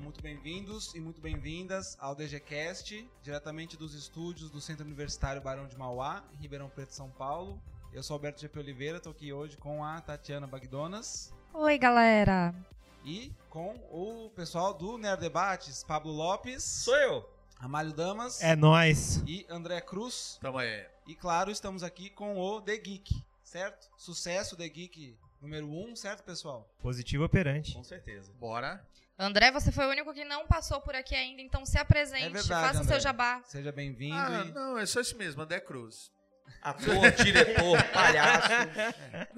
muito bem-vindos e muito bem-vindas ao DGCast, diretamente dos estúdios do Centro Universitário Barão de Mauá, em Ribeirão Preto, São Paulo. Eu sou Alberto GP Oliveira, estou aqui hoje com a Tatiana Bagdonas Oi, galera. e com o pessoal do Nerd Debates, Pablo Lopes, Sou eu. Amálio Damas É nóis. e André Cruz. Tamo aí. E claro, estamos aqui com o The Geek, certo? Sucesso The Geek número 1, um, certo, pessoal? Positivo operante. Com certeza. Bora. André, você foi o único que não passou por aqui ainda, então se apresente, É verdade, faça André. seu jabá. Seja bem-vindo. Ah, e... não, é só isso mesmo, André Cruz. Ator, diretor, palhaço.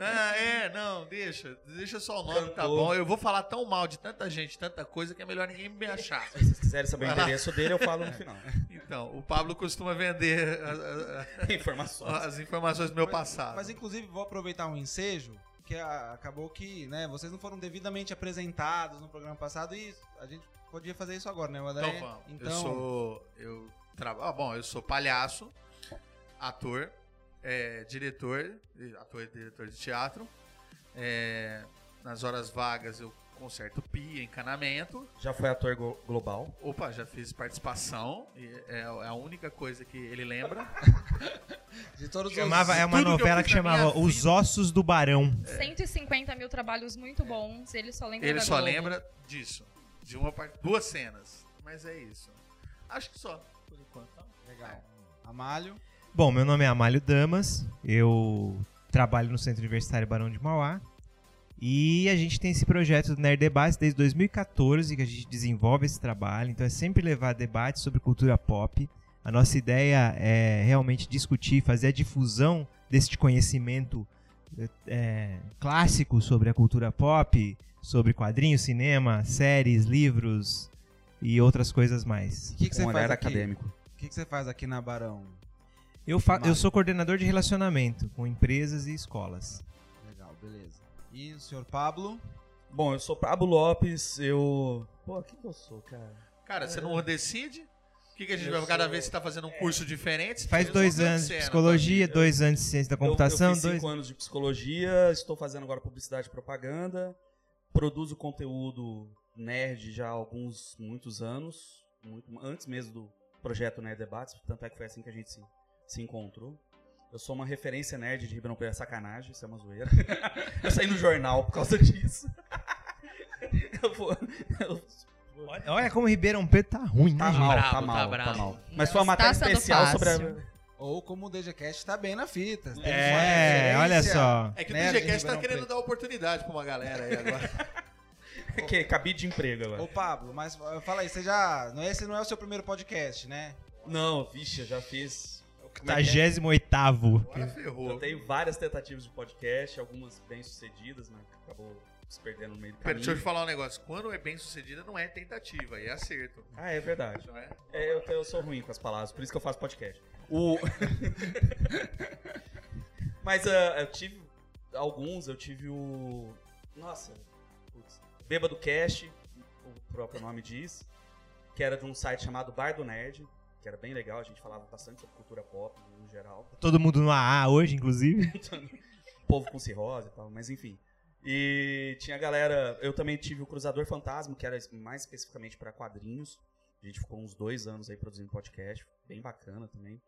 Ah, é, não, deixa. Deixa só o nome, tá Cantor. bom. Eu vou falar tão mal de tanta gente, tanta coisa, que é melhor ninguém me achar. Se vocês quiserem saber Tá é. o endereço dele, eu É. falo no final. Então, o Pablo costuma vender a- a- Informações. a- as informações do meu passado. Mas inclusive vou aproveitar um ensejo, que a- acabou que, né, vocês não foram devidamente apresentados no programa passado e a gente podia fazer isso agora, né, André? Então vamos. Eu sou. Eu trabalho. bom, eu sou palhaço, ator, é, diretor, ator e diretor de teatro. É, nas horas vagas eu conserto pia, encanamento. Já foi ator go- global. Opa, já fiz participação. e é, é a única coisa que ele lembra. de todos Chamava, os... é uma Tudo que eu novela que fiz na chamava minha Os Ossos do Barão. É. 150 mil trabalhos muito bons, ele só lembra Ele da só Globo. lembra disso. De uma parte. Duas cenas. Mas é isso. Acho que só, por enquanto. Legal. Amalho. Bom, meu nome é Amálio Damas, eu trabalho no Centro Universitário Barão de Mauá e a gente tem esse projeto do Nerd Debates desde 2014 que a gente desenvolve esse trabalho, então é sempre levar debates sobre cultura pop. A nossa ideia é realmente discutir, fazer a difusão deste conhecimento eh, eh, clássico sobre a cultura pop, sobre quadrinhos, cinema, séries, livros e outras coisas mais. O que, que você um faz olhar aqui? acadêmico. O que, que você faz aqui na Barão? Eu, fa- Mário. eu sou coordenador de relacionamento com empresas e escolas. Legal, beleza. E o senhor Pablo? Bom, eu sou Pablo Lopes, eu... Pô, o que que eu sou, cara? Cara, você não decide? O que, que a gente É. Eu vai cada sou- É. vez que você tá fazendo um curso diferente? você Faz fez dois uma grande anos de cena, psicologia, tá? dois anos de ciência da computação, eu, eu fiz dois. cinco anos de psicologia, estou fazendo agora publicidade e propaganda, produzo conteúdo nerd já há alguns, muitos anos, muito- antes mesmo do projeto Nerd Debates, tanto é que foi assim que a gente se, se encontrou. Eu sou uma referência nerd de Ribeirão Preto, é sacanagem, isso é uma zoeira. eu saí no jornal por causa disso. eu vou, eu- Olha como Ribeirão Preto tá ruim, né, tá, gente? mal, bravo, tá tá mal, tá mal, bravo. Mas foi uma Não está matéria sendo especial sobre fácil. a... Ou como o DGCast tá bem na fita. tem sua É, referência. olha só. É que o Nerd de DGCast tá um Ribeirão querendo Preto. dar oportunidade pra uma galera aí agora. que cabide de emprego agora. Ô Pablo, mas ó, fala aí, você já. não é- Esse não é o seu primeiro podcast, né? Não, vixe, eu já fiz. Como é tá que é? 38 Agora ferrou. Eu tenho várias tentativas de podcast, algumas bem sucedidas, mas acabou se perdendo no meio do Pera, deixa eu te caminho. falar um negócio. Quando é bem sucedida, não é tentativa, aí é acerto. Ah, é verdade. Não é? É, eu, eu sou ruim com as palavras, por isso que eu faço podcast. O... mas ah, eu tive alguns, eu tive o. Nossa, putz, Bêbado Cast, o próprio nome diz, que era de um site chamado Bar do Nerd, que era bem legal, a gente falava bastante sobre cultura pop no geral. Todo mundo no AA hoje, inclusive. povo com cirrose e tal, mas enfim. E tinha a galera. Eu também tive o Cruzador Fantasma, que era mais especificamente para quadrinhos. A gente ficou uns dois anos aí produzindo podcast, bem bacana também.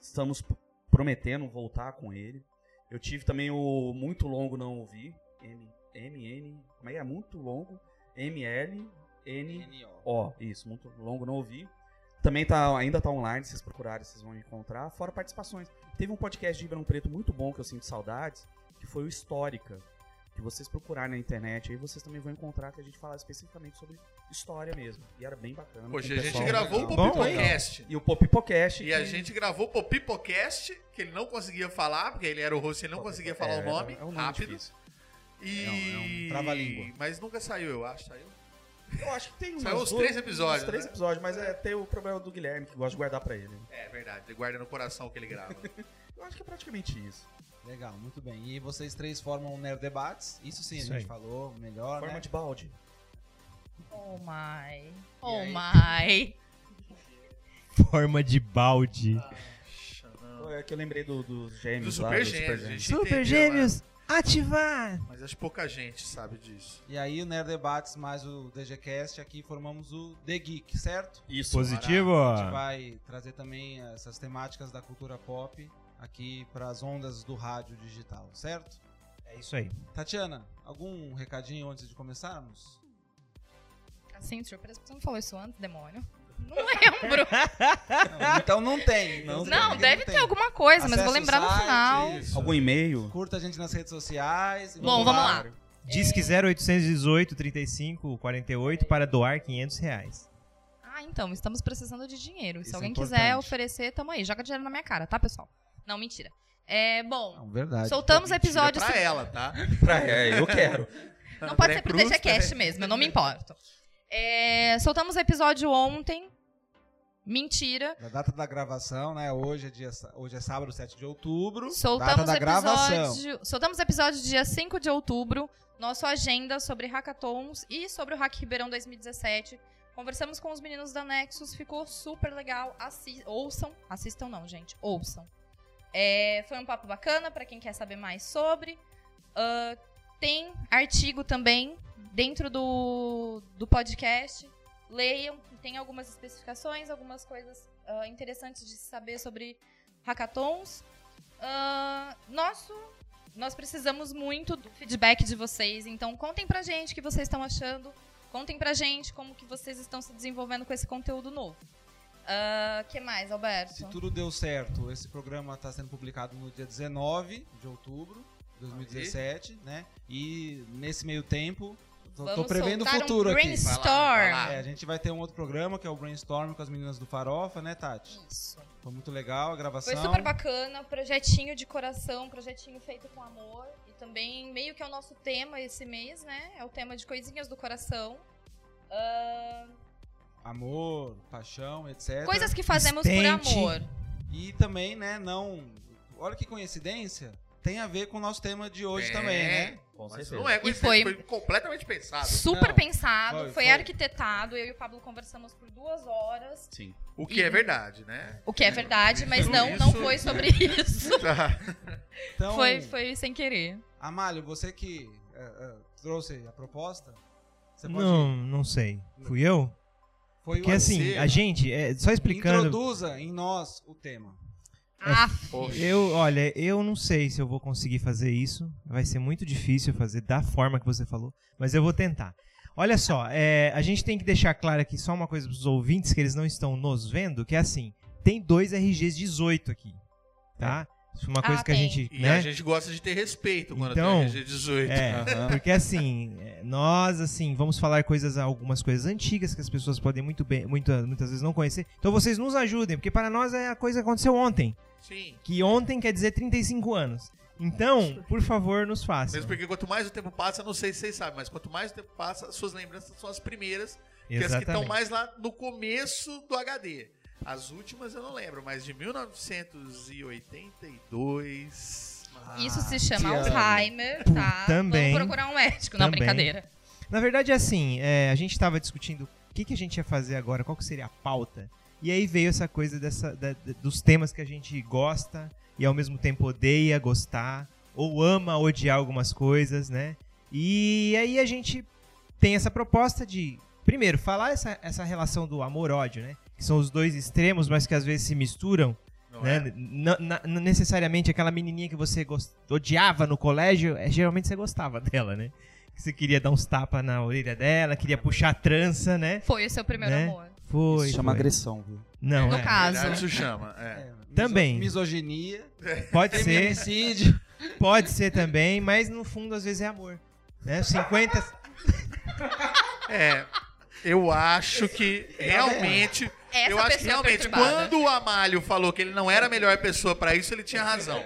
Estamos p- prometendo voltar com ele. Eu tive também o Muito Longo Não Ouvi, M, MN, como é que é? Muito Longo, ML, N, Ó, isso, muito longo, não ouvi. Também tá, ainda tá online, se vocês procurarem, vocês vão encontrar. Fora participações. Teve um podcast de Ribeirão Preto muito bom que eu sinto saudades, que foi o Histórica. Que vocês procurarem na internet, aí vocês também vão encontrar que a gente falava especificamente sobre história mesmo. E era bem bacana. Poxa, com a o gente pessoal. gravou o Bom, Popipocast. E o Popipocast. E a que- gente gravou o Popipocast, que ele não conseguia falar, porque ele era o host, ele não conseguia falar É, o nome, é um rápido. difícil. E... É um- é um trava-língua. Mas nunca saiu, eu acho. Saiu? Eu acho que tem umas Saiu uns duas- três episódios, Uns três né? episódios, mas é, tem o problema do Guilherme, que gosta de guardar pra ele. É verdade, ele guarda no coração o que ele grava. Eu acho que é praticamente isso. Legal, muito bem. E vocês três formam o Nerd Debates? Isso sim, Isso a gente aí. falou melhor. Forma né? de balde. Oh my. E Oh aí? my. Forma de balde. Poxa, não. É que eu lembrei do- dos gêmeos Do lá, Super do Super Gêmeos, Gêmeos. gente. Super entendeu, gêmeos! Ativar! Mas acho que pouca gente sabe disso. E aí o Nerd Debates mais o DGCast aqui formamos o The Geek, certo? Isso. Positivo! A gente vai trazer também essas temáticas da cultura pop aqui para as ondas do rádio digital, certo? É isso aí. Tatiana, algum recadinho antes de começarmos? Assim, de surpresa, porque você não falou isso antes, demônio. Não lembro. Não, então não tem. Não, Não, tem, deve tem. ter alguma coisa, mas eu vou Acesse o lembrar no site, final. isso. Algum e-mail? Curta a gente nas redes sociais. e Bom, vamos lá. É. Disque 0818 35 48 para doar 500 reais. Ah, então, estamos precisando de dinheiro. Se Isso é alguém importante. quiser oferecer, tamo aí. Joga dinheiro na minha cara, tá, pessoal? Não, mentira. É, bom, Não, verdade. soltamos episódios... Tira pra ela, tá? é Pra, é, eu quero. Não pode ser pro André Proust, DGCast mesmo, eu não me importo. É, soltamos episódio ontem. Mentira. Na data da gravação, né? Hoje é, dia, hoje é sábado, 7 de outubro. data Soltamos da gravação. episódio, soltamos episódio dia 5 de outubro, nossa agenda sobre hackathons e sobre o Hack Ribeirão 2017. Conversamos com os meninos da Nexus, ficou super legal. Assi- ouçam, assistam não, gente, ouçam. É, foi um papo bacana pra quem quer saber mais sobre. Ah, tem artigo também dentro do, do podcast. Leiam, tem algumas especificações, algumas coisas ah, interessantes de se saber sobre hackathons. Ah, nosso, nós precisamos muito do feedback de vocês, então contem pra gente o que vocês estão achando, contem pra gente como que vocês estão se desenvolvendo com esse conteúdo novo. O que mais, Se Alberto? tudo deu certo, esse programa está sendo publicado no dia 19 de outubro de 2017, né? E nesse meio tempo, tô, tô Vamos prevendo o soltar um brainstorm. aqui. brainstorm. Vai lá, vai É, a gente vai ter um outro programa que é o Brainstorm com as meninas do Farofa, né, Tati? Isso. Foi muito legal a gravação. Foi super bacana, projetinho de coração, projetinho feito com amor. E também meio que é o nosso tema esse mês, né? É o tema de coisinhas do coração. Ah, Amor, paixão, etc. coisas que fazemos Estente. por amor. E também, né, não. Olha que coincidência, tem a ver com o nosso tema de hoje É. também, né? Com Mas certeza. não é E coincidência, foi- foi... completamente pensado. Super Não, pensado, foi, foi, foi. arquitetado. Eu e o Pablo conversamos por duas horas. Sim. O que é verdade, né? O que é verdade, mas Isso, não, não isso. foi sobre isso. Tá. Então, Foi, foi sem querer. Amália, você que é, é, trouxe a proposta, você pode. Não, não sei. Fui eu? Foi um Porque o- assim, né? a gente, é, só explicando. Introduza em nós o tema. Ah, Poxa. Eu, olha, eu não sei se eu vou conseguir fazer isso. Vai ser muito difícil fazer da forma que você falou, mas eu vou tentar. Olha só, é, a gente tem que deixar claro aqui só uma coisa para os ouvintes que eles não estão nos vendo, que é assim, tem dois RGs 18 aqui, tá? Isso é uma Ah, coisa que a tem. gente, E né? a gente gosta de ter respeito quando Então, tem G18. É, porque assim, é, nós assim, vamos falar coisas, algumas coisas antigas que as pessoas podem muito bem, muita- muitas vezes não conhecer. Então vocês nos ajudem, porque para nós é a coisa que aconteceu ontem Sim. que ontem quer dizer 35 anos. Então, por favor, nos façam. Mesmo porque quanto mais o tempo passa, eu não sei se vocês sabem, mas quanto mais o tempo passa, suas lembranças são as primeiras, que é as que estão mais lá no começo do HD. As últimas eu não lembro, mas de 1982. ah, isso se chama um Tiana. Alzheimer, Pô, tá? também. Vamos procurar um médico, não, Também. brincadeira. Na verdade, é assim, é, a gente estava discutindo o que, que a gente ia fazer agora, qual que seria a pauta. E aí veio essa coisa dessa, da- da- dos temas que a gente gosta e ao mesmo tempo odeia gostar, ou ama odiar algumas coisas, né? E aí a gente tem essa proposta de, primeiro, falar essa, essa relação do amor-ódio, né? Que são os dois extremos, mas que às vezes se misturam. não né? é? Não- na- não necessariamente aquela menininha que você gos- odiava no colégio, é, geralmente você gostava dela, né? Que você queria dar uns tapas na orelha dela, queria puxar a trança, né? Foi o seu primeiro Né? amor. Foi. Isso chama foi. agressão, viu? Não, No é. caso. Na verdade, Isso chama. É. É, miso- Também. Misoginia, pode ser, feminicídio. pode ser também, mas no fundo às vezes é amor. Né? 50. É, Eu acho que realmente. Essa eu acho pessoa que realmente, perturbada. quando o Amálio falou que ele não era a melhor pessoa pra isso, ele tinha razão.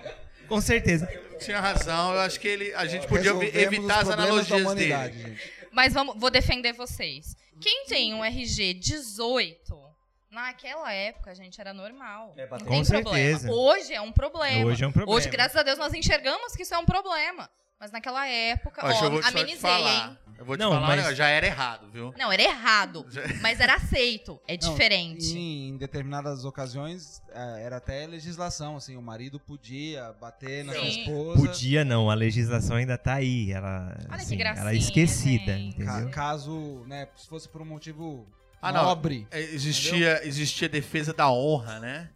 Com certeza. Tinha razão, eu acho que ele, a gente podia Resolvemos evitar os problemas as da analogias humanidade, dele. gente. Mas vamos, vou defender vocês. Quem tem um RG 18, naquela época, gente, era normal. É, Não bateu. tem Com certeza. problema. Hoje é um problema. Hoje é um problema. Hoje, graças a Deus, nós enxergamos que isso é um problema. Mas naquela época, Ó, eu ó, vou só te amenizei, falar. hein? Eu vou te Não, falar, um mas- negócio, já era errado, viu? Não, era errado, Já- mas era aceito. É Não, diferente. Em, em determinadas ocasiões, eh, era até legislação, assim, o marido podia bater na sua Sim. esposa. Podia não, a legislação ainda tá aí. Ela, que assim, ela é gracinha, esquecida, gente. Ca- entendeu? caso, né, se fosse por um motivo Ah, não. nobre. É, Existia, existia defesa da honra, né?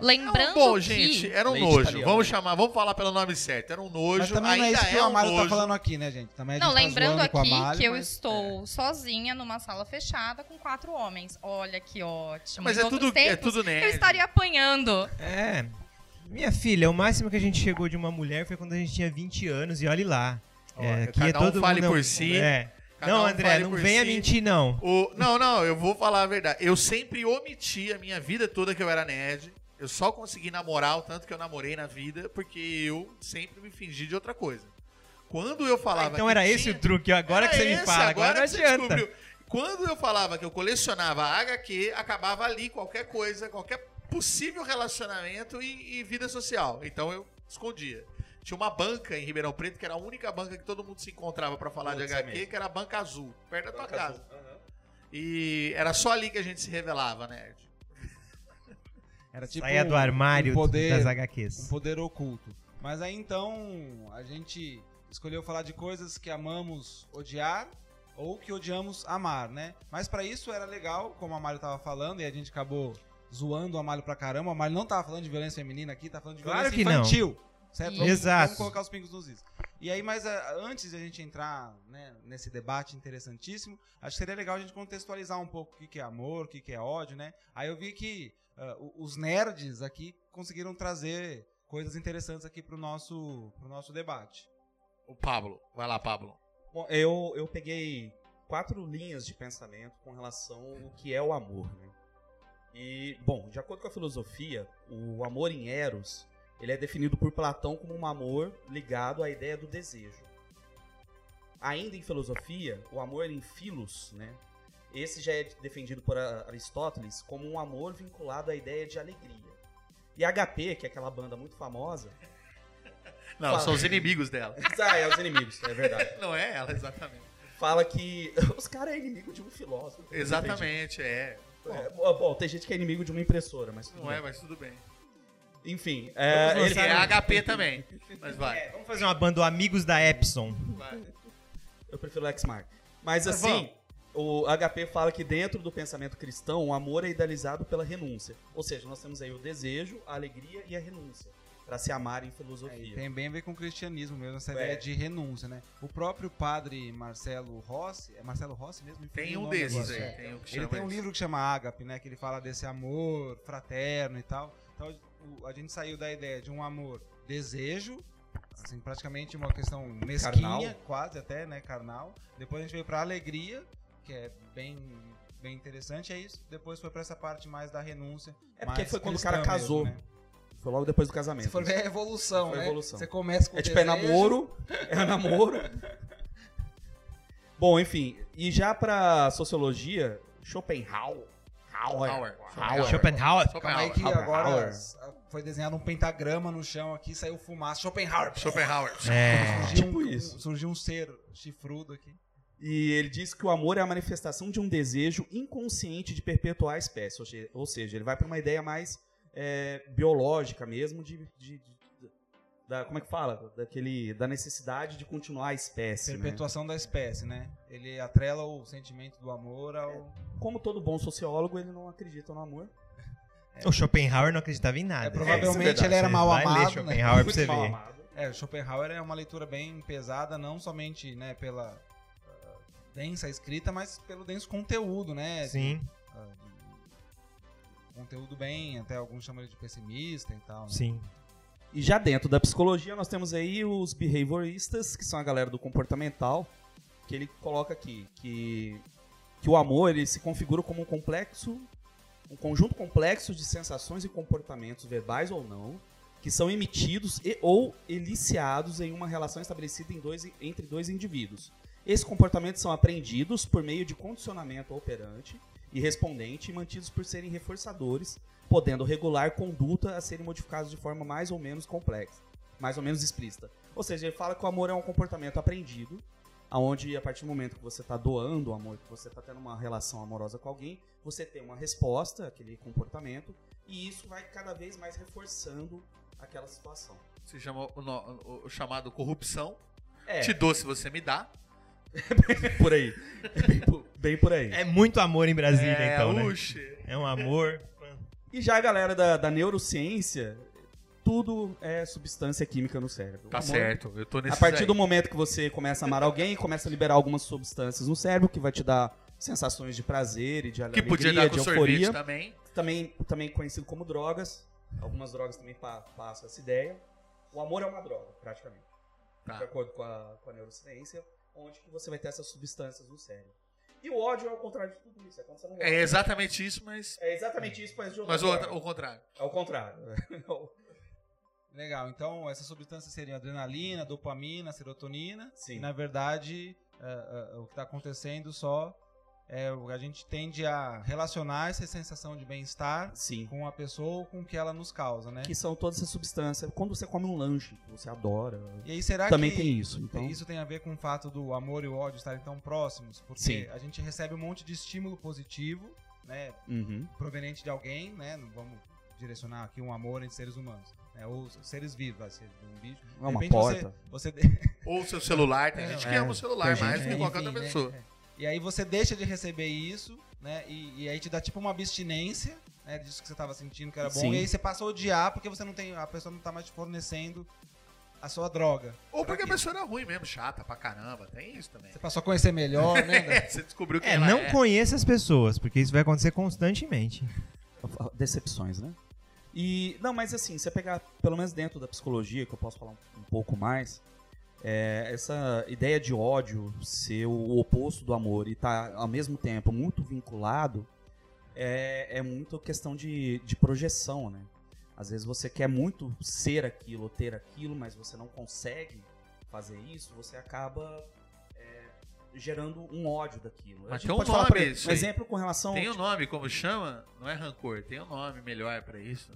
Lembrando Era um- bom, que... gente, era um Leite nojo. italiano. Vamos chamar, vamos falar pelo nome certo. Era um nojo, Mas também não é ainda isso que o um Amaro nojo. tá falando aqui, né, gente? Também a é gente Não, tá lembrando zoando com o aqui Amaro, que eu mas- estou sozinha numa sala fechada com quatro homens. Olha que ótimo. Mas Em é outros tudo, é tempos, tudo nerd. Eu estaria apanhando. É. Minha filha, o máximo que a gente chegou de uma mulher foi quando a gente tinha 20 anos e olhe lá. É, Olha, aqui cada um fale por si, É. cada Não, um André, fale não por venha si. mentir, não. O- não, não, eu vou falar a verdade. Eu sempre omiti a minha vida toda que eu era nerd. Eu só consegui namorar o tanto que eu namorei na vida, porque eu sempre me fingi de outra coisa. Quando eu Ah, falava. então que era tinha- esse o truque, ó, agora Era que você me É esse, fala, agora, não que você adianta. descobriu. Quando eu falava que eu colecionava HQ, acabava ali qualquer coisa, qualquer possível relacionamento e, e vida social. Então eu escondia. Tinha uma banca em Ribeirão Preto, que era a única banca que todo mundo se encontrava pra falar Putz, de é HQ, mesmo. que era a Banca Azul, perto da tua Banca casa. azul. Aham. E era só ali que a gente se revelava, nerd. Era tipo Saia do um- armário um poder, das um HQs. poder oculto. Mas aí então a gente escolheu falar de coisas que amamos odiar ou que odiamos amar, né? Mas pra isso era legal, como a Mário tava falando, e a gente acabou zoando o Amário pra caramba. O Amário não tava falando de violência feminina aqui, tá falando de Claro violência que não. infantil. Certo? Vamos- Exato. Vamos colocar os pingos nos is. E aí, mas ah, antes de a gente entrar né, nesse debate interessantíssimo, acho que seria legal a gente contextualizar um pouco o que, que é amor, o que, que é ódio, né? Aí eu vi que ah, o- os nerds aqui conseguiram trazer coisas interessantes aqui pro nosso, pro nosso debate. O Pablo. Vai lá, Pablo. Bom, eu, eu peguei quatro linhas de pensamento com relação ao que é o amor, né? E, bom, de acordo com a filosofia, o amor em Eros, ele é definido por Platão como um amor ligado à ideia do desejo. Ainda em filosofia, o amor em Filos, né? Esse já é defendido por ah, Aristóteles como um amor vinculado à ideia de alegria. E HP, que é aquela banda muito famosa... Não, Fala. são os inimigos dela. Ah, é os inimigos, é verdade. Não é ela, exatamente. fala que os caras é inimigo de um filósofo. Exatamente, é. É, bom, bom, tem gente que é inimigo de uma impressora, mas tudo Não bem. é, mas tudo bem. Enfim, é, Vamos ele- Porque é HP também. Mas vai. É, Vamos fazer uma banda o Amigos da Epson. vai. eu prefiro Lexmark. Mas Tá Mas assim, o HP fala que dentro do pensamento cristão, o amor é idealizado pela renúncia. Ou seja, nós temos aí o desejo, a alegria e a renúncia Pra se amar em É, e filosofia. tem bem a ver com o cristianismo mesmo, essa É. ideia de renúncia, né? O próprio padre Marcelo Rossi, é Marcelo Rossi mesmo? Me Tem fugiu o um nome desses agora. aí. É. Tem um que Ele chama tem um isso. livro que chama Ágape, né? Que ele fala desse amor fraterno e tal. Então o- a gente saiu da ideia de um amor desejo, assim, praticamente uma questão mesquinha, Carnal. quase até, né? Carnal. Depois a gente veio pra alegria, que é bem, bem interessante, é isso. Depois foi pra essa parte mais da renúncia. É, porque mais foi quando o cara cristã casou. mesmo, né? Foi logo depois do casamento. Se for ver a evolução, Foi a né? evolução. Você começa com É o tipo, é desejo, namoro, é namoro. Bom, enfim, e já pra sociologia, Schopenhauer. Hauer, Hauer. Hauer. Schopenhauer. Calma aí Schopenhauer. que Hauer, agora Hauer. s- foi desenhado um pentagrama no chão aqui, saiu fumaça. Schopenhauer. Schopenhauer. É. Surgiu tipo um, isso. Surgiu um ser chifrudo aqui. E ele diz que o amor é a manifestação de um desejo inconsciente de perpetuar a espécie. Ou se- Ou seja, ele vai pra uma ideia mais é, biológica mesmo, de, de- de- da, como é que fala? Daquele, da necessidade de continuar a espécie. né? Perpetuação da espécie, né? Ele atrela o sentimento do amor ao. Como todo bom sociólogo, ele não acredita no amor. O Schopenhauer não acreditava em nada. É, provavelmente verdade. ele era Você mal vai ler amado. Né? Schopenhauer pra Muito você mal ver. amado. É, Schopenhauer é uma leitura bem pesada, não somente né, pela ah, densa escrita, mas pelo denso conteúdo, né? Sim, Ah, Conteúdo bem, até alguns chamam ele de pessimista e tal. né? sim. E já dentro da psicologia, nós temos aí os behavioristas, que são a galera do comportamental, que ele coloca aqui que, que o amor ele se configura como um complexo, um conjunto complexo de sensações e comportamentos verbais ou não, que são emitidos e ou eliciados em uma relação estabelecida em dois, entre dois indivíduos. Esses comportamentos são aprendidos por meio de condicionamento operante e respondente e mantidos por serem reforçadores podendo regular conduta a serem modificados de forma mais ou menos complexa. mais ou menos explícita. Ou seja, ele fala que o amor é um comportamento aprendido, aonde a partir do momento que você está doando o amor, que você está tendo uma relação amorosa com alguém, você tem uma resposta àquele comportamento e isso vai cada vez mais reforçando aquela situação. Se chama o, no- o- o chamado corrupção. É, Te dou se você me dá. por aí. Bem por, bem por aí. É muito amor em Brasília, É, então, né? uxe. É um amor. E já a galera da, da neurociência, tudo é substância química no cérebro. Tá O amor- certo, eu tô A nesse partir do momento que você começa a amar alguém, começa a liberar algumas substâncias no cérebro que vai te dar sensações de prazer e de Que alegria, podia dar com de sorvete tá? euforia. também. também, também conhecido como drogas. Algumas drogas também pa- passam essa ideia. O amor é uma droga, praticamente. Tá. De acordo com a, com a neurociência, onde que você vai ter essas substâncias no cérebro. E o ódio é o contrário de tudo isso. É, quando você não gosta. É exatamente isso, mas, É exatamente isso, mas de outra mas o, forma. o contrário. É o contrário. Legal, então essas substâncias seriam adrenalina, dopamina, serotonina. Sim. E na verdade, ah, ah, o que está acontecendo só é o- a gente tende a relacionar essa sensação de bem-estar Sim. com a pessoa ou com o que ela nos causa, né? Que são todas essas substâncias. Quando você come um lanche que você adora, E aí será também que tem isso. Então, isso tem a ver com o fato do amor e o ódio estarem tão próximos? Porque Sim. a gente recebe um monte de estímulo positivo, né? Uhum. proveniente de alguém, né? Não vamos direcionar aqui um amor entre seres humanos, né? Ou seres vivos, vai ser um bicho. É uma repente porta. Você, você Ou seu celular, tem É, gente que é, ama o celular tem mais gente do que É, qualquer enfim, outra né? pessoa. É. E aí você deixa de receber isso, né? E, e aí te dá tipo uma abstinência, né? Disso que você tava sentindo que era bom. Sim. E aí você passa a odiar porque você não tem. A pessoa não tá mais te fornecendo a sua droga. Ou porque a que- pessoa era ruim mesmo, chata pra caramba, tem isso também. Você passou a conhecer melhor, né? É, Da- você descobriu que É, ela não é. conheça as pessoas, porque isso vai acontecer constantemente. Decepções, né? E, não, mas assim, você pegar, pelo menos dentro da psicologia, que eu posso falar um, um pouco mais, é, essa ideia de ódio ser o oposto do amor e estar, ao mesmo tempo, muito vinculado, é, é muito questão de, de projeção, né? Às vezes você quer muito ser aquilo, ter aquilo, mas você não consegue fazer isso, você acaba é, gerando um ódio daquilo. Mas A gente tem um pode falar, por nome exemplo, isso um aí. exemplo com relação... Tem um nome, como chama? Não é rancor, tem um nome melhor pra isso.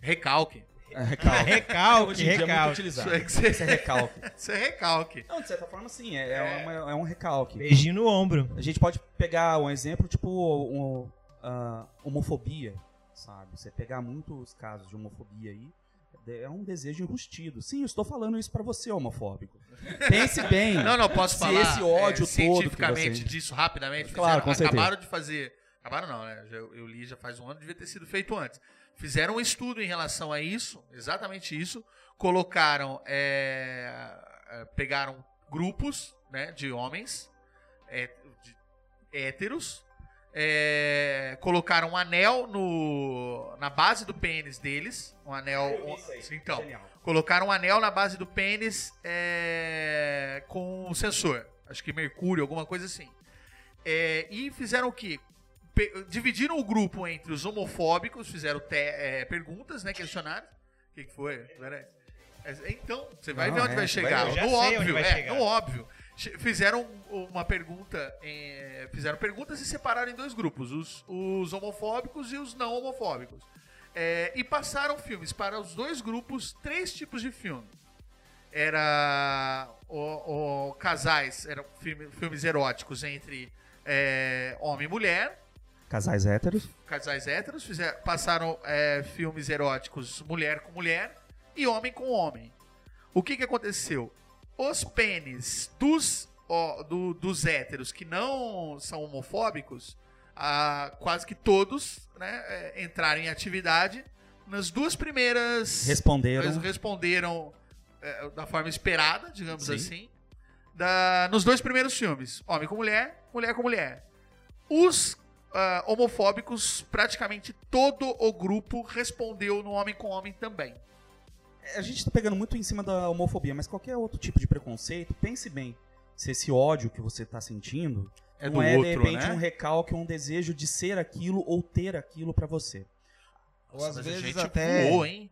Recalque. É, recalque. Recalque, Hoje em dia é muito recalque. utilizado. Isso é, que você- Isso é recalque. isso é recalque. Não, de certa forma, sim, é, é uma- é um recalque. Beijinho no ombro. A gente pode pegar um exemplo, tipo, um, ah, homofobia, sabe? Você pegar muitos casos de homofobia aí, é um desejo enrustido. Sim, eu estou falando isso pra você, homofóbico. Pense bem. Não, não, posso É. Se falar é, esse ódio todo que cientificamente você- disso rapidamente. Claro, com certeza. acabaram de fazer. Acabaram não, né? Já- Eu, li já faz um ano, devia ter sido feito antes. Fizeram um estudo em relação a isso, exatamente isso. Colocaram. é, é, pegaram grupos né, de homens é, de héteros. é, colocaram um anel no, na base do pênis deles. Um anel. então, Genial. Colocaram um anel na base do pênis é, com sensor. Acho que mercúrio, alguma coisa assim. É, e fizeram o quê? Pe- dividiram o grupo entre os homofóbicos, fizeram te- é, perguntas, né? Questionários. O que, que foi? Peraí. É, Então, você vai Não, ver onde é, vai você vai chegar. ver. Eu já No sei onde óbvio, vai é, chegar. no óbvio. Che- Fizeram uma pergunta, é, fizeram perguntas e separaram em dois grupos, os, os homofóbicos e os não homofóbicos. É, e passaram filmes para os dois grupos, três tipos de filme. Era o, o- casais, eram filme- filmes eróticos entre é, homem e mulher, Casais héteros. casais héteros, fizer- passaram é, filmes eróticos mulher com mulher e homem com homem. O que, que aconteceu? Os pênis dos, ó, do- dos héteros que não são homofóbicos, ah, quase que todos né, é, entraram em atividade nas duas primeiras. Eles Responderam. responderam é, da forma esperada, digamos Sim. assim, da- nos dois primeiros filmes: Homem com Mulher, Mulher com Mulher. Os ah, homofóbicos, praticamente todo o grupo respondeu no Homem com Homem também. A gente tá pegando muito em cima da homofobia, mas qualquer outro tipo de preconceito, pense bem. Se esse ódio que você tá sentindo não é de repente né? um recalque, um desejo de ser aquilo ou ter aquilo pra você. Ou às mas a vezes gente até- voou, hein?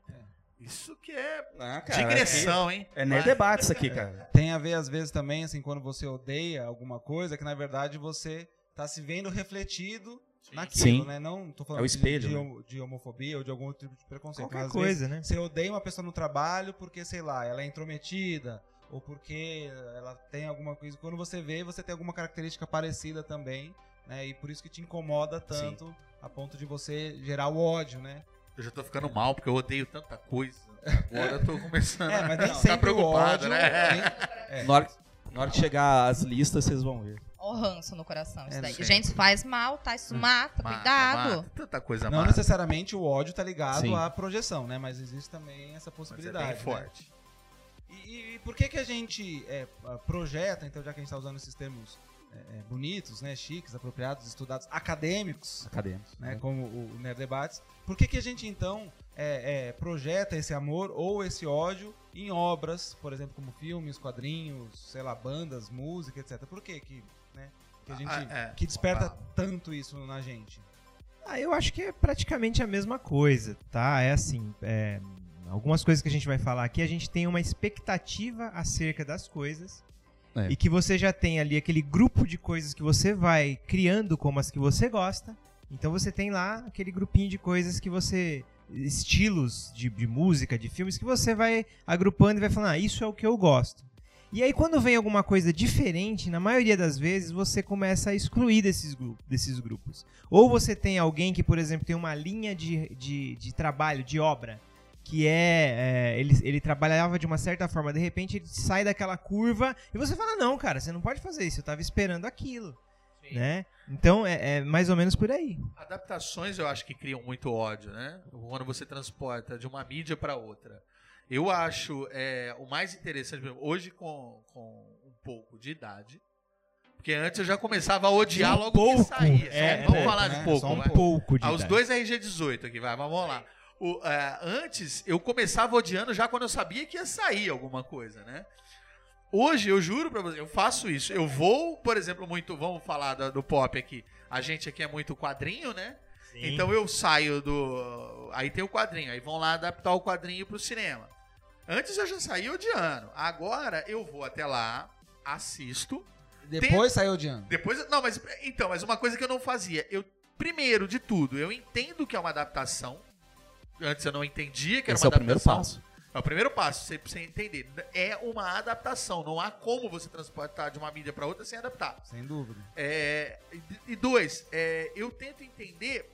Isso que é Ah, digressão, hein? É nerd Mas- debate isso aqui, cara. Tem a ver, às vezes, também, assim, quando você odeia alguma coisa, que na verdade você tá se vendo refletido naquilo, Sim. né? Não tô falando É o espelho, de, de, né? homo- de homofobia ou de algum outro tipo de preconceito. mas Qualquer às vezes coisa, né? Você odeia uma pessoa no trabalho porque, sei lá, ela é intrometida ou porque ela tem alguma coisa. Quando você vê, você tem alguma característica parecida também, né? E por isso que te incomoda tanto a ponto de você gerar o ódio, né? Eu já tô ficando mal, porque eu odeio tanta coisa. Agora eu tô começando É, mas nem a sempre ficar preocupado, o ódio, é. né? nem- Na hora, na hora que chegar as listas, vocês vão ver. Ó, o ranço no coração. Isso É, daí. sim. Gente, faz mal, tá? Isso mata, Mata, cuidado. mata, tanta coisa Não má. necessariamente o ódio tá ligado Sim. à projeção, né? Mas existe também essa Mas é possibilidade. bem né? forte. E, e- e por que que a gente é, ah, projeta, então, já que a gente está usando esses termos é, é, bonitos, né, chiques, apropriados, estudados, acadêmicos, Acadêmicos. né, Uhum. como o o Nerd Debates, por que que a gente, então, é, é, projeta esse amor ou esse ódio em obras, por exemplo, como filmes, quadrinhos, sei lá, bandas, música, etc. Por que que, né, que a gente... Ah, é. Que desperta Opa. tanto isso na gente. Ah, eu acho que é praticamente a mesma coisa, tá? É assim, é, algumas coisas que a gente vai falar aqui, a gente tem uma expectativa acerca das coisas É. e que você já tem ali aquele grupo de coisas que você vai criando como as que você gosta. Então você tem lá aquele grupinho de coisas que você estilos de, de música, de filmes que você vai agrupando e vai falando, ah, isso é o que eu gosto. E aí quando vem alguma coisa diferente, na maioria das vezes você começa a excluir desses, gru- desses grupos. Ou você tem alguém que, por exemplo, tem uma linha de, de, de trabalho, de obra, que é, é, ele, ele trabalhava de uma certa forma, de repente ele sai daquela curva e você fala, não, cara, você não pode fazer isso, eu tava esperando aquilo, né? Então é, é mais ou menos por aí. Adaptações eu acho que criam muito ódio, né? Quando você transporta de uma mídia para outra. Eu acho é, o mais interessante, por exemplo, hoje com, com um pouco de idade, porque antes eu já começava a odiar Um logo pouco, que saía. Só- é, vamos né? falar Só de pouco. Só um vai. pouco de Ah, os idade. dois é RG18 aqui, vai, mas vamos lá. O, ah, antes, eu começava odiando já quando eu sabia que ia sair alguma coisa, né? Hoje, eu juro pra você, eu faço isso. Eu vou, por exemplo, muito. Vamos falar da- do, pop aqui. A gente aqui é muito quadrinho, né? Então eu saio do. Aí tem o quadrinho, aí vão lá adaptar o quadrinho pro cinema. Antes eu já saía odiando. Agora eu vou até lá, assisto, Depois saiu odiando. depois, não, mas então, mas uma coisa que eu não fazia, eu primeiro de tudo, eu entendo que é uma adaptação. Antes eu não entendia que era Esse é uma o primeiro adaptação. passo. É o primeiro passo, você precisa entender. É uma adaptação, não há como você transportar de uma mídia para outra sem adaptar. Sem dúvida. É, e- e dois, é, eu tento entender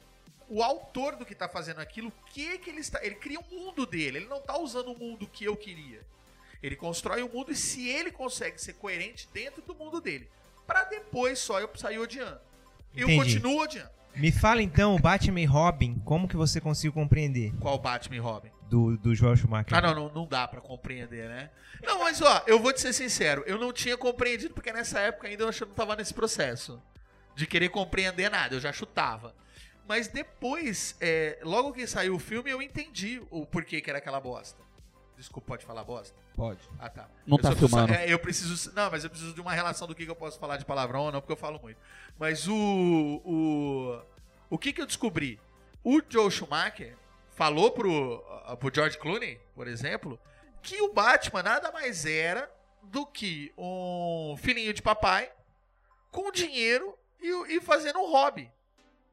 o autor do que tá fazendo aquilo, o que que ele está. Ele cria um mundo dele, ele não tá usando o mundo que eu queria. Ele constrói o mundo e se ele consegue ser coerente dentro do mundo dele, Pra depois só eu sair odiando. Eu Entendi. continuo odiando. Me fala então, o Batman e Robin, como que você conseguiu compreender Qual Batman e Robin? do, do Joel Schumacher? Ah, não, não, não dá pra compreender, né? Não, mas ó, eu vou te ser sincero, eu não tinha compreendido, porque nessa época ainda eu ach- não tava nesse processo de querer compreender nada, eu já chutava. Mas depois, é, logo que saiu o filme, eu entendi o porquê que era aquela bosta. Desculpa, pode falar bosta? Pode. Ah, tá. Não Eu tá só tô- filmando. é, eu preciso. Não, mas eu preciso de uma relação do que, que eu posso falar de palavrão ou não, porque eu falo muito. Mas o. O, o que, que eu descobri? O Joe Schumacher falou pro, ah, pro George Clooney, por exemplo, que o Batman nada mais era do que um filhinho de papai com dinheiro e, e fazendo um hobby.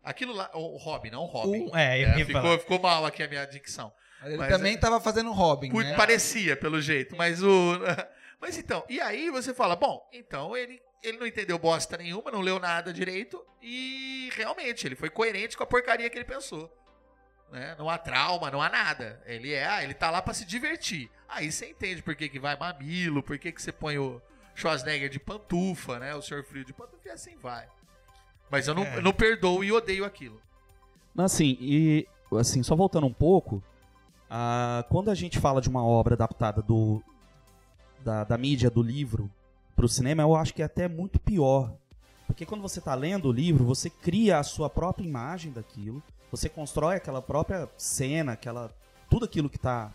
Aquilo lá. O hobby, não hobby. Um- é, eu ia falar. ficou, ficou mal aqui a minha dicção. Mas ele Mas também é- tava fazendo Robin, Cu- né? Parecia, pelo jeito, mas o. Mas então, e aí você fala, bom, então ele, ele não entendeu bosta nenhuma, não leu nada direito, e realmente, ele foi coerente com a porcaria que ele pensou. Né? Não há trauma, não há nada. Ele é, ah, ele tá lá pra se divertir. Aí você entende por que, que vai mamilo, por que, que você põe o Schwarzenegger de pantufa, né? O Sr. Frio de pantufa, e assim vai. Mas eu não, É. eu não perdoo e odeio aquilo. Não, assim, e assim, só voltando um pouco, ah, quando a gente fala de uma obra adaptada do da, da mídia, do livro, pro cinema, eu acho que é até muito pior. Porque quando você tá lendo o livro, você cria a sua própria imagem daquilo, você constrói aquela própria cena, aquela tudo aquilo que tá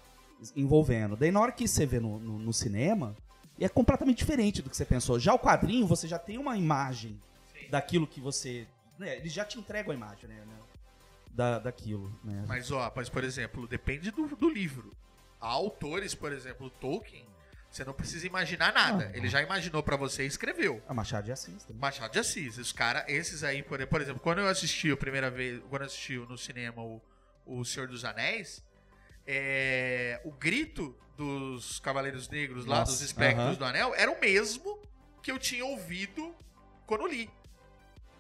envolvendo. Daí na hora que você vê no, no, no cinema, é completamente diferente do que você pensou. Já o quadrinho, você já tem uma imagem daquilo que você... né, ele já te entrega a imagem, né? né, Da, daquilo, né? Mas, ó, mas, por exemplo, depende do, do livro. Há autores, por exemplo, o Tolkien Você não precisa imaginar nada. Ele já imaginou pra você e escreveu. A Machado de Assis também. Machado de Assis. Os caras, esses aí, por, por exemplo, quando eu assisti a primeira vez, quando eu assisti no cinema o, o Senhor dos Anéis, é, o grito dos Cavaleiros Negros lá, Nossa, dos espectros aham. do Anel, era o mesmo que eu tinha ouvido quando li,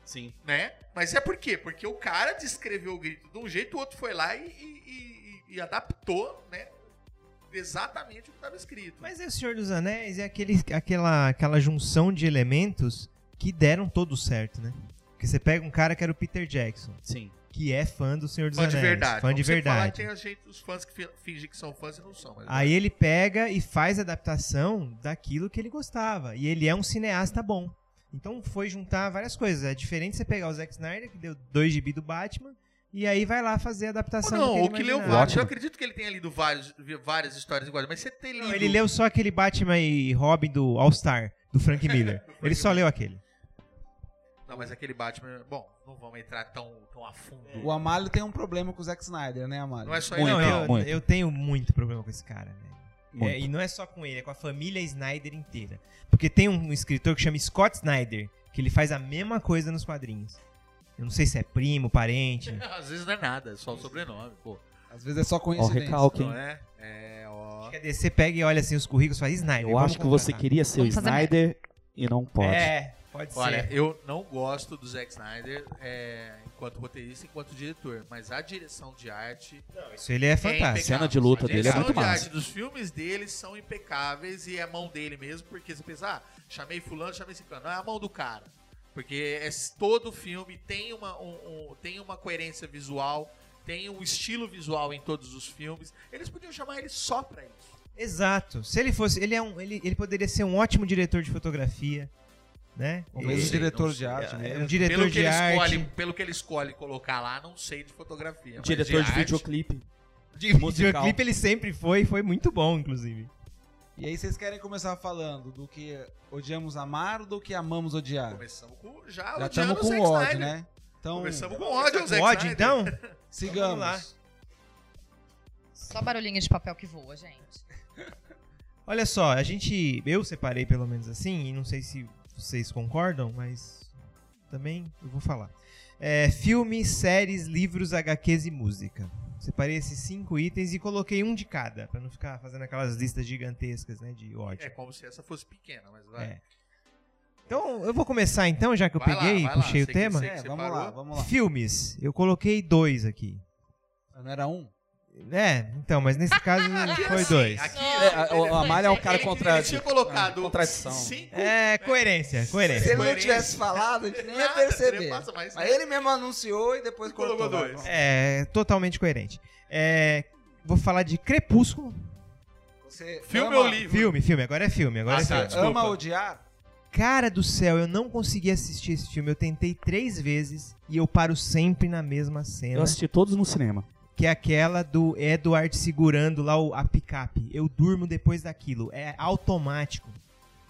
Sim. né? Mas é por quê? Porque o cara descreveu o grito de um jeito, o outro foi lá e, e- e- e adaptou, né? Exatamente o que estava escrito. Mas é o Senhor dos Anéis é aquele, aquela, aquela junção de elementos que deram todo certo, né? Porque você pega um cara que era o Peter Jackson, Sim. que é fã do Senhor dos fã de Anéis. verdade. Fã Como de você Fala, verdade. Ah, tem a gente, os fãs que fi- fingem que são fãs e não são. Mas Aí ele pega e faz adaptação daquilo que ele gostava. E ele é um cineasta bom. Então foi juntar várias coisas. É diferente você pegar o Zack Snyder, que deu 2 GB do Batman, e aí vai lá fazer a Ou adaptação não, do ou que que ele leu imaginava. vários. Eu acredito que ele tenha lido vários, vi- várias histórias iguais, mas você tem lido. Não, ele leu só aquele Batman e Robin do All-Star, do Frank Miller. ele só leu aquele. Não, mas aquele Batman. Bom, não vamos entrar tão, tão a fundo. O Amalio tem um problema com o Zack Snyder, né, Amalio? Não é só Não, ele. Muito, não. eu, muito. eu tenho muito problema com esse cara, velho. Muito. É, e não é só com ele, é com a família Snyder inteira. Porque tem um escritor que chama Scott Snyder, que ele faz a mesma coisa nos quadrinhos. Eu não sei se é primo, parente. Às vezes não é nada, é só o sobrenome, pô. Às vezes é só Ó, coincidência. recalque, hein? Não é? É, ó. Que a DC pega e olha assim os currículos e fala, Snyder. Eu vamos acho que você contratar." queria ser o Vamos fazer Snyder e não pode. É, pode Olha, ser. eu não gosto do Zack Snyder é, enquanto roteirista, enquanto diretor, mas a direção de arte Isso ele é impecável. fantástico. Cena de luta A dele é direção muito de massa. arte dos filmes dele são impecáveis e é a mão dele mesmo, porque você pensa, ah, chamei fulano, chamei ciclano. Não, é a mão do cara. Porque é s- todo filme tem uma, um- um- tem uma coerência visual, tem um estilo visual em todos os filmes. Eles podiam chamar ele só pra isso. Exato. Se ele fosse, ele é um, ele, ele poderia ser um ótimo diretor de fotografia, né? O é um Eu mesmo sei, diretor não de sei. arte. É mesmo. um diretor pelo, que de ele arte. escolhe, pelo que ele escolhe colocar lá, não sei de fotografia. mas Diretor de, arte, videoclipe. é, De musical. videoclipe ele sempre foi, e foi muito bom, inclusive. E aí vocês querem começar falando do que odiamos amar ou do que amamos odiar? Começamos com já, Já odiando estamos o com Zack ódio, Snyder. né? Então, Começamos tá com ódio ao Zack Pode, Snyder. então? sigamos. Vamos lá. Só barulhinho de papel que voa, gente. Olha só, a gente. Eu separei pelo menos assim, e não sei se vocês concordam, mas também eu vou falar. É, filmes, séries, livros, HQs e música. Separei esses cinco itens e coloquei um de cada, pra não ficar fazendo aquelas listas gigantescas, né, de É ódio. como se essa fosse pequena, mas vai. É. Então, eu vou começar então, já que eu Vai lá, peguei e vai lá, puxei o sei que- tema. sei É, Você vamos parou? lá, vamos lá. Filmes, eu coloquei dois aqui. Não era um? É, então, mas nesse caso foi dois. Aqui, É, o Amália é um cara Ele- contra. Ele tinha colocado Ah, contradição. cinco. É, coerência, coerência. Se ele não Coerência. tivesse falado, a gente nem ia Nada, perceber. ele passa mais, Mas né? ele mesmo anunciou e depois Colocou colocou dois. É, totalmente coerente. É, vou falar de Crepúsculo. Você é Filme ama, ou livro? Filme, filme, agora é filme, agora Ah, é tá, filme. desculpa. Ama odiar? Cara do céu, eu não consegui assistir esse filme. Eu tentei três vezes e eu paro sempre na mesma Eu cena. assisti todos no cinema. Que é aquela do Edward segurando lá o- a picape. Eu durmo depois daquilo. É automático.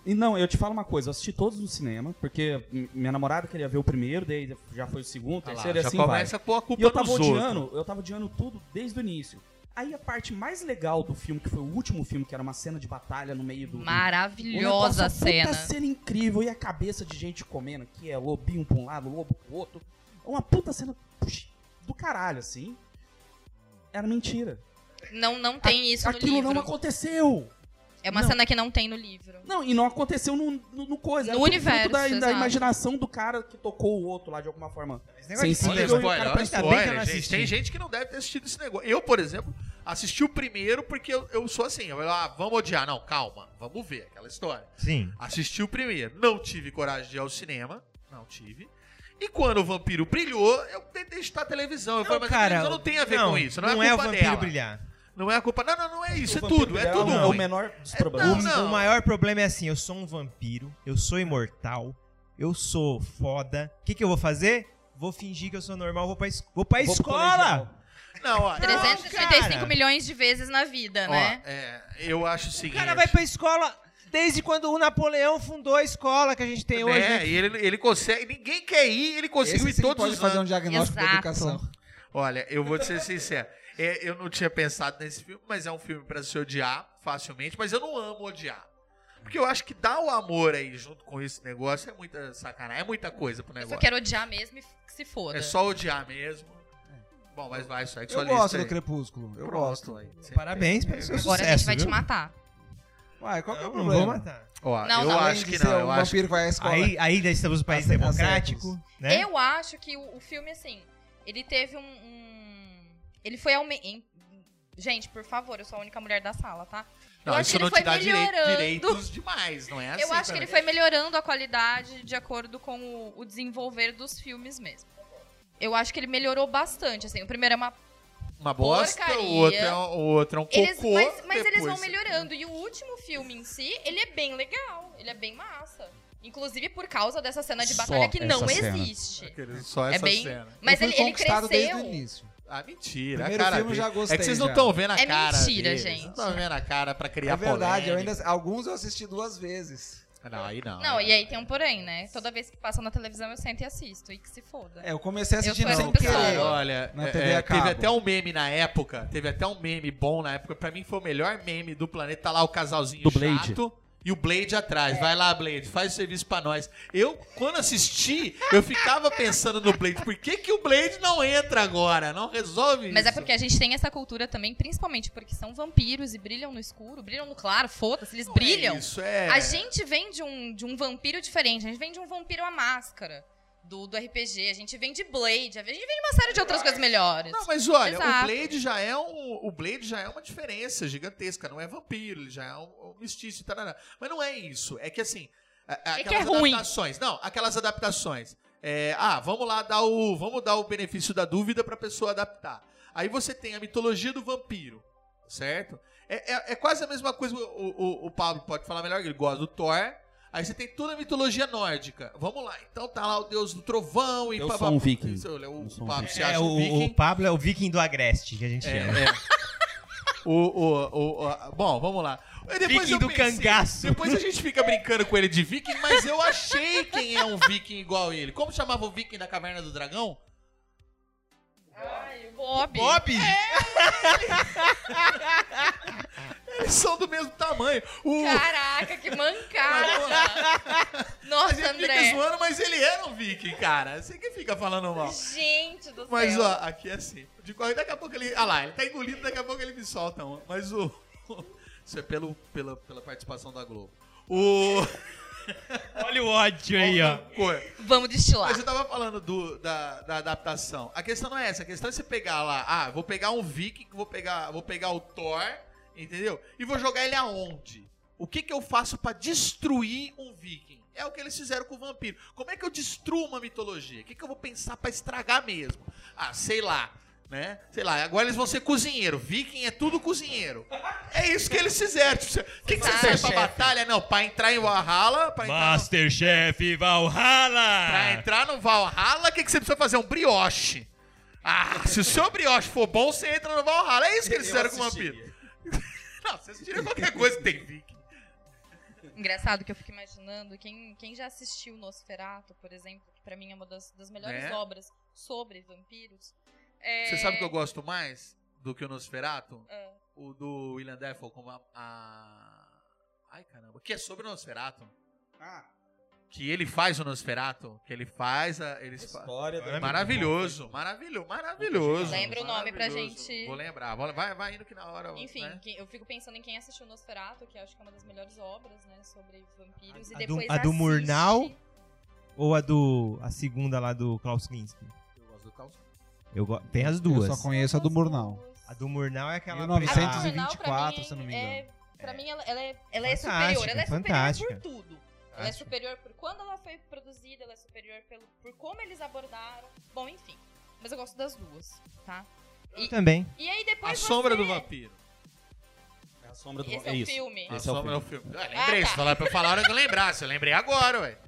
E não, eu te falo uma coisa, eu assisti todos no cinema, porque m- minha namorada queria ver o primeiro, daí já foi o segundo, Ah lá, terceiro e já assim vai. começa com a culpa E eu tava dos odiando, outros. eu tava odiando tudo desde o início. Aí a parte mais legal do filme, que foi o último filme, que era uma cena de batalha no meio do. Maravilhosa a cena. é Puta cena incrível e a cabeça de gente comendo, que é lobinho pra um lado, lobo pro outro. É Uma puta cena puxa, do caralho, assim. Era mentira. Não, não tem isso no Aquilo livro. não aconteceu. É uma não. cena que não tem no livro. Não, e não aconteceu no, no, no coisa. No Era tudo universo, fruto Da, da exato. imaginação do cara que tocou o outro lá de alguma forma. Esse negócio de Sim, sim. filme, Olha, Olha, eu- cara, ainda spoiler, olha, bem que eu não spoiler, gente. assisti. Tem gente que não deve ter assistido esse negócio. Eu, por exemplo, assisti o primeiro porque eu, eu sou assim. Eu, ah, vamos odiar. Não, calma. Vamos ver aquela história. Sim. Assisti o primeiro. Não tive coragem de ir ao cinema. Não tive. E quando o vampiro brilhou, eu tentei estar a televisão. Eu falei, mas a televisão não tem a ver com isso. Não, é o culpa vampiro dela. brilhar. Não é a culpa. Não, não, não é isso. O É vampiro tudo. É dela tudo. É o ruim. menor dos É, problemas. O- não. O maior problema é assim, eu sou um vampiro, eu sou imortal, eu sou foda. O que, que eu vou fazer? Vou fingir que eu sou normal, vou pra, es- vou pra Vou pro escola! colegial. Não, ó. eu acho- 335 cara. milhões de vezes na vida, Ó, né? é, eu acho o seguinte. O cara vai pra escola desde quando o Napoleão fundou a escola que a gente tem né, hoje. né? e ele, ele consegue. Ninguém quer ir, ele conseguiu Esse ir sim todos pode os fazer um anos. diagnóstico da Exato. educação. Olha, eu vou te ser sincero. é, eu não tinha pensado nesse filme, mas é um filme pra se odiar facilmente, mas eu não amo odiar. Porque eu acho que dar o amor aí junto com esse negócio é muita sacanagem, é muita coisa pro Eu só negócio. quero odiar mesmo e f- que se foda. É só odiar mesmo. Bom, mas vai, segue sua Eu lista. gosto aí. do Crepúsculo. Eu Pronto, gosto. aí. Você- Parabéns pelo seu Agora sucesso, a gente vai viu? te matar. Uai, qual que é o Eu não vou problema? matar. Ó, Não, tá eu não. Além acho de que ser não, eu um acho vampiro que vai à escola. Aí, aí nós estamos num país Tá certo. democrático, né? Eu acho que o, o filme, assim, ele teve um. um- ele foi aumentando. Gente, por favor, eu sou a única mulher da sala, tá? Eu Não, acho isso que ele não foi te dá direi- melhorando. direitos demais, não é assim? eu acho que também. ele foi melhorando a qualidade de acordo com o, o desenvolver dos filmes mesmo. Eu acho que ele melhorou bastante, assim. O primeiro é uma. uma bosta, porcaria. o outro é um, o outro é um cocô. Eles, mas mas eles vão depois- é. melhorando. E o último filme em si, ele é bem legal. Ele é bem massa. Inclusive por causa dessa cena de Só batalha que não essa cena. existe. Aqueles- Só É essa bem- cena. Mas eu ele, fui ele conquistado cresceu. desde o início. Ah, mentira. Primeiro a cara filme eu já dele. gostei, É que vocês não já. estão vendo a É cara. mentira, deles, gente. Não estão vendo a cara pra criar é verdade, eu polêmica. ainda, alguns eu assisti duas vezes. Não, aí não. Não, e aí tem um porém, né? Toda vez que passa na televisão eu sento e assisto. E que se foda. É, eu comecei a Eu assistir sou sem essa pessoa. querer. Cara, olha, Na é, TV é, a teve cabo. até um meme na época, teve até um meme bom na época, pra mim foi o melhor meme do planeta, tá lá o casalzinho Do Blade. chato e o Blade atrás. Vai lá, Blade, faz o serviço pra nós. Eu, quando assisti, eu ficava pensando no Blade, por que que o Blade não entra agora? Não resolve Mas é isso? porque a gente tem essa cultura também, principalmente porque são vampiros e brilham no escuro, brilham no claro, foda-se, eles Não é brilham. Isso é... A gente vem de um, de um vampiro diferente, a gente vem de um vampiro à máscara do, do RPG, a gente vem de Blade, a gente vem de uma série de outras coisas melhores. Não, mas olha, Exato. o Blade já é um, o Blade já é uma diferença gigantesca, não é vampiro, ele já é um, um mistício, tarará. mas não é isso, é que assim, a- a- É que aquelas é ruim. adaptações, não, aquelas adaptações. É, ah, vamos lá dar o, vamos dar o benefício da dúvida pra pessoa adaptar. Aí você tem a mitologia do vampiro, certo? É, é- é quase a mesma coisa, o, o- o Pablo pode falar melhor, ele gosta do Thor. Aí você tem toda a mitologia nórdica. Vamos lá, então tá lá o deus do trovão e Eu pá, sou pá, um pá. viking. O Eu sou um Pablo viking. se É, acha o, um viking. o Pablo é o viking do agreste, que a gente chama. É. O, o, o, o- bom, vamos lá. Aí Depois Viking eu do cangaço. Depois a gente fica brincando com ele de viking, mas eu achei quem é um viking igual ele. Como chamava o viking da Caverna do Dragão? Ai, o Bob. Bob! Eles são do mesmo tamanho. O, Caraca, que mancada! a Nossa, gente fica André. zoando, mas ele era um viking, cara. Você que fica falando mal. Gente do Mas, céu. ó, aqui é assim. De qual- daqui a pouco ele. Ah lá, ele tá engolindo, daqui a pouco ele me solta uma. Mas o. Isso é pelo, pela, pela participação da Globo. O. Olha o ódio aí, ó. Cor. Vamos destilar. Mas eu tava falando do- da, da adaptação. A questão não é essa. A questão é você pegar lá, ah, vou pegar um Viking, vou pegar, vou pegar o Thor, entendeu? E vou jogar ele aonde? O que, que eu faço pra destruir um Viking? É o que eles fizeram com o vampiro. Como é que eu destruo uma mitologia? O que, que eu vou pensar pra estragar mesmo? Ah, sei lá, né? Sei lá, agora eles vão ser cozinheiro. Viking é tudo cozinheiro. É isso que eles fizeram. Tipo, O que, que você Sabe, serve pra chefe? batalha? Não, pra entrar em Valhalla, pra entrar no- Masterchef Ah. Pra Valhalla! entrar no Valhalla, o que, que você precisa fazer? Um brioche. Ah, se o seu brioche for bom, você entra no Valhalla. É isso que eles fizeram com o vampiro. Não, vocês tiram qualquer coisa que tem viking. Engraçado que eu fico imaginando, quem, quem já assistiu Nosferato, por exemplo, que pra mim é uma das, das melhores Né? obras sobre vampiros. é- Você sabe o que eu gosto mais do que o Nosferatu? Ah. O do William Dafoe como a, a- Ai, caramba. Que é sobre o Nosferatu. Ah, Que ele faz o Nosferatu. Que ele faz a... Eles fa- História do... Maravilhoso, maravilhoso, maravilhoso. Lembra o nome pra Maravilhoso. gente- Vou lembrar. Vou- Vai, vai indo que na hora... Enfim, né? quem- eu fico pensando em quem assistiu Nosferato, que eu acho que é uma das melhores obras, né, sobre vampiros. A e do- depois a do assiste- Murnau? Ou a do. a segunda lá do Klaus Kinski? Eu gosto do calçado. Eu go- Tem as duas. Eu só conheço a do Murnau. A do Murnau é aquela. 1900 preta- A do Murnau, pra 124, mim, se eu não me engano. É, pra mim, ela, ela é, ela é Fantástica, superior. Ela é fantástica. superior por tudo. Ela é superior por quando ela foi produzida, ela é superior pelo, por como eles abordaram. Bom, enfim. Mas eu gosto das duas, tá? um Eu Ah, Também. E aí depois A você- sombra do vampiro. É a sombra do... Esse é o isso. filme. Esse a é o sombra filme. é o filme. Ah, lembrei, Ah, tá. se falar pra falar a hora que eu lembrasse. Eu lembrei agora, ué.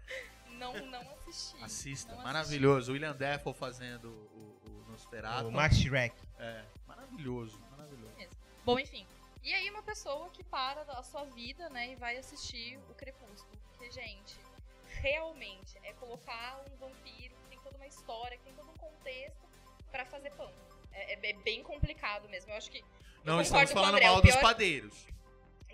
Não, não assisti. Assista, Não assisti. maravilhoso. O William Dafoe fazendo o, o Nosferatu. O Max Shrek. É, maravilhoso, maravilhoso. Bom, enfim. E aí uma pessoa que para a sua vida, né, e vai assistir o Crepúsculo. Porque, gente, realmente é colocar um vampiro que tem toda uma história, que tem todo um contexto pra fazer pão. É, é- é bem complicado mesmo. Eu acho que. eu concordo Não estamos com o falando André, mal o dos pior- padeiros.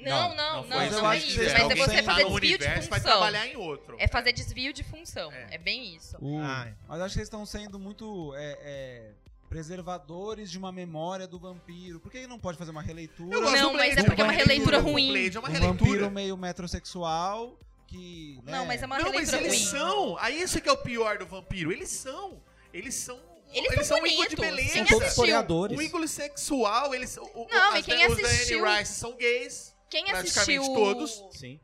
Não, não, não, não, isso. é foi Mas eu acho isso. que Mas é é alguém você que tá fazer no desvio de universo vai função. trabalhar em outro. É fazer desvio de função. É. É bem isso. O- Ah. Hum. Mas acho que eles estão sendo muito é, é, preservadores de uma memória do vampiro. Por que ele não pode fazer uma releitura? gosto Não, do mas Blade, é porque é uma do releitura Blade. ruim. O Blade é uma um releitura. vampiro meio metrosexual que. né, Não, mas é uma não, mas releitura eles ruim. são. Aí isso que é o pior do vampiro. Eles são. Eles são. Eles são um ícone de bonitos, beleza. Quem São todos assistiu? historiadores. O ícone sexual, eles são. o- o- Não, e as- quem os da assistiu- Anne Rice são gays. Quem Praticamente assistiu todos. Sim.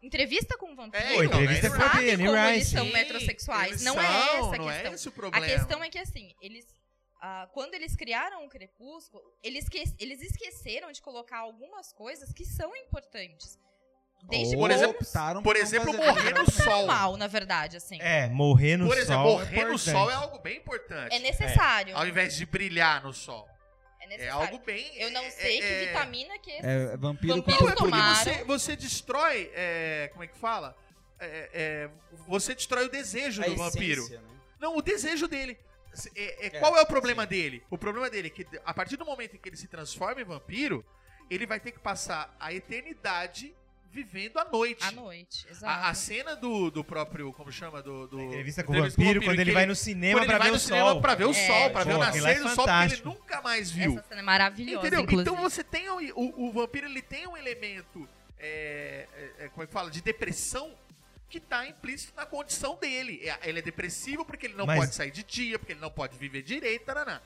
Entrevista com o Vampiro É, Pô, então, entrevista né? sabe com a Anne como eles Rice. são Sim, metrosexuais. eles Não são, é essa a Não é questão. esse o A problema. questão é que, assim, eles. ah, quando eles criaram o Crepúsculo, eles, esque- eles esqueceram de colocar algumas coisas que são importantes. Desde ou Por exemplo- tá. optaram Por não exemplo, fazer morrer no releitura. sol. mal, na verdade, assim. É, né? É, morrer no Por exemplo, sol. morrer no sol é algo bem importante. necessário. Ao invés de brilhar no sol. É É necessário. algo bem. Eu não é- sei é- que vitamina que esse É, é vampiro Vampiro com Não, é porque tomaram. você, você destrói. é, como é que fala? É, é, você destrói o desejo A do vampiro. essência, né? Não, o desejo dele. Se- é- é- É, qual é o problema dele? O problema dele é que a partir do momento em que ele se transforma em vampiro, ele vai ter que passar a eternidade vivendo à noite. à noite. Exato. A, a cena do, do próprio, como chama? Do, do- A Entrevista com o vampiro, em quando que ele vai no cinema quando ele pra vai ver no o cinema sol. pra ver o É. sol, pra ver o Pô, aquilo lá nascer é do sol, porque ele fantástico. nunca mais viu. Essa cena é maravilhosa. Entendeu? inclusive. Então você tem o, o, o vampiro, ele tem um elemento, é, é, é, como é que fala, de depressão que tá implícito na condição dele. É, Ele é depressivo porque ele não Mas- pode sair de dia, porque ele não pode viver direito, taraná.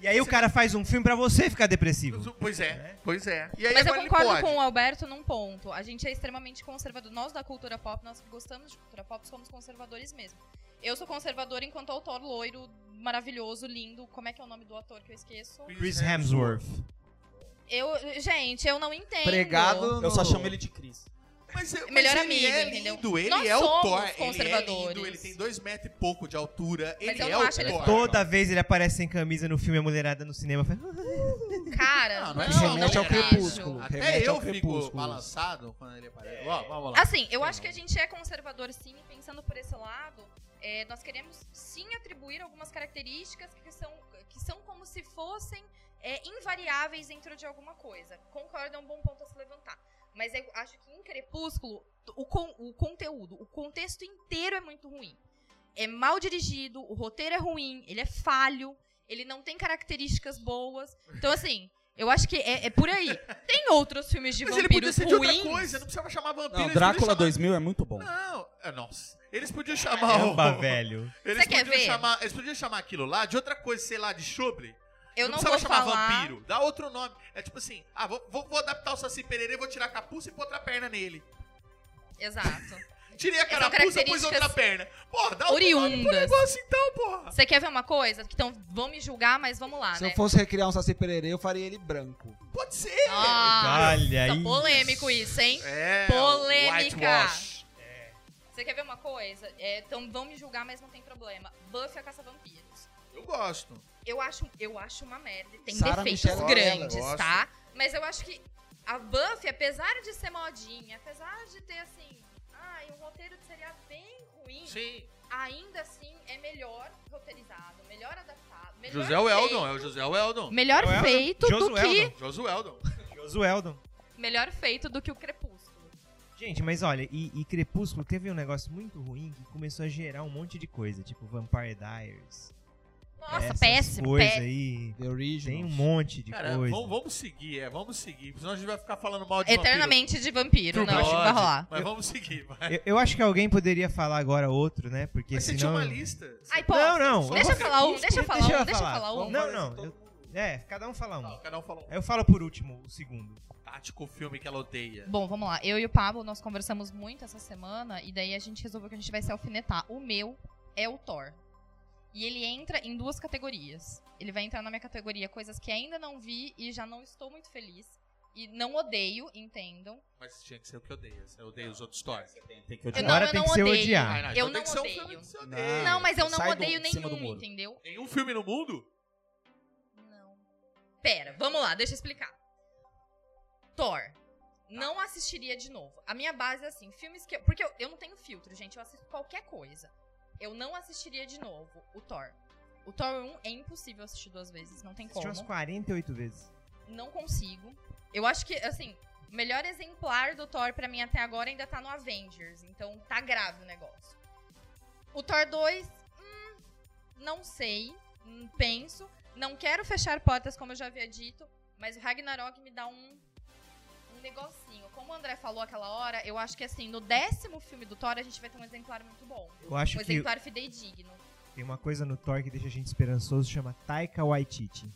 E aí o cara faz um filme pra você ficar depressivo. Pois é, pois é. E aí Mas eu agora ele concordo pode. com o Alberto num ponto. A gente é extremamente conservador. Nós da cultura pop, nós que gostamos de cultura pop, somos conservadores mesmo. Eu sou conservadora enquanto autor loiro, maravilhoso, lindo. Como é que é o nome do ator que eu esqueço? Chris Hemsworth. Eu, gente, eu não entendo. Pregado. Eu só no- chamo ele de Chris. Mas, é- mas Melhor ele amigo, é entendeu? lindo, ele Nós é o somos Thor, ele é lindo, conservadores. ele tem dois metros e pouco de altura, Mas ele eu é não o acho ele Thor. Toda vez ele aparece sem camisa no filme A Mulherada no cinema. faz- Cara, não, não é não, Remete ao vejo. crepúsculo. Até Remete ao eu fico crepúsculo. balançado quando ele aparece. Ó, vamos lá. Assim, eu acho que a gente é conservador sim, e pensando por esse lado, é, nós queremos sim atribuir algumas características que são, que são como se fossem é, invariáveis dentro de alguma coisa. Concordo, é um bom ponto a se levantar. Mas eu acho que em Crepúsculo, o, con- o conteúdo, o contexto inteiro é muito ruim. É mal dirigido, o roteiro é ruim, ele é falho, ele não tem características boas. Então, assim, eu acho que é, é por aí. Tem outros filmes de Mas ele podia vampiros ser de outra ruins. coisa, não precisava chamar vampiro. Não, eles podiam Drácula chamar- 2000 é muito bom. Não, é, nossa. Eles podiam chamar o... Caramba, velho. Eles Você quer podiam ver? chamar, eles podiam chamar aquilo lá de outra coisa, sei lá, de chobre. Eu não, vou precisava chamar falar. vampiro, dá outro nome. É tipo assim, ah, vou, vou, vou adaptar o Saci Pereira e vou tirar a capuça e pôr outra perna nele. Exato. Tirei a São carapuça, pus características outra perna. Porra, dá outro nome pro Oriundas. negócio então, porra. Você quer ver uma coisa? Então vão me julgar, mas vamos lá, Se né? eu fosse recriar um Saci Pererê, eu faria ele branco. Pode ser. Ah, Olha tá aí. polêmico isso, hein? É, Polêmica. whitewash. Você quer ver uma coisa? É, então vão me julgar, mas não tem problema. Buffy é a caça vampiros. Eu gosto. Eu acho, eu acho uma merda. e Tem Sarah defeitos Michelle Gellar, grandes, gosto. tá? Mas eu acho que a Buffy, apesar de ser modinha, apesar de ter assim, ai, um roteiro de seriado bem ruim, Sim. ainda assim é melhor roteirizado, melhor adaptado, melhor José Weldon, feito. é o José Weldon. Melhor Joel- feito do Josueldon. que José é Weldon. Josueldon. melhor feito do que o Crepúsculo. Gente, mas olha, e, e Crepúsculo teve um negócio muito ruim que começou a gerar um monte de coisa, tipo Vampire Diaries. Nossa, essas péssimo, coisa péssimo. aí. The Origin. Tem um monte de Cara, coisa. vamos, vamos seguir, é, vamos seguir. Senão a gente vai ficar falando mal de Eternamente de vampiro, não, vampiro. True acho que vai Blood, rolar. Mas vamos seguir, vai. Eu, eu acho que alguém poderia falar agora outro, né? Porque Mas você tinha senão... uma lista. Ai, pô, Não, não, deixa eu vamos- falar um, deixa eu falar Deixa um, eu deixa eu falar. falar um. Tá. Vamos Não, fazer não, todo eu- mundo. É, cada um fala Não, um. cada um falou um. Eu falo por último, o segundo. Tático filme que ela odeia. Bom, vamos lá. Eu e o Pablo, nós conversamos muito essa semana e daí a gente resolveu que a gente vai se alfinetar. O meu é o Thor. E ele entra em duas categorias. Ele vai entrar na minha categoria coisas que ainda não vi e já não estou muito feliz. E não odeio, entendam. Mas tinha que ser o que odeia. Você odeia os outros Thor. Tem que odiar. Eu não, Agora eu tem não que ser odeio. odiar. Vai, Eu então tem não que ser um odeio. filme que você odeia. Não, mas eu não Sai do- odeio de cima do nenhum, muro. entendeu? Nenhum filme no mundo? Não. Pera, vamos lá, deixa eu explicar. Thor. Não assistiria de novo. A minha base é assim, filmes que eu, porque eu, eu não tenho filtro, gente, eu assisto qualquer coisa. Eu não assistiria de novo o Thor. O Thor 1 é impossível assistir duas vezes, não tem Assisti como. umas 48 vezes. Não consigo. Eu acho que assim, O melhor exemplar do Thor pra mim até agora ainda tá no Avengers, então tá grave o negócio. O Thor 2, hum, não sei, hum, penso, não quero fechar portas como eu já havia dito, mas o Ragnarok me dá um um negocinho. Como o André falou aquela hora, eu acho que assim, no décimo filme do Thor a gente vai ter um exemplar muito bom. Eu acho um que exemplar fidedigno. tem uma coisa no Thor que deixa a gente esperançoso, chama Taika Waititi.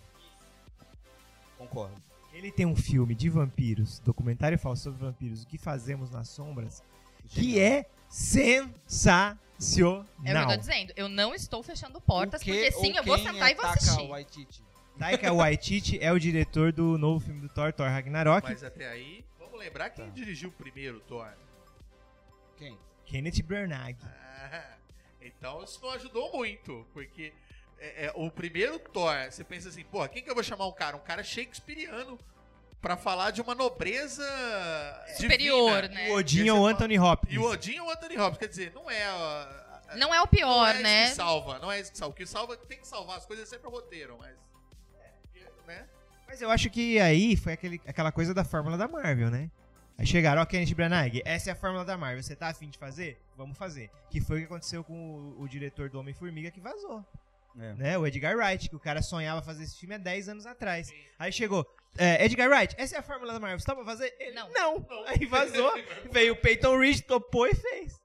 Concordo. Ele tem um filme de vampiros, documentário falso sobre vampiros, O que Fazemos nas Sombras, que é É o que eu sensacional. tô dizendo. Eu não estou fechando portas, O que porque sim, ou eu vou quem sentar e vou ataca assistir. o Waititi? Taika Waititi é o diretor do novo filme do Thor, Thor Ragnarok. Mas até aí, vamos lembrar quem dirigiu o primeiro Thor. Quem? Kenneth Branagh. Ah, então isso não ajudou muito, porque é, é, o primeiro Thor, você pensa assim, porra, quem que eu vou chamar um cara? Um cara shakespeariano pra falar de uma nobreza Superior, divina. né? O Odin E ou você Anthony Hopkins. é E o Odin ou o Anthony Hopkins, quer dizer, não é... ó, a- Não é o pior, não é né? isso que salva, não é isso que salva. O que salva, tem que salvar as coisas é sempre o roteiro, mas... Né? Mas eu acho que aí foi aquele, aquela coisa da fórmula da Marvel, né? Aí chegaram, ó, Kenneth Branagh, essa é a fórmula da Marvel, você tá afim de fazer? Vamos fazer. Que foi o que aconteceu com o, o diretor do Homem-Formiga que vazou. É. Né? O Edgar Wright, que o cara sonhava fazer esse filme há 10 anos atrás. Aí chegou, é, Edgar Wright, essa é a fórmula da Marvel, você tá pra fazer? Ele, Não. Aí vazou, É veio o Peyton Reed, topou e fez.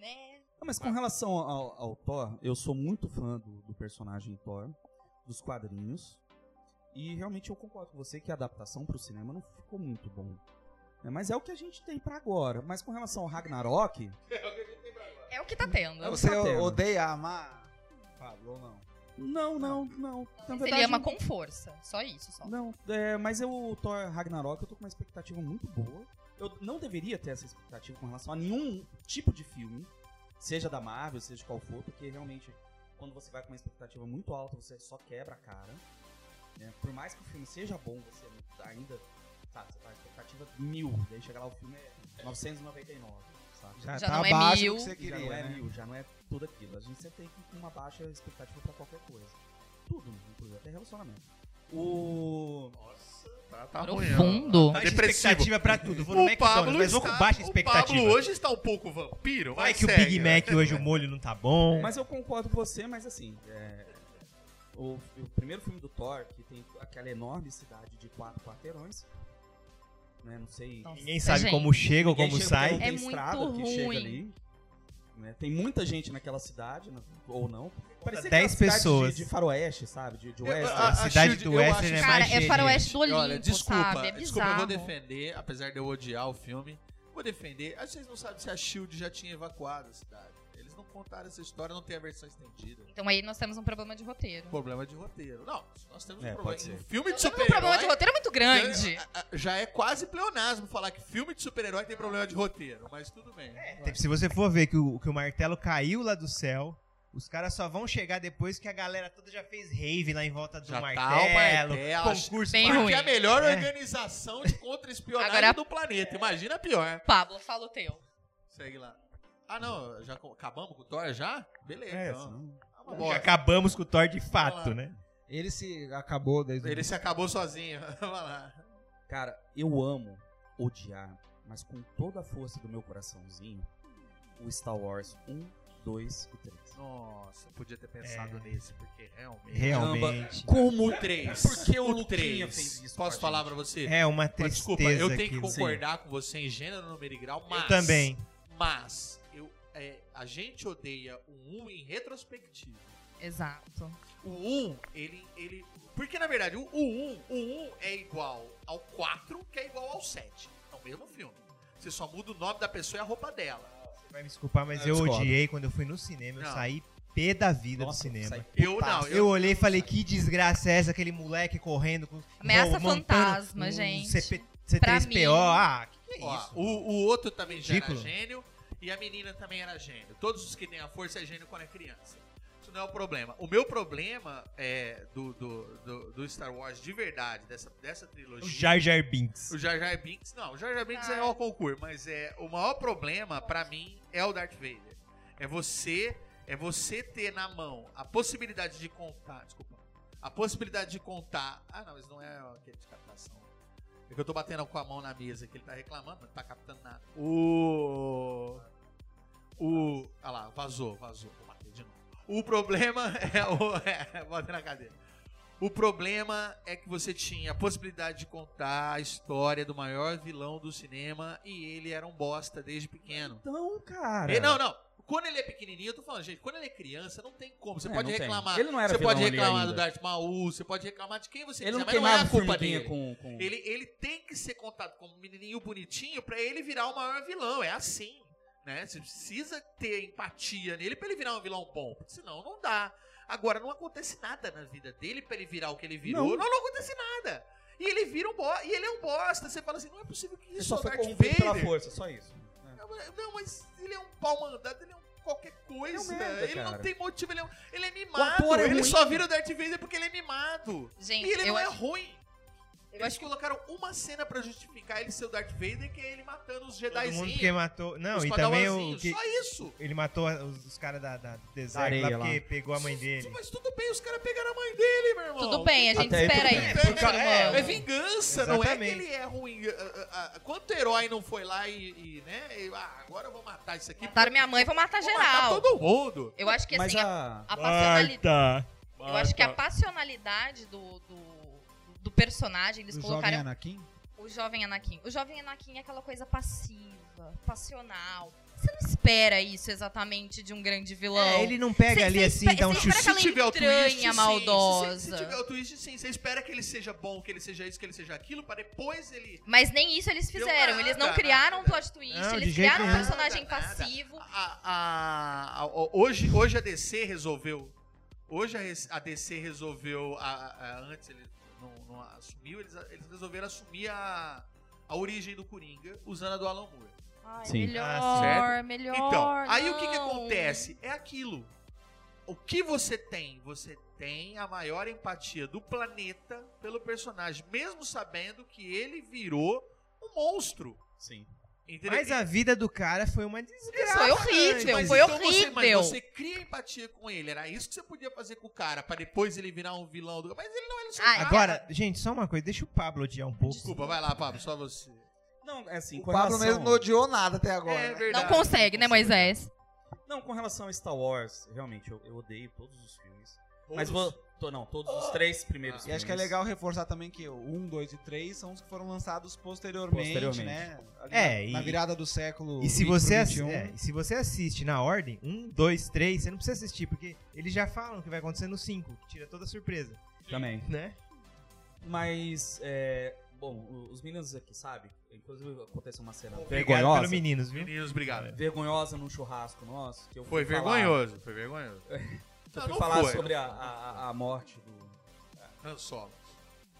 Né? Ah, mas com relação ao, ao Thor, eu sou muito fã do, do personagem Thor, dos quadrinhos. E realmente eu concordo com você que a adaptação pro cinema não ficou muito bom. né? Mas é o que a gente tem pra agora. Mas com relação ao Ragnarok, É o que tá tendo. Não, Você tá tendo. odeia amar Pablo ou não? não, não, não. Na verdade, Ele ama com força. Só isso, só. tá Não, é, mas eu, o Thor Ragnarok, eu tô com uma expectativa muito boa. Eu não deveria ter essa expectativa com relação a nenhum tipo de filme, seja da Marvel, seja qual for, porque realmente, quando você vai com uma expectativa muito alta, você só quebra a cara. né? Por mais que o filme seja bom, você ainda, sabe, você tá com expectativa mil, daí chega lá o filme é 999, sabe? Já, Já tá não é abaixo mil. do que você já queria, não é né? mil, já não é tudo aquilo. A gente sempre tem que ter uma baixa expectativa pra qualquer coisa. Tudo, inclusive, até relacionamento. O. Nossa, tá, tá ruim. ó. Profundo. Tá Baixa depressivo. expectativa pra tudo, vou no McDonald's, mas vou com está- baixa O expectativa. Pablo hoje está um pouco vampiro, Vai mas que o segue, Big né? Mac hoje o molho não tá bom. Mas eu concordo com você, mas assim, é, o, o primeiro filme do Thor, que tem aquela enorme cidade de quatro quarteirões, né, não sei... Nossa, Ninguém sabe gente. como chega ou ninguém como chega sai. porque não Então, É muito tem estrada que chega ruim. ali, né, tem muita gente naquela cidade, né, ou não. Parecia Dez aquela cidade pessoas. ah, De, de faroeste, sabe? De, de Eu- oeste. a- a cidade Shield, do eu Western acho- é mais Cara, é cheio, faroeste gente. do Olimpo, Olha, desculpa, sabe? É bizarro. desculpa, eu vou defender, apesar de eu odiar o filme, vou defender. Acho que vocês não sabem se a Shield já tinha evacuado a cidade. Eles não contaram essa história, não tem a versão estendida. Então aí nós temos um problema de roteiro. Problema de roteiro. Não, nós temos É, um problema. pode ser. Um filme de Nós temos um problema de super-herói roteiro muito grande. já- a- a- Já é quase pleonasmo falar que filme de super-herói tem problema de roteiro, mas tudo É, bem. Tipo, Se você for ver que o, que o martelo caiu lá do céu, os caras só vão chegar depois que a galera toda já fez rave lá em volta do Já tá o martelo, martelo, concurso. bem pra- ruim. Porque é a melhor É. organização de contra-espionagem Agora- do planeta. Imagina a pior. Pablo, fala o teu. Segue lá. Ah, não, já co- acabamos com o Thor já? Beleza. É, então. senão- Ah, uma Já bosta. acabamos com o Thor de fato, né? Ele se acabou desde o Ele se acabou sozinho. Vai lá. Cara, eu amo odiar, mas com toda a força do meu coraçãozinho, o Star Wars 1, 2 e 3. Nossa, eu podia ter É. pensado nisso, porque realmente. Realmente. Como o 3. Por que É o o Luquinha 3? fez isso com a Posso gente? falar pra você? É uma Mas, tristeza Desculpa, eu tenho que aquilo. concordar com você em gênero, número e grau, mas. Eu também. Mas, eu, é, a gente odeia o 1 em retrospectiva. Exato. O 1, ele. ele porque na verdade, o, o 1, o 1 é igual ao 4, que é igual ao 7. É o mesmo filme. Você só muda o nome da pessoa e a roupa dela. Você vai me desculpar, mas Eu eu, discordo. odiei quando eu fui no cinema, eu Não. saí pé da vida Nossa, do cinema. sai Eu putaço. não, Eu, olhei e falei, que desgraça é essa? Aquele moleque correndo com. Ameaça montando fantasma, um gente. CP, Pra C3PO. mim- Ah, que que é Ó, isso? o, o outro também Ridículo. já era gênio e a menina também era gênio. Todos os que têm a força é gênio quando é criança. Isso não é o problema. O meu problema é do, do, do, do Star Wars de verdade, dessa, dessa trilogia. O Jar Jar Binks. O Jar Jar Binks, não, o Jar Jar Binks Ah. é o concurso, mas é o maior problema pra mim é o Darth Vader. É você, é você ter na mão a possibilidade de contar, desculpa, a possibilidade de contar. Ah, não, isso não é aquele de captação. É que eu tô batendo com a mão na mesa, que ele tá reclamando, mas não tá captando nada. O. O. Ah lá, vazou, vazou. Vou bater de novo. O problema é o. É, bota na cadeira. O problema é que você tinha a possibilidade de contar a história do maior vilão do cinema e ele era um bosta desde pequeno. Então, cara. E- não, não. Quando ele é pequenininho, eu tô falando, gente, quando ele é criança, não tem como. Você É, pode não tem. reclamar. Ele não era você pode vilão ali reclamar ainda. do Darth Maul, você pode reclamar de quem você Ele não quiser, mas não é queimava a a culpa formiguinha dele. com. com... Ele, ele tem que ser contado como um menininho bonitinho pra ele virar o maior vilão. É assim, né? Você precisa ter empatia nele pra ele virar um vilão bom. porque Senão não dá. Agora, não acontece nada na vida dele pra ele virar o que ele virou. Não, Não. não, acontece nada. E ele vira um bosta. E ele é um bosta. Você fala assim, não é possível que Ele isso só é o foi Darth corrompido pela Vader. força, só isso. Não, mas- Não, mas ele é um pau mandado, ele é um qualquer coisa. É um merda, ele não cara. tem motivo, ele é, um- ele é mimado. ator é ele ruim. só vira o Darth Vader porque ele é mimado. Gente, e ele eu não é acho- ruim. Eles acho colocaram uma cena pra justificar ele ser o Darth Vader, que é ele matando os Todo mundo Jedizinhos. que matou. Não, os e também o Padawanzinhos, que. Só isso. Ele matou os, os caras da, da do Da deserto areia lá porque lá. pegou a mãe dele. Mas tudo bem, os caras pegaram a mãe dele, meu irmão. Tudo bem, a gente Até aí espera tudo aí. É, pro ser humano. é, é vingança, não é que Exatamente. ele é ruim. Ah, ah, ah, Quanto herói não foi lá e, e, né? e, ah, agora eu vou matar isso aqui. Mataram minha mãe, vou matar Vou matar geral. tá todo mundo. Eu acho que Mas assim, a, Ah, a. a passionalidade. tá. Eu acho que a passionalidade do, do, do personagem, eles O jovem colocaram Anakin? o jovem Anakin. O jovem Anakin é aquela coisa passiva, passional. Você não espera isso exatamente de um grande vilão. É, ele não pega Cê- ali cê assim, espera- dá um cê espera chuchu. aquela entranha maldosa. Sim. Se, se- se tiver o twist, sim. Você espera que ele seja bom, que ele seja isso, que ele seja aquilo, pra depois ele. Mas nem isso eles fizeram. Eles não nada, criaram um nada. plot twist, Não, de eles jeito criaram um nenhum. personagem Nada, nada. passivo. A- a- a- o- hoje, hoje a DC resolveu. Hoje a, res- a DC resolveu. a- a- a- antes ele não, não assumiu, eles, eles resolveram assumir a, a origem do Coringa usando a do Alan Moore. Ai, Sim. Ah, melhor, certo. melhor. Então, aí o que, que não. acontece? É aquilo. O que você tem? Você tem a maior empatia do planeta pelo personagem, mesmo sabendo que ele virou um monstro. Sim. Entendeu? Mas a vida do cara foi uma desgraça. Foi horrível, Mas foi então Você, mas horrível. você cria empatia com ele. Era isso que você podia fazer com o cara, pra depois ele virar um vilão do. Mas ele não era só um Ai. cara. Agora, gente, só uma coisa, deixa o Pablo odiar um pouco. Desculpa, vai lá, Pablo, só você. Não, é assim. O com Pablo relação- mesmo não odiou nada até agora. É, né? Não consegue, né, Moisés? Não, com relação a Star Wars, realmente, eu, eu odeio todos os filmes. Todos. Mas vou. to- não, todos os três primeiros Ah, E acho que é filmes. legal reforçar também que o 1, 2 e 3 são os que foram lançados posteriormente, Posteriormente. né? Ali É, na, e- na virada do século um. E se, 20 pro você, assi- 21. é, e se você assiste na ordem, um, dois, três, você não precisa assistir, porque eles já falam o que vai acontecer no cinco, que tira toda a surpresa, Também. né? Mas, é, bom, o- os meninos aqui, sabe? Inclusive, aconteceu uma cena Obrigado vergonhosa. pelo meninos, viu? Meninos, obrigado. Vergonhosa num churrasco nosso. Que eu Foi fui falar- vergonhoso, foi vergonhoso. Eu Não, fui não falar foi. sobre a, a, a- a morte do. Han Solo.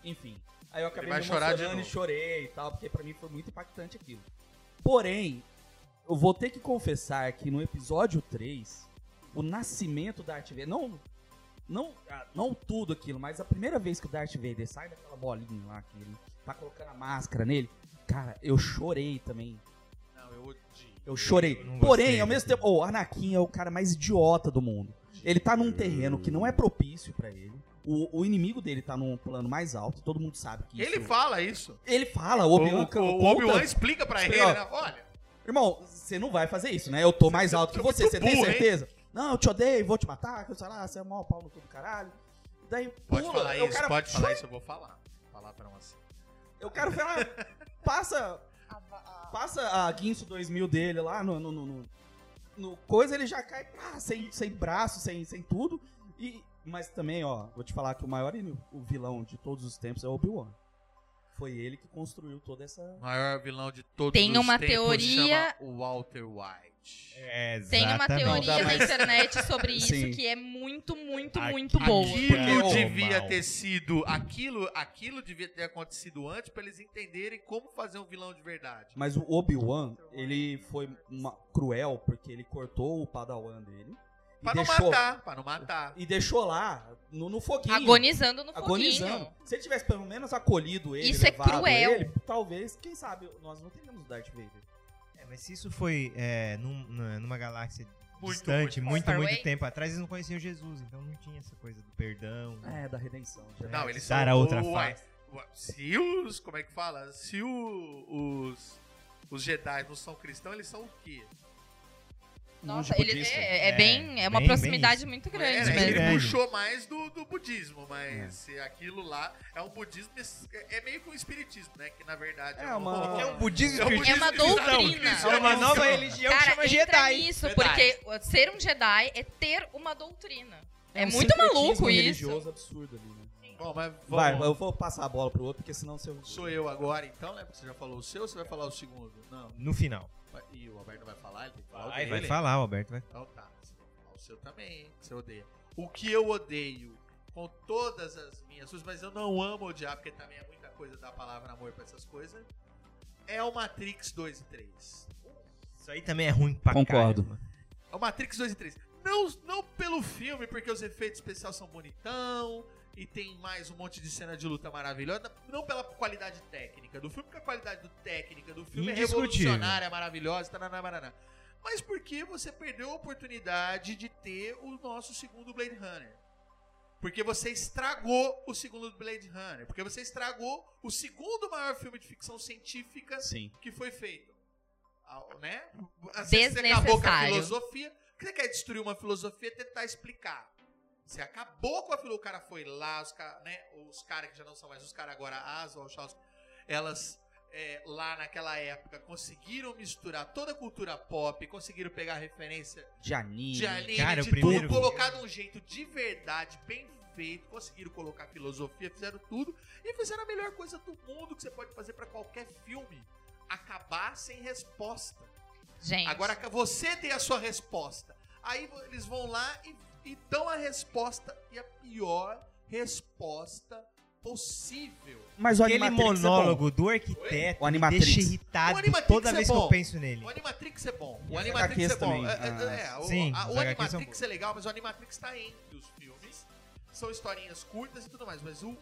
Enfim. Aí eu acabei vai me chorar de emocionando e novo. chorei e tal, porque pra mim foi muito impactante aquilo. Porém, eu vou ter que confessar que no episódio 3, o nascimento da Darth Vader, não, não, ah, não tudo aquilo, mas a primeira vez que o Darth Vader sai daquela bolinha lá, que ele tá colocando a máscara nele, cara, eu chorei também. Não, eu odiei. Eu chorei. Eu não gostei Porém, ao daquele mesmo tempo, o Anakin é o cara mais idiota do mundo. Ele tá num terreno que não é propício pra ele. O, o inimigo dele tá num plano mais alto, todo mundo sabe que Ele isso- fala isso. Ele fala, o O Obi-Wan o- o conta- Obi-Wan explica pra ele, Explica, né? Olha, Irmão, você não vai fazer isso, né? Eu tô mais alto que você, você tem é burro, hein? certeza? Não, eu te odeio, vou te matar, que eu sei lá, você é mó pau no cu do caralho. Daí pode pula, falar aí o isso, cara- pode falar isso, eu vou falar. Palavrão assim. Eu quero ver lá, passa, passa a Guinso 2000 dele lá no, no, no, no- no coisa, ele já cai pá, sem, sem braço, sem, sem tudo. E, mas também, ó, vou te falar que o maior inimigo- o vilão de todos os tempos é o Obi-Wan. Foi ele que construiu toda essa... O maior vilão de todos Tem os uma tempos teoria- chama Walter White. É, Tem uma exatamente. Não dá teoria na mais. internet sobre isso Sim. que é muito, muito, Aqui- muito boa. Boa. Aquilo É devia normal. ter sido, aquilo, aquilo devia ter acontecido antes pra eles entenderem como fazer um vilão de verdade. Mas o Obi-Wan, ele foi uma- cruel porque ele cortou o padawan dele. E Pra não deixou, matar, pra não matar. E deixou lá, no, no foguinho. Agonizando no agonizando. foguinho. Se ele tivesse pelo menos acolhido ele, Isso é levado cruel. ele, talvez, quem sabe, nós não teríamos Darth Vader. É, mas se isso foi é, num- na- numa galáxia Muito, distante, muito. muito, Far muito, away. tempo atrás, eles não conheciam Jesus, então não tinha essa coisa do perdão. É, da redenção. já. Não, ele Dar a salvou outra o face. White. Se os. Como é que fala? Se o- os. Os Jedi não são cristãos, eles são o quê? Nossa, ele budista. é, é É, bem. É uma bem- bem proximidade isso. muito É, grande né, mesmo. ele Grande. puxou mais do, do budismo, mas se aquilo lá é um budismo. es- É, é meio que um espiritismo, né? Que na verdade É uma- É um budismo É um budismo É uma cristão, doutrina. cristão. É uma nova religião Cara, entra nisso, porque ser um Jedi é ter uma doutrina. É, um muito maluco isso. Um religioso absurdo ali, né? É Bom, mas vamos- Vai, eu vou passar a bola pro outro, porque senão seu. Sou eu agora, então, né? Porque você já falou o seu, você vai falar o segundo? Não. No final. Vai- E o Alberto vai falar? É Ele tem que falar o Vai, dele. Vai falar, o Alberto. Vai. Então tá. Você vai falar o seu também, hein? que Você odeia. O que eu odeio com todas as minhas coisas, mas eu não amo odiar, porque também é muita coisa da palavra amor pra essas coisas, é o Matrix 2 e 3. Isso aí também é ruim pra Concordo. caralho, mano. É o Matrix 2 e 3. Não, não pelo filme, porque os efeitos especiais são bonitão e tem mais um monte de cena de luta maravilhosa. Não pela qualidade técnica do filme, porque a qualidade do técnica do filme é Indiscutível. revolucionária, maravilhosa, taraná, maraná. Mas porque você perdeu a oportunidade de ter o nosso segundo Blade Runner. Porque você estragou o segundo Blade Runner. Porque você estragou o segundo maior filme de ficção científica Sim. que foi feito. Ah, Né? Assim, Você acabou com a Desnecessário. filosofia. O que você quer destruir uma filosofia e tentar explicar? Você acabou com a filosofia. O cara foi lá, os caras né, os cara que já não são mais, os caras agora, as Walshaus, elas é, lá naquela época conseguiram misturar toda a cultura pop, conseguiram pegar referência De anime. de anime, Cara, de o primeiro- tudo, colocar de um jeito de verdade, bem feito, conseguiram colocar filosofia, fizeram tudo e fizeram a melhor coisa do mundo que você pode fazer pra qualquer filme. Acabar sem resposta. Gente. Agora você tem a sua resposta. Aí vo- eles vão lá e, e dão a resposta e a pior resposta possível. Mas o Aquele Animatrix é bom. monólogo do arquiteto O me Animatrix. deixa O irritado Animatrix toda é vez que bom. eu penso nele. O Animatrix é bom. O Os Animatrix é HQs bom. também. É, é, é, Ah, o, sim, a- o os HQs um são Animatrix é legal, mas o Animatrix tá entre os filmes. São historinhas curtas e tudo mais. Mas o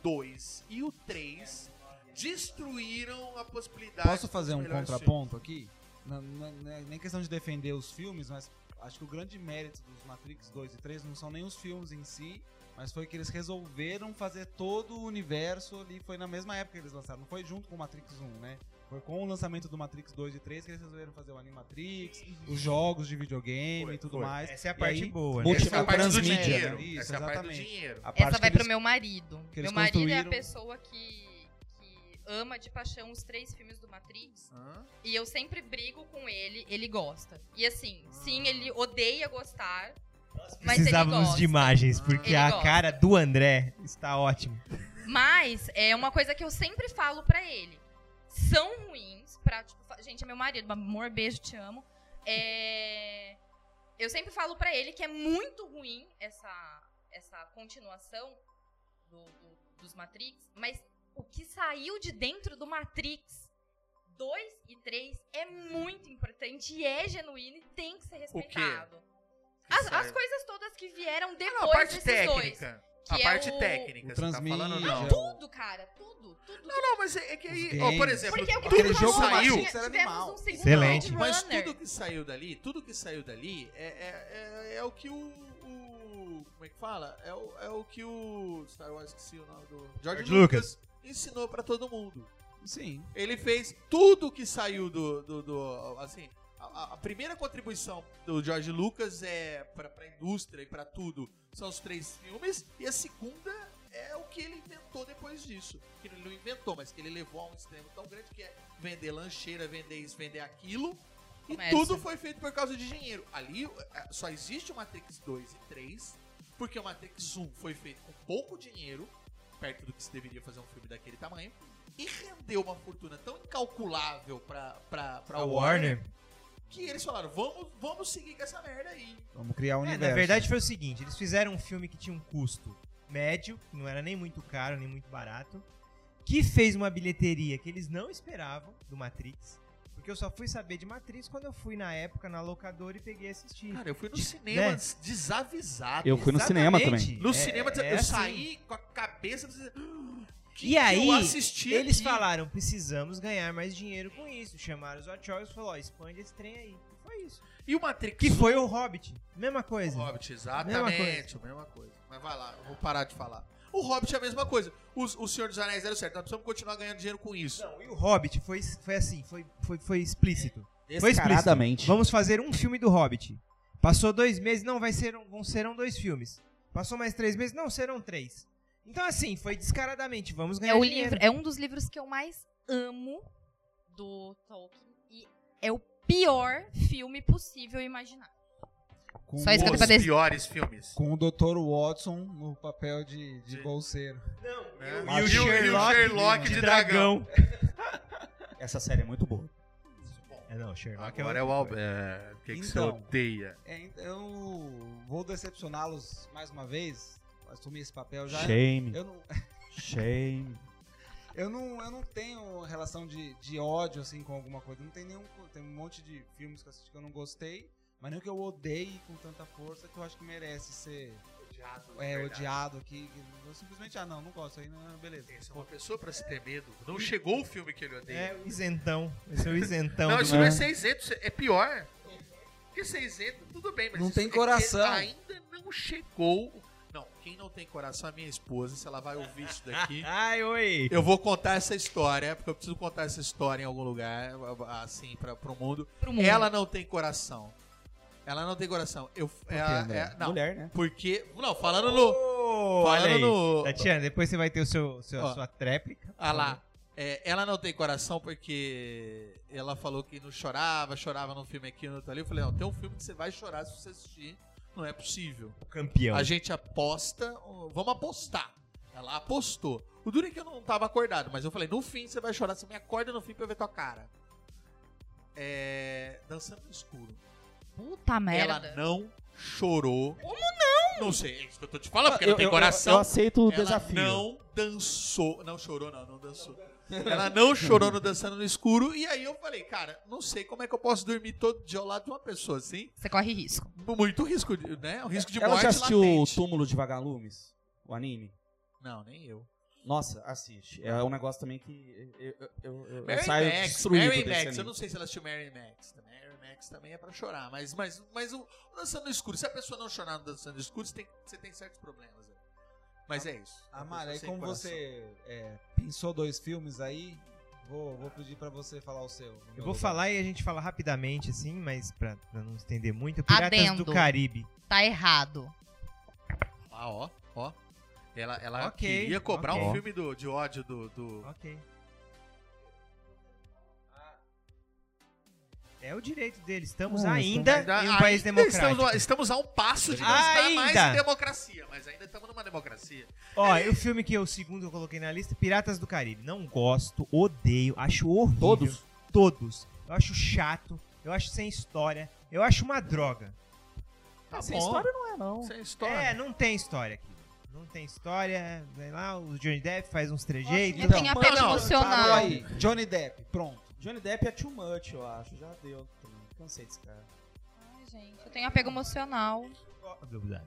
2 e o 3 destruíram a possibilidade. Posso fazer dos um melhores contraponto aqui? Não- não- não é nem questão de defender os filmes, mas acho que o grande mérito dos Matrix 2 e 3 não são nem os filmes em si, mas foi que eles resolveram fazer todo o universo ali. Foi na mesma época que eles lançaram, não foi junto com o Matrix 1, né? Foi com o lançamento do Matrix 2 e 3 que eles resolveram fazer o Animatrix, os jogos de videogame Foi, e tudo foi. mais. Essa é a E parte aí, boa, né? filmes. Multi- Essa é a parte do Transmídia, dinheiro. né? Isso, Essa é a parte do exatamente. dinheiro. A Essa parte vai que pro meu marido. que Meu eles marido é a construíram. pessoa que, que ama de paixão os três filmes do Matrix. Hã? E eu sempre brigo com ele, ele gosta. E assim, sim, Ah. ele odeia gostar. Mas ele Precisávamos gosta. de imagens, porque Ele a gosta. cara do André está ótima. Mas é uma coisa que eu sempre falo pra ele. São ruins pra, tipo, fa- gente, é meu marido, amor, beijo, te amo. É, eu sempre falo pra ele que é muito ruim essa, essa continuação do- do- dos Matrix, mas o que saiu de dentro do Matrix 2 e 3 é muito importante e é genuíno e tem que ser respeitado. As, Isso aí. as coisas todas que vieram Ah, depois não, a parte desses dois. técnica. A que é parte o- técnica. O você tá falando, transmídia, não. o- Tudo, cara, tudo, tudo. Não, não, mas é é que aí, Os ó, por games. exemplo, Porque é o que tudo Aquele tu que jogo falou, saiu, Matrix tinha- era tivemos animal. um segundo Blade Excelente. Mas Runner. tudo que saiu dali, tudo que saiu dali é, é, é, é o que o, o- Como é que fala? É o, é o que o. Star Wars, esqueci o nome do. George, George Lucas, ensinou pra todo mundo. Sim. Ele fez tudo que saiu do. do, do- assim, a, a- a primeira contribuição do George Lucas é pra, pra indústria e pra tudo. São os três filmes. E a segunda é o que ele inventou depois disso. Que ele não inventou, mas que ele levou a um extremo tão grande que é vender lancheira, vender isso, vender aquilo. E Comércio. tudo foi feito por causa de dinheiro. Ali eh, só existe o Matrix 2 e 3, porque o Matrix 1 foi feito com pouco dinheiro, perto do que se deveria fazer um filme daquele tamanho, e rendeu uma fortuna tão incalculável pra, pra, pra A Warner, que eles falaram: vamos, vamos seguir com essa merda aí. Vamos criar o É, universo. na verdade foi o seguinte, eles fizeram um filme que tinha um custo médio, que não era nem muito caro, nem muito barato, que fez uma bilheteria que eles não esperavam do Matrix, porque eu só fui saber de Matrix quando eu fui na época na locadora e peguei e assisti. Cara, eu fui no cinema né? desavisado. Eu fui no cinema Exatamente. também. No É- cinema, é eu assim. saí com a cabeça. do- Que E que aí, eu assisti Eles aqui? falaram, precisamos ganhar mais dinheiro com isso. Chamaram os Wachowski e falou, ó, expande esse trem aí. E Foi isso. E o Matrix um, Que foi o Hobbit. Mesma O coisa. Hobbit, exatamente, Mesma mesma coisa. Mas vai lá, eu vou parar de falar. O Hobbit é a mesma coisa. Os, o Senhor dos Anéis deram certo. Nós precisamos continuar ganhando dinheiro com isso. Não, e o Hobbit foi, foi assim, foi, foi, foi explícito. Foi explícito. Descaradamente. Vamos fazer um filme do Hobbit. Passou dois meses, não, vai ser, um- vão serão dois filmes. Passou mais três meses, não, serão três. Então, assim, foi descaradamente, vamos ganhar É, o dinheiro. livro, é um dos livros que eu mais amo do Tolkien. E é o pior filme possível imaginar. Com Só isso que eu o- tenho pra Os dizer. piores filmes. Com o Dr. Watson no papel de, de Sim. bolseiro. né? E o Sherlock de, Essa série é muito boa. É, não, Sherlock Agora é outra o coisa. Albert. O que, que você Então. odeia? É, então eu vou decepcioná-los mais uma vez. Assumi esse papel já. Shame, Eu não, shame. eu, não, eu não tenho relação de, de ódio assim com alguma coisa. Não tem nenhum. Tem um monte de filmes que eu assisti que eu não gostei. Mas nem que eu odeie com tanta força que eu acho que merece ser é, odiado aqui. que Eu simplesmente, ah, não, não gosto. Aí não, beleza. Essa é uma pessoa pra se ter medo. Não chegou o filme que ele odeia. É o isentão. Esse é o isentão. não, do- isso não é ser isento, isso é pior. Porque ser isento, tudo bem, mas Não isso tem é que coração. ainda não chegou. Não, quem não tem coração é minha esposa. Se ela vai ouvir isso daqui. Ai, oi. Eu vou contar essa história, porque eu preciso contar essa história em algum lugar, assim, pra, pro mundo. Pro mundo. Ela não tem coração. Ela não tem coração. Eu, ela, é, não, Mulher, né? porque. Não, falando no. Ô, Falando olha aí. Tá no- Tatiana, depois você vai ter o seu, seu- Ó. sua tréplica. Ah lá. é, ela não tem coração porque ela falou que não chorava, chorava num filme aqui, no outro ali. Eu falei, não, tem um filme que você vai chorar se você assistir. Não é possível. O campeão. A gente aposta, ó, vamos apostar. Ela apostou. O duro é que eu não tava acordado, mas eu falei, no fim você vai chorar, você me acorda no fim pra eu ver tua cara. É. Dançando no escuro. Puta merda. Ela não chorou. Como não? Não sei, é isso que eu tô te falando, porque ela tem Eu, coração. aceito o ela desafio. não dançou. Não chorou, não, não dançou. Ela não chorou no Dançando no Escuro. E aí eu falei, cara, não sei como é que eu posso dormir todo dia ao lado de uma pessoa assim. Você corre risco. Muito risco, de- né? O risco de Ela morte já assistiu o latente. Túmulo de Vagalumes? O anime? Não, nem eu. Nossa, assiste. É um negócio também que eu, eu- eu- eu Mary saio Max, destruído Mary desse Max. anime. Eu não sei se ela assistiu Mary Max. também. Mary Max também é pra chorar. Mas, mas, mas o o Dançando no Escuro, se a pessoa não chorar no Dançando no Escuro, você tem, você tem certos problemas. né? Mas é isso. Ah, A Amara, Ah, pessoa aí sem como coração. você é, pensou dois filmes aí, vou, vou pedir pra você falar o seu. no meu Eu vou lugar. falar e a gente fala rapidamente, assim, mas pra, pra não estender muito. Piratas Adendo. do Caribe. Tá errado. Ah, ó, ó. Ela, ela Ok, queria cobrar um ok. filme do, de ódio do, do- Ok. É o direito deles. Estamos Hum, ainda em um Ainda- país ainda democrático. Estamos, a- estamos a um passo de não estar mais Ainda. em democracia, mas ainda estamos numa democracia. Ó, e o filme que eu, segundo, eu coloquei na lista, Piratas do Caribe. Não gosto, odeio, acho horrível. Todos? Todos. Eu acho chato, eu acho sem história, eu acho uma droga. Tá Essa bom. história não é, não. Sem história. É, não tem história aqui. Não tem história, vem lá, o Johnny Depp faz uns trejeitos. Não Então, tem mas apelo não, Parou emocional. aí, Johnny Depp, pronto. Johnny Depp é too much, eu acho. Já deu também. Cansei desse cara. Ai, gente, eu tenho apego emocional. Então,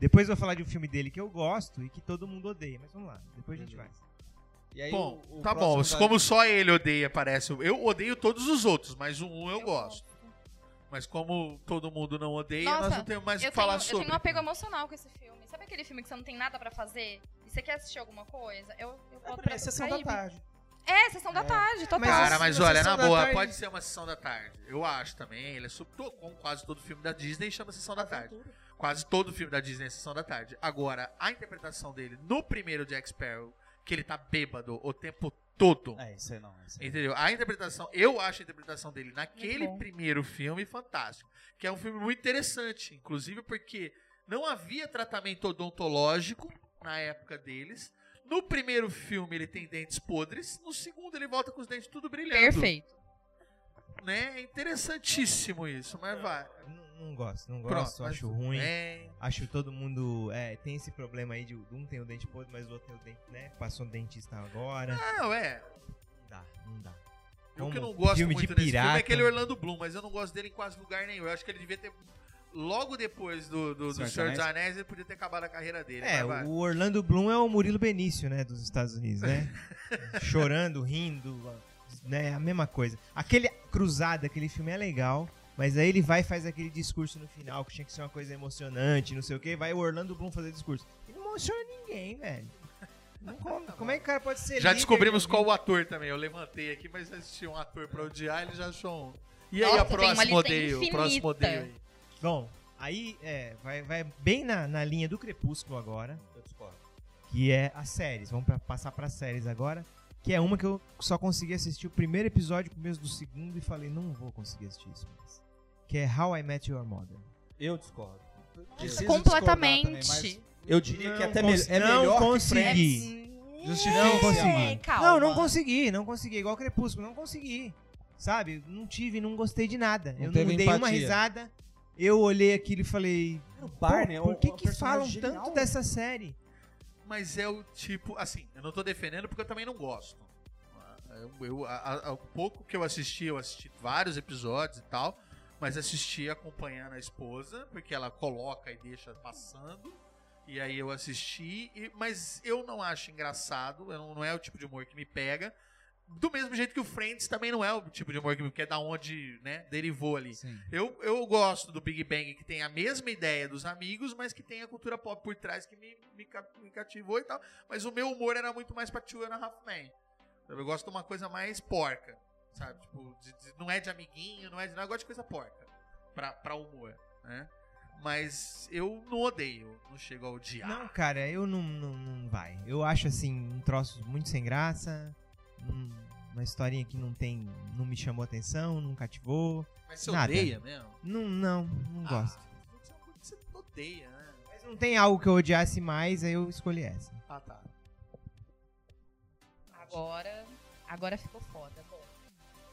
Depois eu vou falar de um filme dele que eu gosto e que todo mundo odeia, mas vamos lá, depois a gente vai. E aí, Bom, o- o tá próximo bom. da- Como só ele odeia, parece. Eu odeio todos os outros, mas um eu, gosto. Mas como todo mundo não odeia, Nossa, nós não temos mais o Eu que falar tenho, eu sobre. tenho um apego emocional com esse filme. Sabe aquele filme que você não tem nada pra fazer? E você quer assistir alguma coisa? Eu, eu É vou pra pra sessão da Caribe. tarde. É, sessão da É. tarde, total. Mas Cara, assim, mas na olha, na sessão da boa, tarde- pode ser uma sessão da tarde. Eu acho também. Ele é sub- to- como quase todo filme da Disney chama sessão da tarde. Quase todo filme da Disney é sessão da tarde. Agora, a interpretação dele no primeiro Jack Sparrow, que ele tá bêbado o tempo todo. É, isso aí não. Isso aí. Entendeu? A interpretação, eu acho a interpretação dele naquele bom. primeiro filme fantástico. Que é um filme muito interessante, inclusive porque não havia tratamento odontológico na época deles. No primeiro filme ele tem dentes podres, no segundo ele volta com os dentes tudo brilhando. Perfeito. Né? É interessantíssimo isso, mas vai. Não, não gosto, não Pronto, gosto, mas É. acho é. tudo ruim. bem. Acho todo mundo. É, tem esse problema aí de um tem o dente podre, mas o outro tem o dente, né? Passou no dentista agora. Não, é. Não dá, não dá. Eu Como que não gosto filme muito de desse pirata. filme é aquele Orlando Bloom, mas eu não gosto dele em quase lugar nenhum. Eu acho que ele devia ter. Logo depois do, do, do Senhor dos Senhor dos Anéis? Anéis, ele podia ter acabado a carreira dele. É, mas vai. o Orlando Bloom é o Murilo Benício, né? Dos Estados Unidos, né? Chorando, rindo, né? A mesma coisa. Aquele Cruzada, aquele filme é legal, mas aí ele vai e faz aquele discurso no final que tinha que ser uma coisa emocionante, não sei o quê. Vai o Orlando Bloom fazer discurso. Ele não emociona ninguém, velho. Não como, como é que o cara pode ser Já líder descobrimos de- qual o ator também. Eu levantei aqui, mas existia um ator pra odiar, ele já achou um. E aí Nossa, a tem uma próxima lista odeio, o próximo infinita. odeio aí. Bom, aí é, vai, vai bem na, na linha do Crepúsculo agora, Eu discordo. que é as séries. Vamos pra, passar pra séries agora, que é uma que eu só consegui assistir o primeiro episódio, começo do segundo, e falei, não vou conseguir assistir isso mais. Que é How I Met Your Mother. Eu discordo. Preciso completamente. discordar também, Eu diria que Não até cons- me- é não melhor consegui. que Friends. É- Justifique, É, né? consegui. calma. Não, não consegui, não consegui. Igual Crepúsculo, não consegui. Sabe? Não tive, não gostei de nada. Não eu não teve dei uma empatia. risada. Eu olhei aquilo e falei. Cara, o Pô, Barney é por um- que, um que personagem falam genial. tanto dessa série? Mas é o tipo, assim, eu não tô defendendo porque eu também não gosto. Eu, eu- a- a- o pouco que eu assisti, eu assisti vários episódios e tal, mas assisti acompanhando a esposa, porque ela coloca e deixa passando. E aí eu assisti, e- mas eu não acho engraçado, eu não, não é o tipo de humor que me pega. Do mesmo jeito que o Friends também não é o tipo de humor que me pega, que é da onde né, derivou ali. mas- Sim. Eu, eu gosto do Big Bang, que tem a mesma ideia dos amigos, mas que tem a cultura pop por trás que me, me, ca- me cativou e tal. Mas o meu humor era muito mais pra Two and a Half Men. Eu gosto de uma coisa mais porca, sabe? Tipo, de- de- não é de amiguinho, não é de nada. Eu gosto de coisa porca pra, pra humor, né? Mas eu não odeio, não chego a odiar. Não, cara, eu não, não, não vai. Eu acho assim, um troço muito sem graça. um- uma historinha que não tem. não me chamou atenção, não cativou. mas você nada. odeia mesmo? Não, não, não gosto. Ah, isso é uma coisa que você odeia, né? Mas não tem algo que eu odiasse mais, aí eu escolhi essa. Ah, tá. Agora, agora ficou foda. Bom,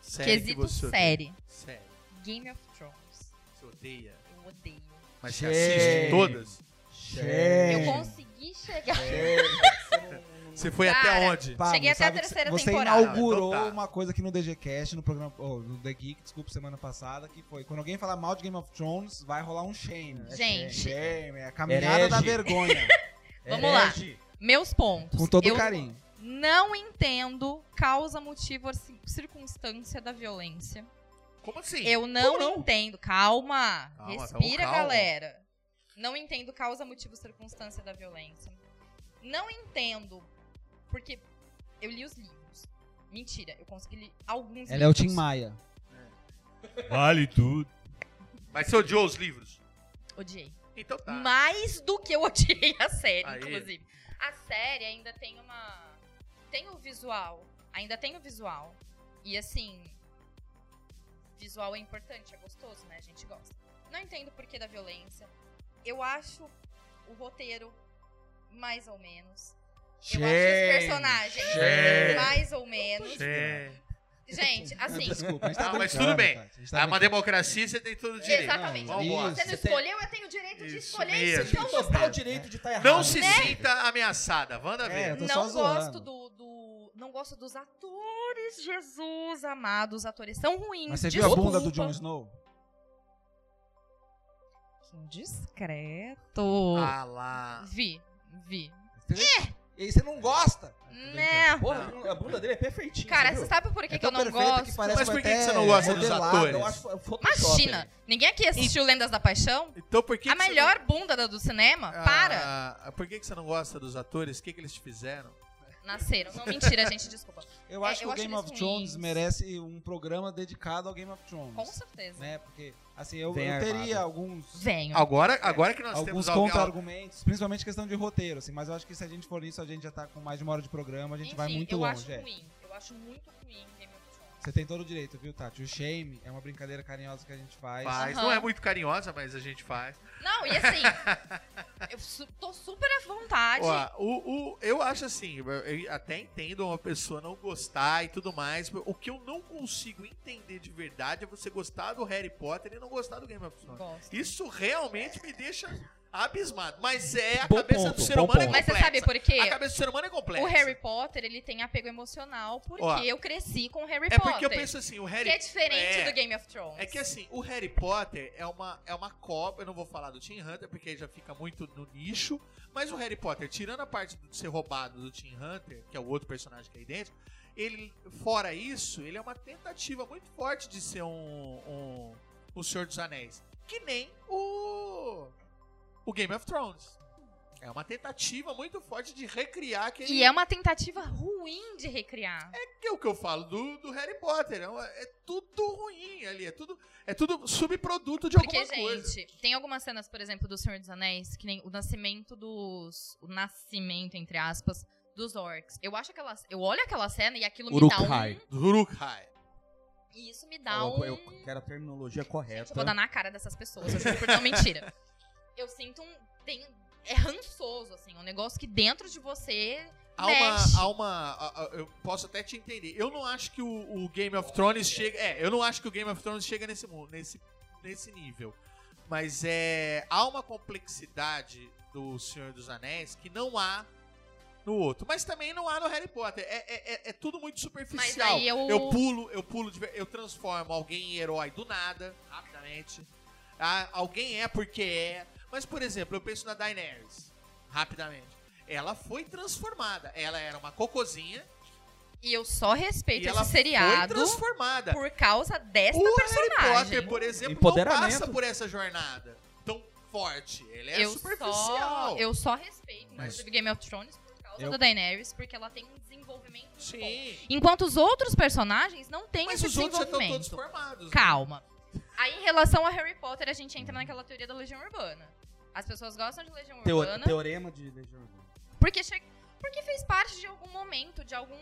Sério quesito série. Sério, Game of Thrones. você odeia. Eu odeio. Mas você Gente. assiste todas? Eu Gente, consegui chegar. É, Você foi Cara, até onde? Pablo, Cheguei até a sabe que terceira você temporada. inaugurou Então tá. uma coisa aqui no DGCast, no programa, oh, no The Geek, desculpa, semana passada, que foi, quando alguém falar mal de Game of Thrones, vai rolar um shame. Gente, Shame, é a caminhada Herege. da vergonha, Vamos lá. Herege. meus pontos. com todo eu carinho. não entendo causa, motivo, cir- circunstância da violência. Como assim? Eu não, entendo. Calma. Calma, respira, então calma. galera. Não entendo causa, motivo, circunstância da violência. Não entendo. Porque eu li os livros. Mentira, eu consegui ler alguns Ela é o Tim livros. Maia. Vale tudo. Mas você odiou os livros? Odiei. Então tá. Mais do que eu odiei a série, Aí. inclusive. A série ainda tem uma. Tem o visual. Ainda tem o visual. E assim. Visual é importante, é gostoso, né? A gente gosta. Não entendo o porquê da violência. Eu acho o roteiro mais ou menos. Eu acho os personagens gente. mais ou menos. Gente. Gente, assim. Desculpa, a gente tá Ah, mas brincando, tudo bem. Tati, a gente tá É uma brincando. democracia, você tem todo o direito. Exatamente. Não, Vambora. Você não Você escolheu, eu tenho o direito de Isso escolher mesmo. isso. Então Tem que você soltar o direito de estar errado. Né? Não se sinta ameaçada. Wanda É, ver. eu tô só não zoando. gosto do, do- Não gosto dos atores, Jesus amado. Os atores são ruins. Mas você viu a desculpa. bunda do Jon Snow? Que Indiscreto. Ah lá. Vi, vi. Ah, E aí você não gosta? Né? Porra, a bunda dele é perfeitinha. Cara, você você viu? sabe por que, É que eu tão não perfeita gosto? que parece um Mas por que até que você não gosta dos modelado. atores? Eu acho fo- Photoshop, Imagina! né? Ninguém aqui assistiu Lendas da Paixão? Então por que a que você melhor não- bunda da- do cinema? Ah, Para! por que que você não gosta dos atores? O que, que eles te fizeram? Nasceram. Não, mentira, gente, desculpa. Eu acho É, que eu o acho Game of eles Thrones ruins. merece um programa dedicado ao Game of Thrones. Com certeza. Né? Porque, assim, eu, Vem eu teria armado. alguns, Venho. Agora, agora que nós alguns temos alguém. contra-argumentos, principalmente questão de roteiro, assim, mas eu acho que se a gente for nisso, a gente já tá com mais de uma hora de programa, a gente Enfim, vai muito eu longe. acho é. ruim. Eu acho muito ruim Game of Thrones. Você tem todo o direito, viu, Tati? O shame é uma brincadeira carinhosa que a gente faz. Faz. Aham. Não é muito carinhosa, mas a gente faz. Não, e assim, eu su- tô super à vontade. Ó, o, o- eu acho assim, eu- eu até entendo uma pessoa não gostar e tudo mais. O que eu não consigo entender de verdade é você gostar do Harry Potter e não gostar do Game of Thrones. Gosto. Isso realmente me deixa abismado. Mas é a Bom cabeça ponto, do ser bom humano é ponto. Mas complexa. você sabe por quê? A cabeça do ser humano é complexa. O Harry Potter, ele tem apego emocional porque Ó, eu cresci com o Harry É Potter. porque eu penso assim, o Harry Que é diferente É. do Game of Thrones. É que assim, o Harry Potter é uma, é uma cópia. Eu não vou falar do Tim Hunter, porque aí já fica muito no nicho. Mas o Harry Potter, tirando a parte de ser roubado do Tim Hunter, que é o outro personagem que é idêntico, ele, fora isso, ele é uma tentativa muito forte de ser um, um, o Senhor dos Anéis. Que nem o. O Game of Thrones. É uma tentativa muito forte de recriar aquele. E é uma tentativa ruim de recriar. que é o que eu falo do, do Harry Potter. É, uma- é tudo ruim ali. É tudo, é tudo subproduto de Porque, alguma coisa. gente, tem algumas cenas, por exemplo, do Senhor dos Anéis, que nem o nascimento dos. O nascimento, entre aspas, dos orcs. Eu acho aquela. Eu olho aquela cena e aquilo me dá um. Uruk-hai. Do Uruk-hai. E isso me dá Eu- um. Eu quero a terminologia correta. Gente, eu vou dar na cara dessas pessoas, eu juro por não mentira. Eu sinto um. tem- é rançoso, assim, um negócio que dentro de você. Há uma. Mexe. Há uma a- a- eu posso até te entender. Eu não acho que o, o Game of Thrones chega. É, eu não acho que o Game of Thrones chega nesse, mu- nesse, nesse nível. Mas é. Há uma complexidade do Senhor dos Anéis que não há no outro. Mas também não há no Harry Potter. É, é- é- é tudo muito Mas superficial. aí eu. Eu pulo, eu pulo, de ver- eu transformo alguém em herói do nada, rapidamente. Ah, alguém é porque é. Mas, por exemplo, eu penso na Daenerys, rapidamente. Ela foi transformada. Ela era uma cocozinha E eu só respeito e ela esse foi seriado transformada. por causa desta o Harry é personagem. Potter, por exemplo, não Empoderamento. passa por essa jornada tão forte. Ele é eu superficial. Só, eu só respeito Mas- inclusive Game of Thrones por causa Eu- da Daenerys, porque ela tem um desenvolvimento muito bom. Sim. Enquanto os outros personagens não têm Mas esse os outros já estão desenvolvimento. todos formados. né? Calma. Aí, em relação a Harry Potter, a gente Hum. entra naquela teoria da Legião Urbana. As pessoas gostam de Legião Teo- Urbana Teorema de Legião Urbana. porque, che- porque fez parte de algum momento, de algum.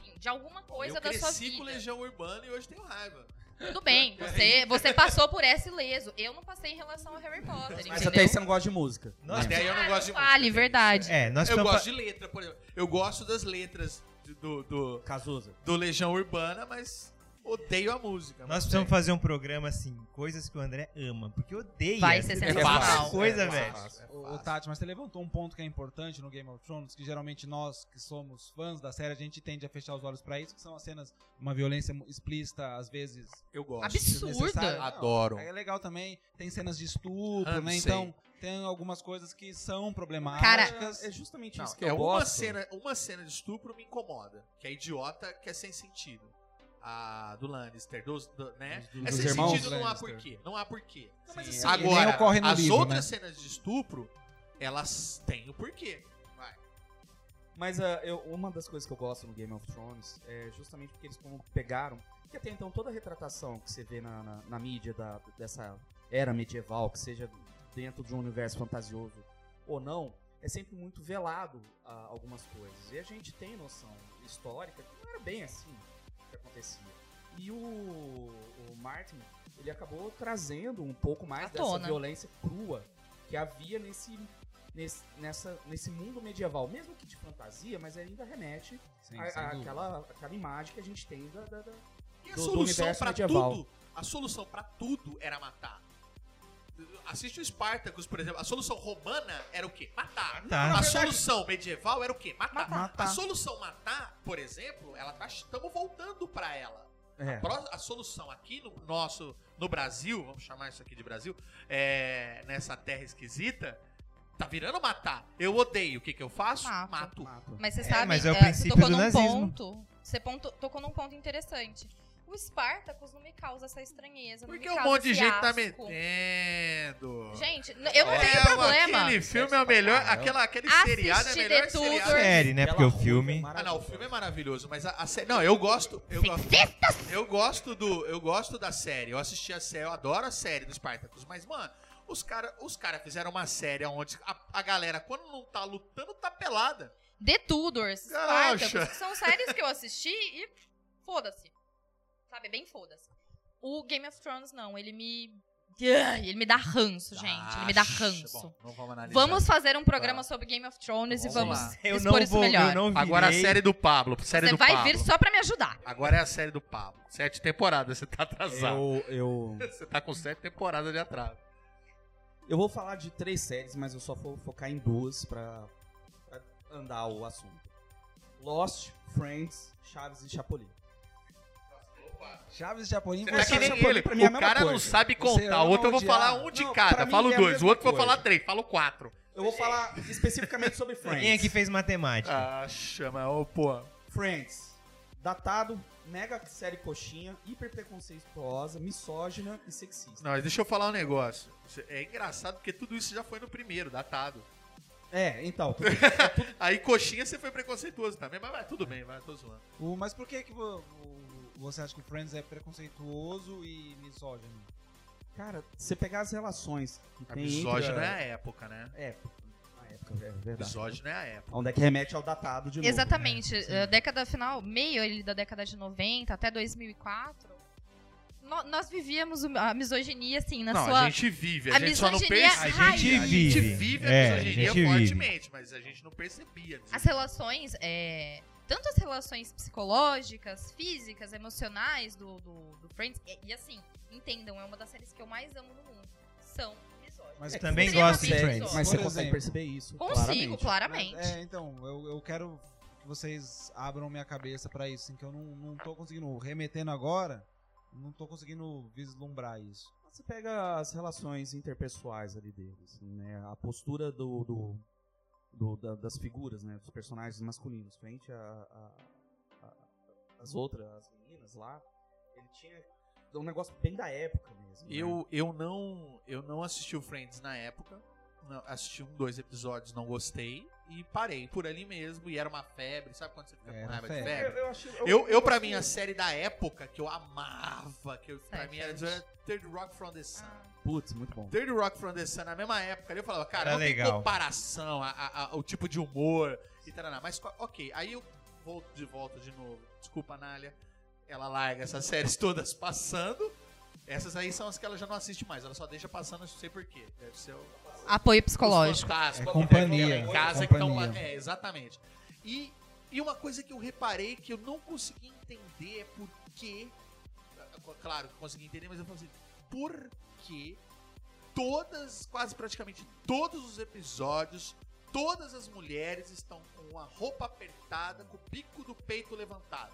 Enfim, de alguma coisa eu da sua cresci com É vida. Legião Urbana e hoje tenho raiva. Tudo bem, você, você passou por essa ileso. Eu não passei em relação a Harry Potter. Mas entendeu? até aí você não gosta de música. Né? Nós- Até aí eu não Ah, gosto de não fale, música, verdade. gente. É, nós Eu estamos. gosto de letra, por exemplo. Eu gosto das letras de- do, do, Cazuza. do Legião Urbana, mas odeio a música. Nós precisamos fazer um programa assim, coisas que o André ama, porque odeia. Vai ser essa sensacional. coisa, É velho. fácil. Ô, ô, Tati, mas você levantou um ponto que é importante no Game of Thrones, que geralmente nós que somos fãs da série, a gente tende a fechar os olhos pra isso, que são as cenas, uma violência mu- explícita, às vezes Eu gosto. Absurda. Não, Adoro. É legal também, tem cenas de estupro, Ah, né? sei. Então, tem algumas coisas que são Cara- problemáticas. É justamente Não, isso que é eu uma gosto. cena, uma cena de estupro me incomoda. Que é idiota, que é sem sentido. A do Lannister, dos, do- né? Dos- é dos sem irmãos sentido, não há Lannister. porquê. Não há porquê. Não, mas Sim, assim, é. nem Agora, ocorre no as livro, outras né? cenas de estupro, elas têm o porquê. Vai. Mas ah, eu- uma das coisas que eu gosto no Game of Thrones é justamente porque eles como pegaram. Porque até então toda a retratação que você vê na, na- na mídia da- dessa era medieval, que seja dentro de um universo fantasioso ou não, é sempre muito velado a algumas coisas. E a gente tem noção histórica que não era bem assim que acontecia. E o, o Martin, ele acabou trazendo um pouco mais À dessa tona. violência crua que havia nesse, nesse, nessa, nesse mundo medieval, mesmo que de fantasia, mas ainda remete Sim, à- sem à- dúvida. àquela, àquela imagem que a gente tem da. da- da- E a do- do solução universo pra medieval. tudo, a solução para tudo era matar. Assiste o Spartacus, por exemplo. A solução romana era o quê? Matar. Matar. A solução medieval era o quê? Matar. Matar. A solução matar, por exemplo, ela tá estamos voltando para ela. É. Pró- A solução aqui no nosso, no Brasil, vamos chamar isso aqui de Brasil, é, nessa terra esquisita, tá virando matar. Eu odeio. O que que eu faço? Mato. Mato. Mato. Mas você É, sabe, mas é o eh, princípio tocou do num nazismo. ponto. Você ponto- tocou num ponto interessante. O Spartacus não me causa essa estranheza. não Porque me um causa monte de esse gente tá asco. metendo. Gente, n- eu não É, tenho mas problema. Aquele filme é o melhor. Aquela, aquele seriado é Assistir melhor que The Tudors. seriado. Série, né? Porque o Aquela ruiva é filme. Ah, não, o maravilhosa. filme é maravilhoso, mas a, a série. Não, eu gosto. Eu gosto, eu gosto do. Eu gosto da série. Eu assisti a série, eu adoro a série do Spartacus, mas, mano, os caras os cara fizeram uma série onde a, a galera, quando não tá lutando, tá pelada. The Tudors, Garocha. Spartacus, que são séries que eu assisti e foda-se. Sabe, bem foda-se. O Game of Thrones, não, ele me... Ai, Ele me dá ranço, gente. Ele me dá Acha, ranço. Ah, bom, não vamos analisar. Vamos fazer um programa Tá. sobre Game of Thrones e Vamos vamos lá. Eu expor não isso vou. melhor. Eu não virei. Agora a série é do Pablo. Série Você do vai Pablo. vir só pra me ajudar. Agora é a série do Pablo. Sete temporadas, você tá atrasado. Eu, eu, Você tá com sete temporadas de atraso. eu vou falar de três séries, mas eu só vou focar em duas pra, pra andar o assunto: Lost, Friends, Chaves e Chapolin. Chaves de Apolim, Você Mas você tá que sabe, nem Chapolin, ele. pra mim é a o mesma cara não coisa. sabe Você contar. ama O outro eu vou odiar. falar um de Não, cada. pra mim Falo é a dois. O mesma outro eu vou coisa. falar três. Falo quatro. Eu vou falar especificamente sobre Friends. Quem aqui fez matemática? Ah, chama. Ô, pô. Friends. Datado, mega série coxinha, hiper preconceituosa, misógina e sexista. Não, mas deixa eu falar um negócio. Isso É engraçado porque tudo isso já foi no primeiro, datado. É, então, tô- Aí coxinha você foi preconceituoso também, mas vai, tudo bem, vai, tô zoando. O- mas por que, que vo- o- você acha que Friends é preconceituoso e misógino? cara, se você pegar as relações que tem entre Misógino a- é a época, né? É, na época, é verdade. Misógino é a época. Onde é que remete ao datado de novo. Exatamente. né? Sim. eh, década final, meio ali da década de 90 até 2004, no- nós vivíamos o- a misoginia, assim, na não, sua... a gente vive, a, a gente só não misoginia percebe. A gente vive. vive a É, a misoginia gente vive. fortemente, mas a gente não percebia. a As misoginia. relações, é, tanto as relações psicológicas, físicas, emocionais do, do, do Friends, e, e assim, entendam, é uma das séries que eu mais amo no mundo, são misóginas. Mas Eu é também extremamente gosto de Friends. misógino. Mas Por você consegue exemplo, perceber isso. Consigo, claramente. claramente. Mas, É, então, eu, eu quero que vocês abram minha cabeça pra isso, assim, que eu não, não tô conseguindo, remetendo agora, não tô conseguindo vislumbrar isso. Você pega as relações interpessoais ali deles, né? A postura do, do- do- da- das figuras, né? Dos personagens masculinos frente a, a- a- as outras, as meninas lá. Ele tinha um negócio bem da época mesmo. né? Eu, eu, não, eu não assisti o Friends na época. Não, assisti um, dois episódios, não gostei. E parei por ali mesmo. E era uma febre. Sabe quando você fica Era com raiva febre. de febre? eu, acho- Eu, eu, pra mim, a série da época que eu amava, que eu, pra Sério, mim era gente? Third Rock from the Sun. Ah. Putz, muito bom. Third Rock from the Sun, na mesma época, ali eu falava, cara, Era não tem legal. comparação, a- a- a- o tipo de humor e tal, mas co- ok, aí eu volto de volta de novo, desculpa, Nália, ela larga essas séries todas passando, essas aí são as que ela já não assiste mais, ela só deixa passando, não sei porquê, deve ser o, Apoio os psicológico. fantasmas, É quando companhia, deve ter lá Em casa companhia. Que tão, é, exatamente. E, e uma coisa que eu reparei que eu não consegui entender é por que. Claro que consegui entender, mas eu falei assim: por que todas, quase praticamente todos os episódios, todas as mulheres estão com a roupa apertada, com o bico do peito levantado?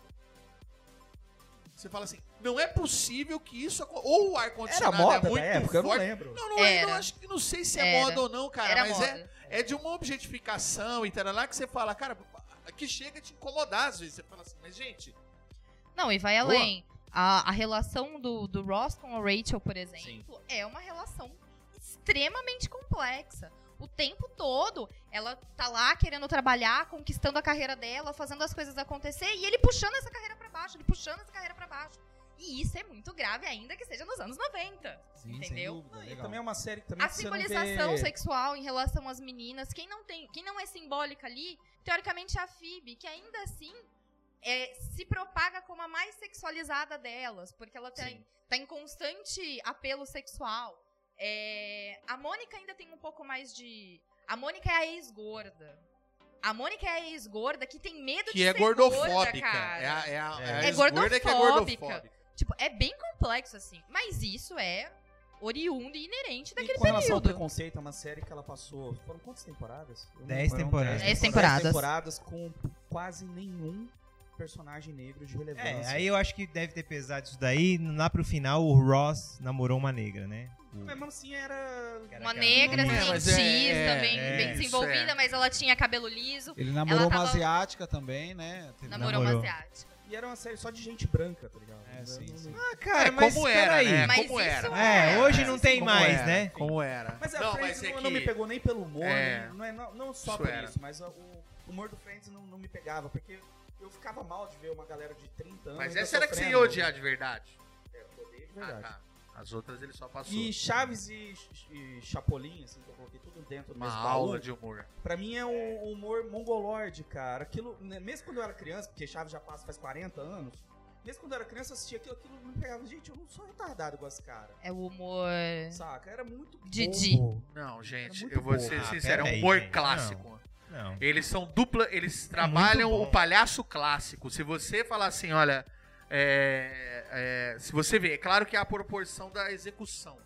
Você fala assim, não é possível que isso aco- ou o ar Era a condicionado moda é muito da época, eu forte, não lembro. não, não, é, não Era. acho que não sei se é Era. moda ou não, cara, Era mas é, moda. é de uma objetificação e tal lá que você fala, cara, que chega a te incomodar às vezes. Você fala assim, mas gente, Não, e vai Boa. além. A, a relação do, do Ross com a Rachel, por exemplo, é uma relação extremamente complexa. O tempo todo, ela tá lá querendo trabalhar, conquistando a carreira dela, fazendo as coisas acontecer, e ele puxando essa carreira pra baixo, ele puxando essa carreira pra baixo. E isso é muito grave, ainda que seja nos anos 90. Sim, Entendeu? então. sem dúvida, legal. Também é uma série que também A que você não simbolização vê- sexual em relação às meninas, quem não tem, quem não é simbólica ali, teoricamente é a Phoebe, que ainda assim é, se propaga como a mais sexualizada delas, porque ela tá, em- tá em constante apelo sexual. É, a Mônica ainda tem um pouco mais de. A Mônica é a ex-gorda. A Mônica é a ex-gorda que tem medo de que é ser gordofóbica. Gorda, cara. é a, é a, é a É esgorda que é gordofóbica. gordofóbica. Tipo, é bem complexo, assim. Mas isso é oriundo e inerente E daquele com relação ao período. preconceito, é uma série que ela passou. Foram quantas temporadas? Eu não Dez lembro, foram temporadas. Dez Dez temporadas. temporadas com quase nenhum personagem negro de relevância. É, aí eu acho que deve ter pesado isso daí. Lá pro final, o Ross namorou uma negra, né? Mas mesmo assim era. Uma negra, Não é, assim, mas X, é- também é, bem isso desenvolvida, é. mas ela tinha cabelo liso. Ele namorou uma tava- asiática também, né? Teve- Namorou, Namorou. uma asiática. E era uma série só de gente branca, tá ligado? É, Não- sim, não- sim. Ah, É como era, né? Mas como isso era. É, hoje não tem assim Como é. mais, era, né? Como era. Mas a não, Friends mas é não, que... não me pegou nem pelo humor, É. nem- não, é- não- não só Isso por era. isso, mas a- o humor do Friends não, não me pegava, porque eu ficava mal de ver uma galera de 30 anos. Mas ainda essa era que você ia sofrendo. É, odiar de verdade. Eu odeio de verdade. Ah, tá. As outras ele só passou. E Chaves e, e Chapolin, assim, que eu coloquei tudo dentro do Uma mesmo aula baú, de humor. Pra mim é um humor mongoloide, cara. Aquilo, né, mesmo quando eu era criança, porque Chaves já passa faz 40 anos, mesmo quando eu era criança, eu assistia aquilo, aquilo me pegava. Gente, eu não sou retardado igual esse cara, É o humor. saca? Era muito Didi. bobo. Não, gente, muito eu vou boa. ser Ah, sincero, é um peraí, humor gente, clássico. Não. Eles são dupla, É eles trabalham muito o bom. palhaço clássico. Se você falar assim, olha, é, é, se você vê, é claro que é a proporção da execução,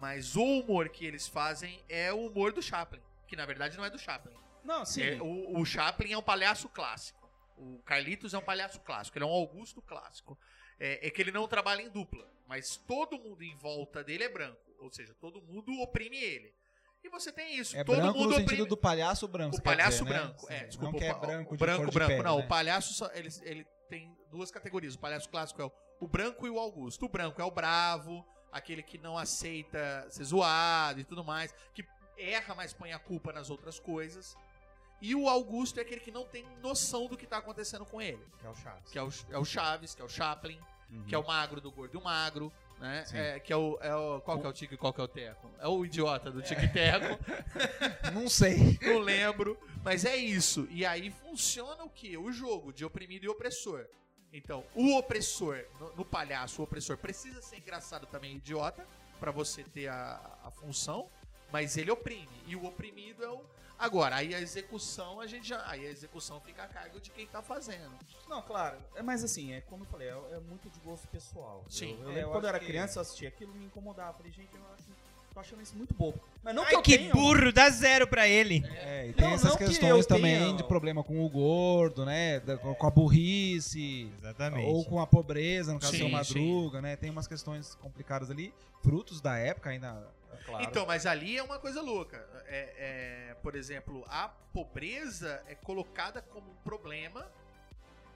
mas o humor que eles fazem é o humor do Chaplin, que na verdade não é do Chaplin. Não, sim. É, o, o Chaplin é um palhaço clássico. O Carlitos é um palhaço clássico. Ele é um Augusto clássico. É, é que ele não trabalha em dupla, mas todo mundo em volta dele é branco, ou seja, todo mundo oprime ele. E você tem isso. É todo branco mundo no oprime... sentido do palhaço branco. O você quer dizer, palhaço né? branco, é, Sim, desculpa. Não o que é pa- branco o de branco, cor de branco, pele, não. né? O palhaço, só- ele, ele tem duas categorias. O palhaço clássico é o, o branco e o Augusto. O branco é o bravo, aquele que não aceita ser zoado e tudo mais, que erra, mas põe a culpa nas outras coisas. E o Augusto é aquele que não tem noção do que tá acontecendo com ele. Que é o Chaves. Que é o, é o Chaves, que é o Chaplin, que Uhum. é o magro do gordo e o magro, né? Sim. É, que é o, é o- Qual que é o Tico e qual que é o Teco? É o idiota do Tico e Teco. Não sei. não lembro. Mas é isso. E aí funciona o quê? O jogo de oprimido e opressor. Então, o opressor, no, no palhaço, o opressor precisa ser engraçado também, idiota, pra você ter a, a função, mas ele oprime. E o oprimido é o. Agora, aí a execução, a gente já. Aí a execução fica a cargo de quem tá fazendo. Não, claro. É, mas assim, é como eu falei, é, é muito de gosto pessoal. Sim. Eu, eu É, lembro eu quando acho eu era que- criança, eu assistia aquilo e me incomodava. Eu Falei, gente, eu acho, tô achando isso muito bobo. Mas não que Ai, eu que tenha- um burro, dá zero pra ele. É, e tem Não, essas não que eu questões também tenha- de problema com o gordo, né? da- com com a burrice. Exatamente. Ou com a pobreza, no caso do Sim, seu Madruga, né? Tem umas questões complicadas ali, frutos da época ainda, é claro. Então, mas ali é uma coisa louca. É, é, por exemplo, a pobreza é colocada como um problema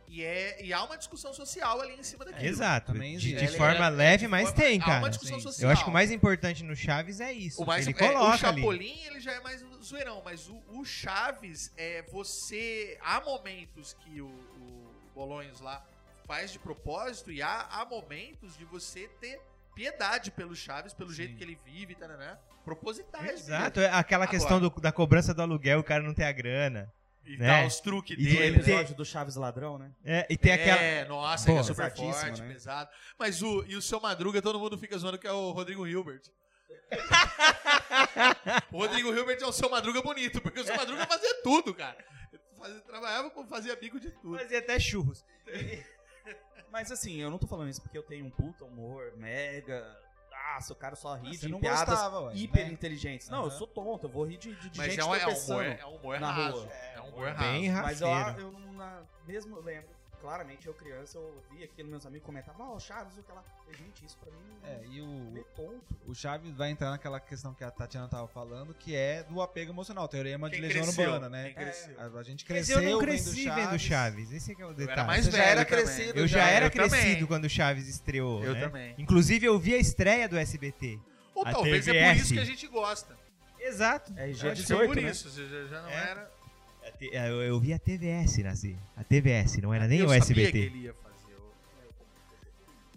e, é, e há uma discussão social ali em cima daquilo. Exato. também De, existe. de forma É, leve, mas forma- tem, há cara. assim, uma discussão Sim. social. Eu acho que o mais importante no Chaves é isso. O mais- ele é, o coloca ali. Chapolin ele já é mais zoeirão, mas o, o Chaves é você. Há momentos que o, o Bolonhos lá faz de propósito e há, há momentos de você ter piedade pelo Chaves, pelo jeito Sim. que ele vive, tananã, propositais. né? Exato, é aquela assim. Agora. questão do- da cobrança do aluguel, o cara não tem a grana. E Né? dá os truques E O dele. né? tem- episódio do Chaves Ladrão, né? É, e tem aquela. É, nossa, Pô, ele é super pesadíssimo, forte, né? pesado. Mas o, e o seu Madruga, todo mundo fica zoando que é o Rodrigo Hilbert. o Rodrigo Hilbert é o seu Madruga bonito, porque o seu Madruga fazia tudo, cara. Fazia, trabalhava, com- fazia bico de tudo. Fazia até churros. Mas assim, eu não tô falando isso porque eu tenho um puta humor, mega. Ah, seu cara só ri Você de assim, não piadas gostava, ué, hiper né? inteligentes. Não, eu Aham. sou tonto, eu vou rir de, de, de Mas gente é um, é um humor, tropeçando. é um humor na raso. rua. É um humor Bem raso. Mas rasteiro. eu, eu não, na- mesmo eu lembro, claramente eu criança, eu vi aquilo, meus amigos comentavam, ó, Chaves, o que lá. Eu, Gente, isso pra mim não É, é e o, meio tonto. o Chaves vai entrar naquela questão que a Tatiana tava falando, que é do apego emocional, teorema Quem de legião cresceu? urbana, né? Quem cresceu? A, a gente Mas cresceu, eu não vendo cresci vendo Chaves. Esse é que é o era detalhe. mais Você já velho era também. crescido. Eu já já, era eu também. crescido quando Chaves estreou. Eu né? também. Inclusive, eu vi a estreia do SBT. Ou A talvez é por TVS. isso que a gente gosta. Exato. É Pode ser por isso, você já, já não É. era. Eu, eu vi a TVS nascer. A TVS, não era Ah, nem Ah, eu o sabia SBT. que ele ia fazer. eu-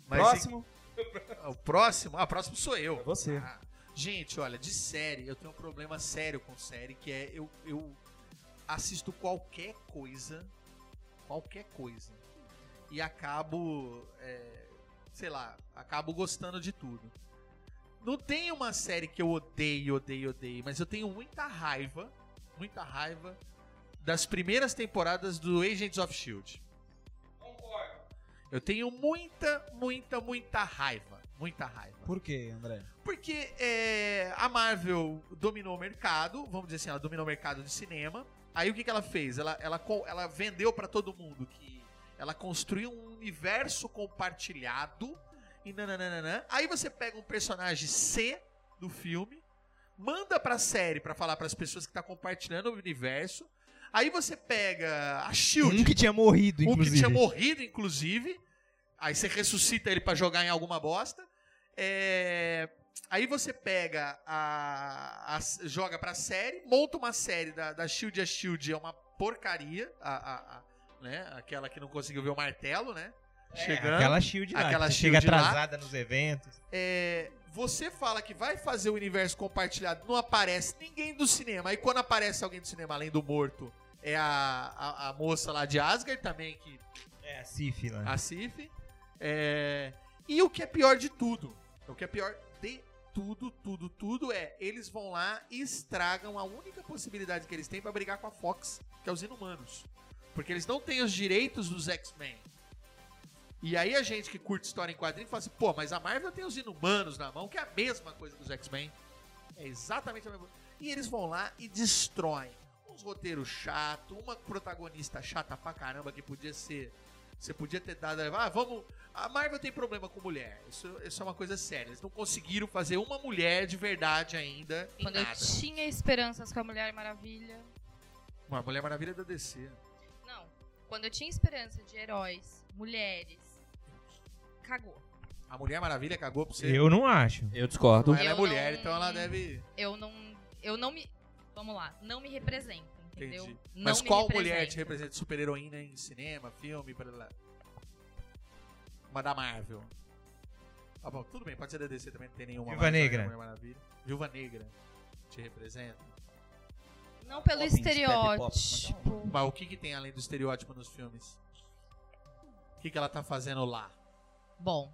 Mas, Próximo, assim, O próximo? Ah, o próximo sou eu. é você. Ah, gente, olha, de série, eu tenho um problema sério com série, que é eu, eu assisto qualquer coisa, qualquer coisa, e acabo, é, sei lá, acabo gostando de tudo. Não tem uma série que eu odeio, odeio, odeio, mas eu tenho muita raiva, muita raiva das primeiras temporadas do Agents of Shield. Eu tenho muita, muita, muita raiva, muita raiva. Por quê, André? Porque é, a Marvel dominou o mercado, vamos dizer assim, ela dominou o mercado de cinema. Aí o que, que ela fez? Ela, ela, co- ela vendeu pra todo mundo que ela construiu um universo compartilhado e nananana. Aí você pega um personagem C do filme, manda pra série pra falar pras pessoas que tá compartilhando o universo. Aí você pega a Shield, Um que tinha morrido, um inclusive. que tinha morrido, inclusive. Aí você ressuscita ele pra jogar em alguma bosta. É, Aí você pega a... a- joga pra série, monta uma série da, da Shield a Shield, é uma porcaria. A, a- a- né? Aquela que não conseguiu ver o martelo, né? É, aquela Shield lá. Aquela que você Shield chega lá. atrasada nos eventos. É, você fala que vai fazer o universo compartilhado, não aparece ninguém do cinema. Aí quando aparece alguém do cinema, além do morto, é a, a- a moça lá de Asgard também, que É, a Cif lá. a CIF. É, E o que é pior de tudo, o que é pior de tudo, tudo, tudo é eles vão lá e estragam a única possibilidade que eles têm pra brigar com a Fox, que é os Inumanos. Porque eles não têm os direitos dos X-Men. E aí a gente que curte história em quadrinho fala assim, pô, mas a Marvel tem os Inumanos na mão, que é a mesma coisa que os X-Men. É exatamente a mesma coisa. E eles vão lá e destroem. Uns roteiros chato, uma protagonista chata pra caramba que podia ser você podia ter dado. Ah, vamos. A Marvel tem problema com mulher. Isso, isso é uma coisa séria. Eles não conseguiram fazer uma mulher de verdade ainda em Quando eu nada. tinha esperanças com a Mulher Maravilha. Uma Mulher Maravilha é da DC. Não. Quando eu tinha esperança de heróis, mulheres. Cagou. A Mulher Maravilha cagou pra você. Eu não acho. Eu discordo. Ela é Eu mulher, não- então ela deve. Eu não. eu não me. Vamos lá, não me representa, entendeu? Entendi. Não Mas me qual mulher te representa. representa de super-heroína em cinema, filme, para lá? Uma da Marvel. Tá bom, tudo bem, pode ser da DC também, não tem nenhuma. Viúva mais, Negra. né, Mulher Maravilha. Viúva Negra te representa. Não pelo Poppins, Pepper Pop, estereótipo. Mas o é que, que tem além do estereótipo nos filmes? O que, que ela tá fazendo lá? Bom.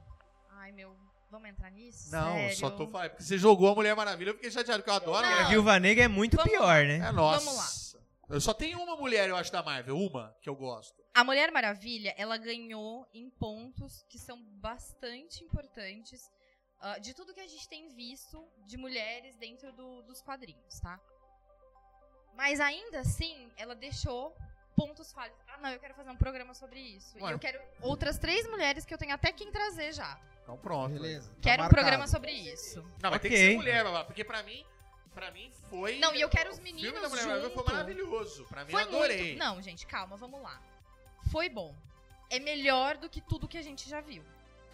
Ai, meu. Vamos entrar nisso? Não, Sério? só tô falando. Porque você jogou a Mulher Maravilha, eu fiquei chateado, porque eu adoro a Não. A Mulher Viúva Negra é muito Vamos pior, É, né? nossa. Vamos Eu só tenho uma mulher, eu acho, da Marvel. Uma que eu gosto. A Mulher Maravilha, ela ganhou em pontos que são bastante importantes ah, de tudo que a gente tem visto de mulheres dentro do- dos quadrinhos, tá? Mas ainda assim, ela deixou pontos falhos. Ah, não, eu quero fazer um programa sobre isso. E Ué. eu quero outras três mulheres que eu tenho até quem trazer já. Então pronto. Beleza. tá quero um marcado. programa sobre isso. Não, mas tem que Ok. ser mulher, babá, porque pra mim, pra mim foi. Não, e eu quero os o meninos filme da Mulher Maravilha foi junto. maravilhoso. Pra mim, Foi eu adorei. muito. Não, gente, calma, vamos lá. Foi bom. É melhor do que tudo que a gente já viu.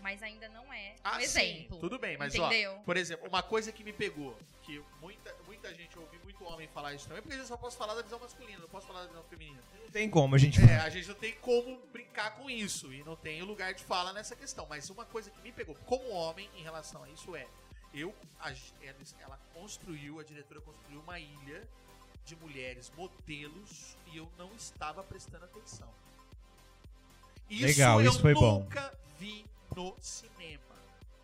Mas ainda não é Ah, um sim, exemplo. Tudo bem, mas entendeu? ó, por exemplo, uma coisa que me pegou, que muita, muita gente, eu ouvi muito homem falar isso também, porque eu só posso falar da visão masculina, não posso falar da visão feminina. Não tem como a gente É, a gente não tem como brincar com isso e não tem lugar de fala nessa questão. Mas uma coisa que me pegou como homem em relação a isso é, eu, a g- ela, ela construiu, a diretora construiu uma ilha de mulheres modelos e eu não estava prestando atenção. Isso Legal, eu isso foi bom. nunca vi no cinema.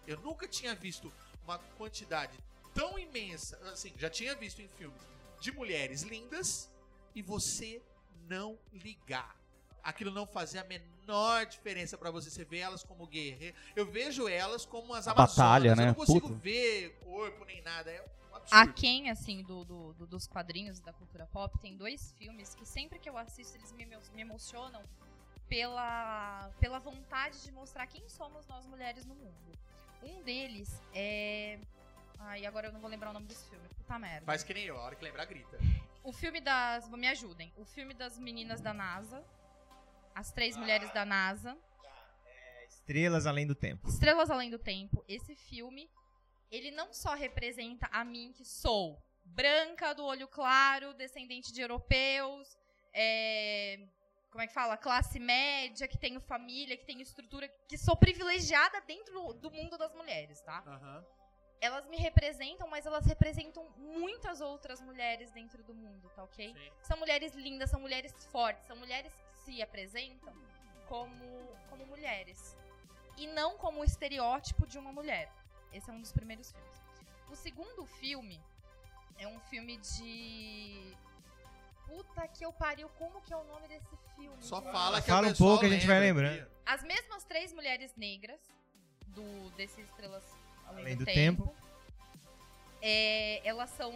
Eu nunca tinha visto uma quantidade tão imensa, assim, já tinha visto em filmes de mulheres lindas e você não ligar. Aquilo não fazia a menor diferença pra você. Você vê elas como guerreiras. Eu vejo elas como as A amazonas. batalha, eu né? não consigo Puta. ver corpo nem nada. É um absurdo. A quem, assim, do, do- do- dos quadrinhos da cultura pop, tem dois filmes que sempre que eu assisto, eles me, emo- me emocionam pela, pela vontade de mostrar quem somos nós mulheres no mundo. Um deles é. Ai, agora eu não vou lembrar o nome desse filme. Puta merda. Faz que nem eu. A hora que lembrar, grita. O filme das. Me ajudem. O filme das meninas da NASA. As três mulheres da NASA. Estrelas além do tempo. Estrelas Além do Tempo, esse filme, ele não só representa a mim que sou branca, do olho claro, descendente de europeus, é, como é que fala? Classe média, que tenho família, que tenho estrutura, que sou privilegiada dentro do mundo das mulheres, tá? Aham. Elas me representam, mas elas representam muitas outras mulheres dentro do mundo, tá ok? Sim. são mulheres lindas, são mulheres fortes, são mulheres que se apresentam como, como mulheres. E não como o estereótipo de uma mulher. Esse é um dos primeiros filmes. O segundo filme é um filme de. Puta que eu pariu, como que é o nome desse filme? Só gente? fala que Fala o um pessoal pouco, a gente vai lembra, lembrando. Bia. As mesmas três mulheres negras do desse Estrelas Além, Além do, do Tempo. é, elas são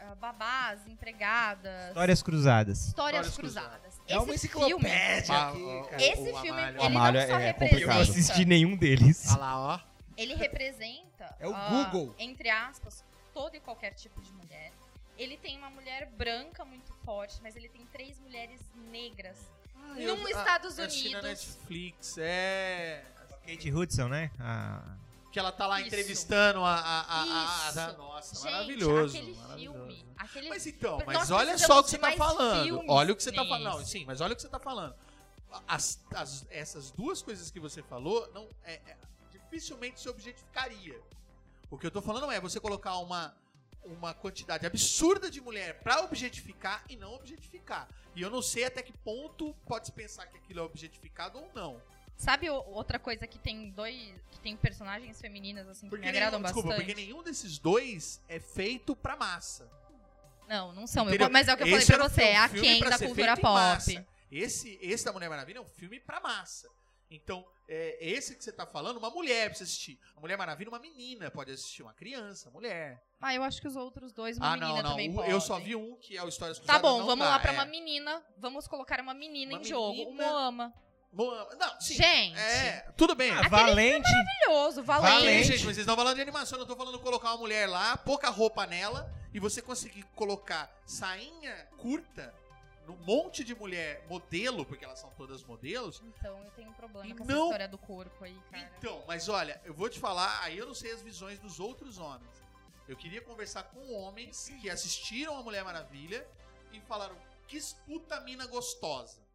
ah, babás, empregadas, Histórias cruzadas. Histórias Histórias cruzadas. É uma Esse filme, enciclopédia Ah, ó, aqui, cara. esse O filme, Amalho. ele Amalho não só é Eu complicado. não Exato. assisti representa, nenhum deles. Olha lá, ó. ele representa, É o ah, Google. entre aspas, todo e qualquer tipo de mulher. Ele tem uma mulher branca muito forte, mas ele tem três mulheres negras. Ah, Num eu- Estados eu assisti na Unidos. Netflix, é. Kate Hudson, né? A- Que ela tá lá Isso. entrevistando a. a, a, a- Isso. a- nossa, Gente, é maravilhoso. aquele filme, maravilhoso. aquele Mas então, Nós mas olha precisamos só o de que você tá mais falando. filmes Olha o que você tá nesse. falando. Não, sim, mas olha o que você tá falando. As- as- essas duas coisas que você falou não é, é- dificilmente se objetificaria. O que eu tô falando é você colocar uma, uma quantidade absurda de mulher pra objetificar e não objetificar. E eu não sei até que ponto pode se pensar que aquilo é objetificado ou não. Sabe o- outra coisa que tem dois, que tem personagens femininas assim que me agradam nenhum, desculpa, bastante? porque nenhum desses dois é feito pra massa. Não, não são. Eu- Entendeu? mas é o que eu Esse falei era pra um você, é a filme quem pra da ser cultura feito em massa. pop. Esse, esse da Mulher Maravilha é um filme pra massa. Então, é, esse que você tá falando, uma mulher precisa assistir. A Mulher Maravilha, uma menina pode assistir, uma criança, mulher. Ah, eu acho que os outros dois, uma ah, menina não, não. também o- eu pode. só vi um que é o Histórias Tá Cruzadas. bom, não vamos dá, lá pra é. uma menina. Vamos colocar uma menina Uma em jogo. O menina- Moama. Moana- Não, sim. Gente, É, tudo bem. Ah, Aquele Valente. é maravilhoso, Sim, valente. Valente. gente, mas vocês estão falando de animação, eu não tô falando colocar uma mulher lá, pouca roupa nela, e você conseguir colocar sainha curta num monte de mulher modelo, porque elas são todas modelos. Então, eu tenho um problema E com essa não- história do corpo aí, cara. Então, mas olha, eu vou te falar, aí eu não sei as visões dos outros homens. Eu queria conversar com homens que assistiram a Mulher Maravilha e falaram: que puta mina gostosa.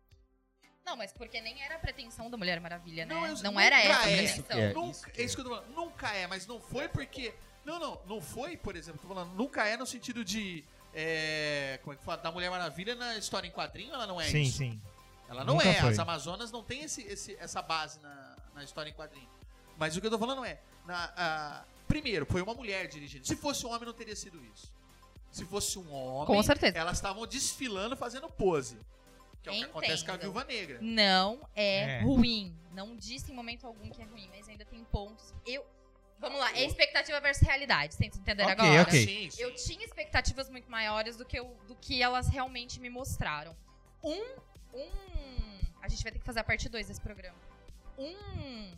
Não, mas porque nem era a pretensão da Mulher Maravilha, né? Não, Não, eu- era nunca essa a é. pretensão. Isso que É, nunca, que é isso que eu tô falando. Nunca é, mas não foi porque. Não, não, não foi, por exemplo, tô falando, nunca é no sentido de. é, como é que fala? Da Mulher Maravilha na história em quadrinho, ela não é sim, isso. sim. Ela não Nunca é. foi. As Amazonas não tem esse, esse- essa base na, na história em quadrinho. Mas o que eu tô falando é. na- a- primeiro, foi uma mulher dirigindo. Se fosse um homem, não teria sido isso. Se fosse um homem, Com certeza. elas estavam desfilando fazendo pose. Que é o que acontece com a Entendo. viúva negra. Não é, É. ruim. Não disse em momento algum que é ruim, mas ainda tem pontos. Eu. Vamos lá, é expectativa versus realidade, vocês entenderam Ok, agora? ok. Né? Sim, sim. Eu tinha expectativas muito maiores do que, eu- do que elas realmente me mostraram. Um. Um. A gente vai ter que fazer a parte 2 desse programa. Um.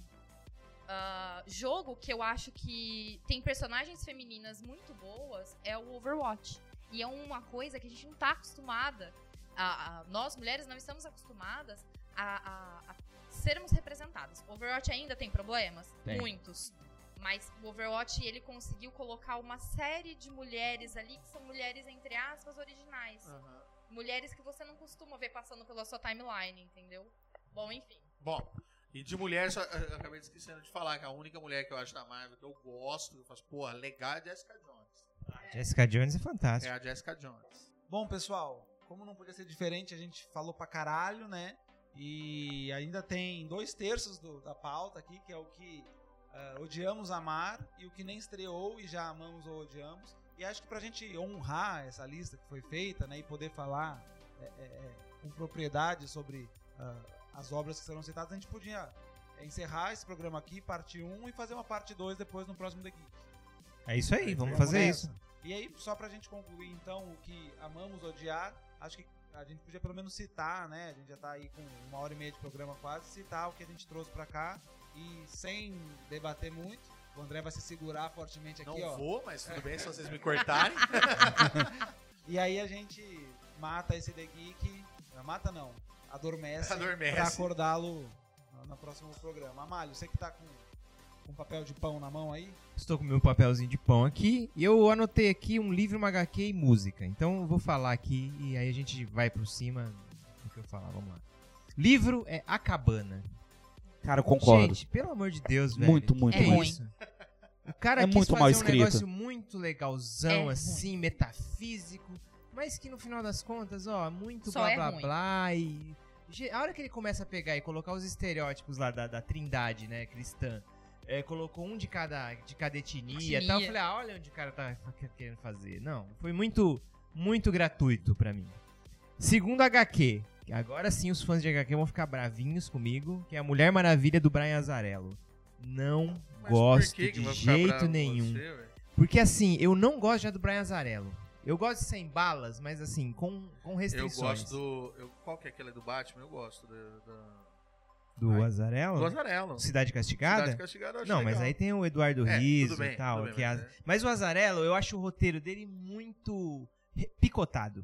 ah, jogo que eu acho que tem personagens femininas muito boas é o Overwatch. E é uma coisa que a gente não tá acostumada. a- a- nós, mulheres, não estamos acostumadas a, a- a sermos representadas. O Overwatch ainda tem problemas? Tem. Muitos. Mas o Overwatch, ele conseguiu colocar uma série de mulheres ali que são mulheres, entre aspas, originais. Ah. Aham. Mulheres que você não costuma ver passando pela sua timeline, entendeu? Bom, enfim. Bom, e de mulher, só, eu eu acabei esquecendo de falar que a única mulher que eu acho da Marvel que eu gosto, eu faço, porra, legal é a Jessica Jones. Jessica Jones é É fantástico. a Jessica Jones. Bom, pessoal, como não podia ser diferente, a gente falou pra caralho, né? E ainda tem dois terços do- da pauta aqui, que é o que ah, odiamos amar e o que nem estreou e já amamos ou odiamos. E acho que pra gente honrar essa lista que foi feita, né? E poder falar é, é, é, com propriedade sobre ah, as obras que serão citadas, a gente podia é, encerrar esse programa aqui, parte 1, e fazer uma parte 2 depois no próximo The Geek. É isso aí, vamos Vamos fazer nessa. isso. E aí, só pra gente concluir, então, o que amamos odiar, acho que a gente podia pelo menos citar, né? A gente já tá aí com uma hora e meia de programa quase, citar o que a gente trouxe pra cá e sem debater muito. O André vai se segurar fortemente aqui, Não ó. vou, mas tudo bem se vocês me cortarem. E aí a gente mata esse The Geek. Não, mata não. Adormece. Adormece. Pra acordá-lo no- no próximo programa. Amalho, você que tá com, com papel de pão na mão aí, Estou com meu papelzinho de pão aqui e eu anotei aqui um livro, uma HQ e música. Então eu vou falar aqui e aí a gente vai por cima do que eu falar. Vamos lá. Livro é A Cabana. Cara, eu concordo. Gente, pelo amor de Deus, velho. Muito, que muito que é ruim. isso? O cara É quis muito fazer mal um escrito. negócio muito legalzão, É assim, metafísico, mas que no final das contas, ó, muito Só blá é blá ruim. blá e... Ge- A hora que ele começa a pegar e colocar os estereótipos lá da, da trindade, né, cristã, é, colocou um de cada, de cada etnia e tal, eu Etnia. falei, ah, olha onde o cara tá querendo fazer. Não, foi muito, muito gratuito pra mim. Segundo HQ, que agora sim os fãs de HQ vão ficar bravinhos comigo, que é a Mulher Maravilha do Brian Azarello. Não Mas gosto por que que de vai ficar bravo jeito com nenhum. você, velho? Porque assim, eu não gosto já do Brian Azarello. Eu gosto de sem balas, mas assim, com, com eu restrições. gosto do. Eu, qual que é aquele do Batman? Eu gosto do. do, do Ai. Azarello? do Azarelo. Cidade Castigada? Cidade Castigada eu acho Não, mas legal. aí tem o Eduardo É, Rizzo tudo bem, e tal. tudo bem, que mas a- é. Mas o Azarello, eu acho o roteiro dele muito re- picotado.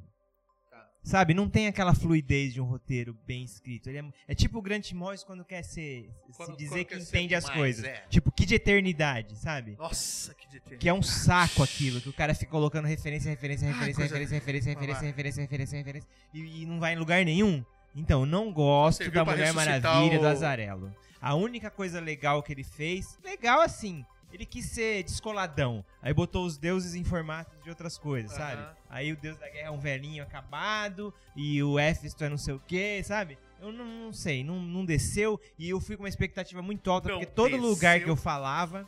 Tá. Sabe, não tem aquela fluidez de um roteiro bem escrito. Ele é, é tipo o Grant Morris quando quer ser, Quando- se dizer quando que quer ser entende as demais, coisas. é. Tipo, que de eternidade, sabe? Nossa, que detenção. Que é um saco aquilo, que o cara fica colocando referência, referência, Ai, referência, Ah, coisa- referência, referência, Vai lá. referência, referência, referência, referência, e, e não vai em lugar nenhum. Então, não gosto Serviu da pra Mulher ressuscitar Maravilha o- do Azarello. A única coisa legal que ele fez, legal assim, ele quis ser descoladão. Aí botou os deuses em formatos de outras coisas, Aham. sabe? Aí o deus da guerra é um velhinho acabado, e o Éfesto é não sei o que, sabe? Eu não, não sei, não, não desceu, e eu fui com uma expectativa muito alta, Não porque todo lugar desceu. que eu falava,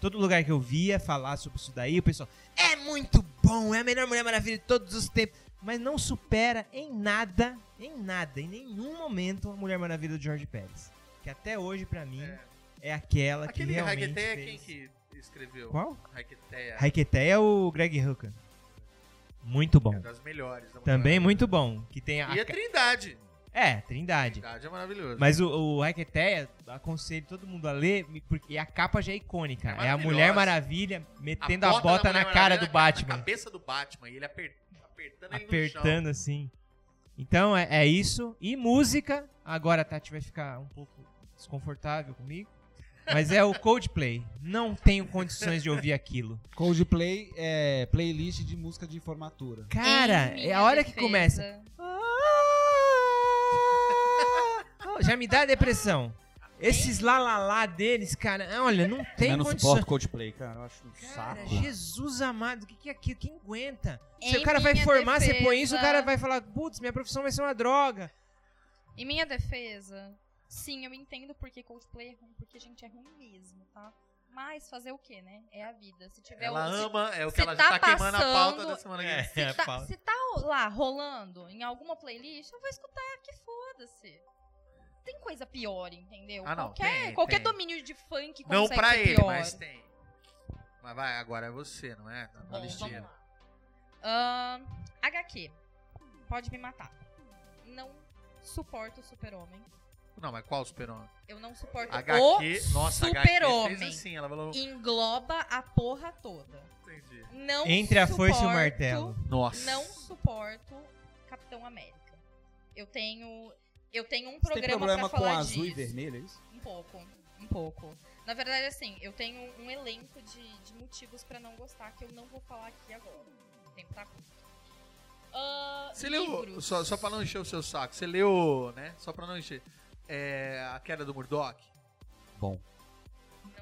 todo lugar que eu via falar sobre isso daí, o pessoal, é muito bom, é a melhor Mulher Maravilha de todos os tempos, mas não supera em nada, em nada, em nenhum momento a Mulher Maravilha do Jorge Pérez. Que até hoje, pra mim, É. é, aquela que Aquele realmente Raqueteia, quem fez- que escreveu? Qual? Raqueteia. Raikkonen é o Greg Hooker. Muito É bom. das melhores. da Também Mulher muito bom. Que tem a. Maravilha. E a ca- Trindade. É, Trindade. Trindade é maravilhoso. Mas o, o Raqueteia, aconselho todo mundo a ler, me- porque a capa já é icônica. É É, a Mulher maravilhosa. Maravilha metendo a bota, da na Mulher cara Maravilha do na ca- Na Batman. cabeça do Batman. E ele aper- apertando ele no chão. Apertando assim. Então é, é isso. E música. Agora a Tati vai ficar um pouco desconfortável comigo. Mas é o Coldplay. Não tenho condições de ouvir aquilo. Coldplay é playlist de música de formatura. Cara, Em é minha a hora que defesa, começa. Ah! Oh, Já me dá depressão. Esses lá, lá, lá deles, cara, olha, não tem eu não condições. suporto Né, Coldplay, cara. Eu acho um Cara, saco. Jesus amado, o que, que é aquilo? Quem aguenta? Se Em o cara vai minha formar, você põe defesa- isso, o cara vai falar, putz, minha profissão vai ser uma droga. Em minha defesa, sim, eu entendo porque Coldplay é ruim, porque a gente é ruim mesmo, tá? Mas fazer o quê, né? É a vida. Se tiver Ela um- se- ama, é o que se ela tá já tá queimando a pauta passando- da semana que É. vem. Se, tá, se tá lá rolando em alguma playlist, eu vou escutar, que foda-se. Tem coisa pior, entendeu? Ah, não, qualquer tem, qualquer tem. domínio de funk consegue Não pra ser ele, pior. mas tem. Mas vai, agora é você, não é? Tá na Bom, vamos listinha. lá. Ahn, HQ. Pode me matar. Não suporto o super-homem. Não, mas qual super-homem? Eu não suporto HQ, o nossa, HQ super-homem. fez assim, ela falou... Engloba a porra toda. Entendi. Não Entre a foice e o suporto- martelo. Nossa. Não suporto Capitão América. Eu tenho. Eu tenho um Você tem programa problema pra com falar azul disso. e vermelho, é isso? Um pouco, um pouco. Na verdade, assim, eu tenho um elenco de, de motivos pra não gostar que eu não vou falar aqui agora. O tempo tá curto. Ah, Você leu, livros. só, só pra não encher o seu saco, você leu, né? Só pra não encher. É, a queda do Murdoch? Bom.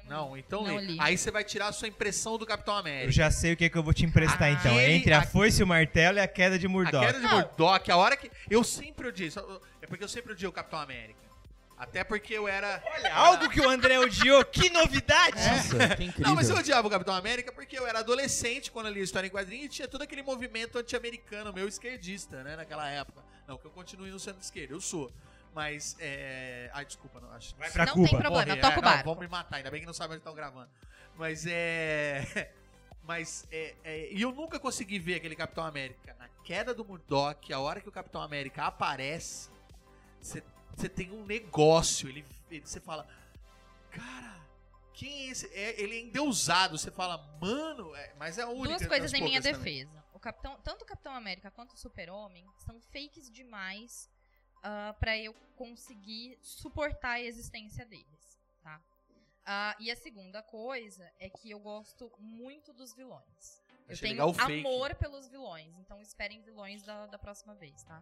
Não, então Não lê. li. Aí você vai tirar a sua impressão do Capitão Eu América. já sei o que, que eu vou te emprestar Aquele- então. É entre a aque- foice, o martelo e a queda de A Murdoch. queda de Não. Murdoch, a hora que. Eu sempre odiei. só- É porque eu sempre odiei o Capitão América. Até porque eu era. Olha, algo que o André odiou, que novidade! Nossa, que incrível. Não, mas eu odiava o Capitão América porque eu era adolescente quando eu lia história em quadrinhos e tinha todo aquele movimento anti-americano, meu esquerdista, né, naquela época. Não, que eu continue no centro esquerda, eu sou. Mas, é. Ai, desculpa, não acho. Vai pra não Cuba. tem problema, Morrer, toca é, o barco. Não, vão me matar, ainda bem que não sabem onde estão gravando. Mas é. Mas é, é, E eu nunca consegui ver aquele Capitão América. Na queda do Murdoch, a hora que o Capitão América aparece, você tem um negócio. Ele você fala. Cara, quem é esse? É, ele é endeusado. Você fala, mano. é, mas é a única. Duas das coisas em minha poucas também. defesa. O Capitão, tanto o Capitão América quanto o Super-Homem são fakes demais ah, pra eu conseguir suportar a existência deles, tá? Ah, e a segunda coisa é que eu gosto muito dos vilões. Eu Achei tenho legal o fake. amor pelos vilões, então esperem vilões da, da próxima vez, tá?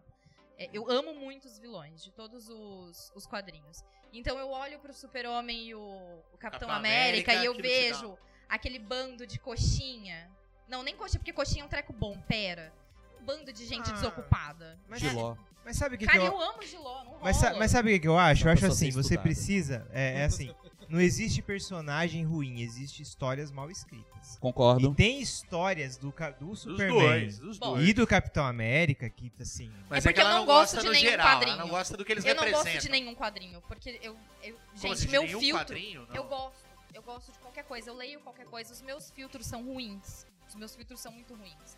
É, eu amo muito os vilões, de todos os, os quadrinhos. Então eu olho pro Super-Homem e o, o Capitão Capitão América, América, e eu aquilo te dá vejo aquele bando de coxinha. Não, nem coxinha, porque coxinha é um treco bom, pera. Um bando de gente Ah, desocupada. Mas, Giló. mas sabe o que, que Cara, eu eu... amo Giló, não Mas, sa- rola. mas sabe o que que eu acho? Eu acho Só pra ser assim, você estudado. precisa. É, é assim. Não existe personagem ruim, existe histórias mal escritas. E Concordo. tem histórias do, ca- do Dos Superman dois, dos Bom. dois. e do Capitão América que, assim. Mas É é, porque que ela eu não não gosto gosta de no nenhum geral. quadrinho. Ela não gosta do que eles eu não representam. gosto de nenhum quadrinho, porque eu. eu- Como gente, assim, de meu nenhum filtro. quadrinho? Não. Eu gosto. Eu gosto de qualquer coisa. Eu leio qualquer coisa. Os meus filtros são ruins. Os meus filtros são muito ruins.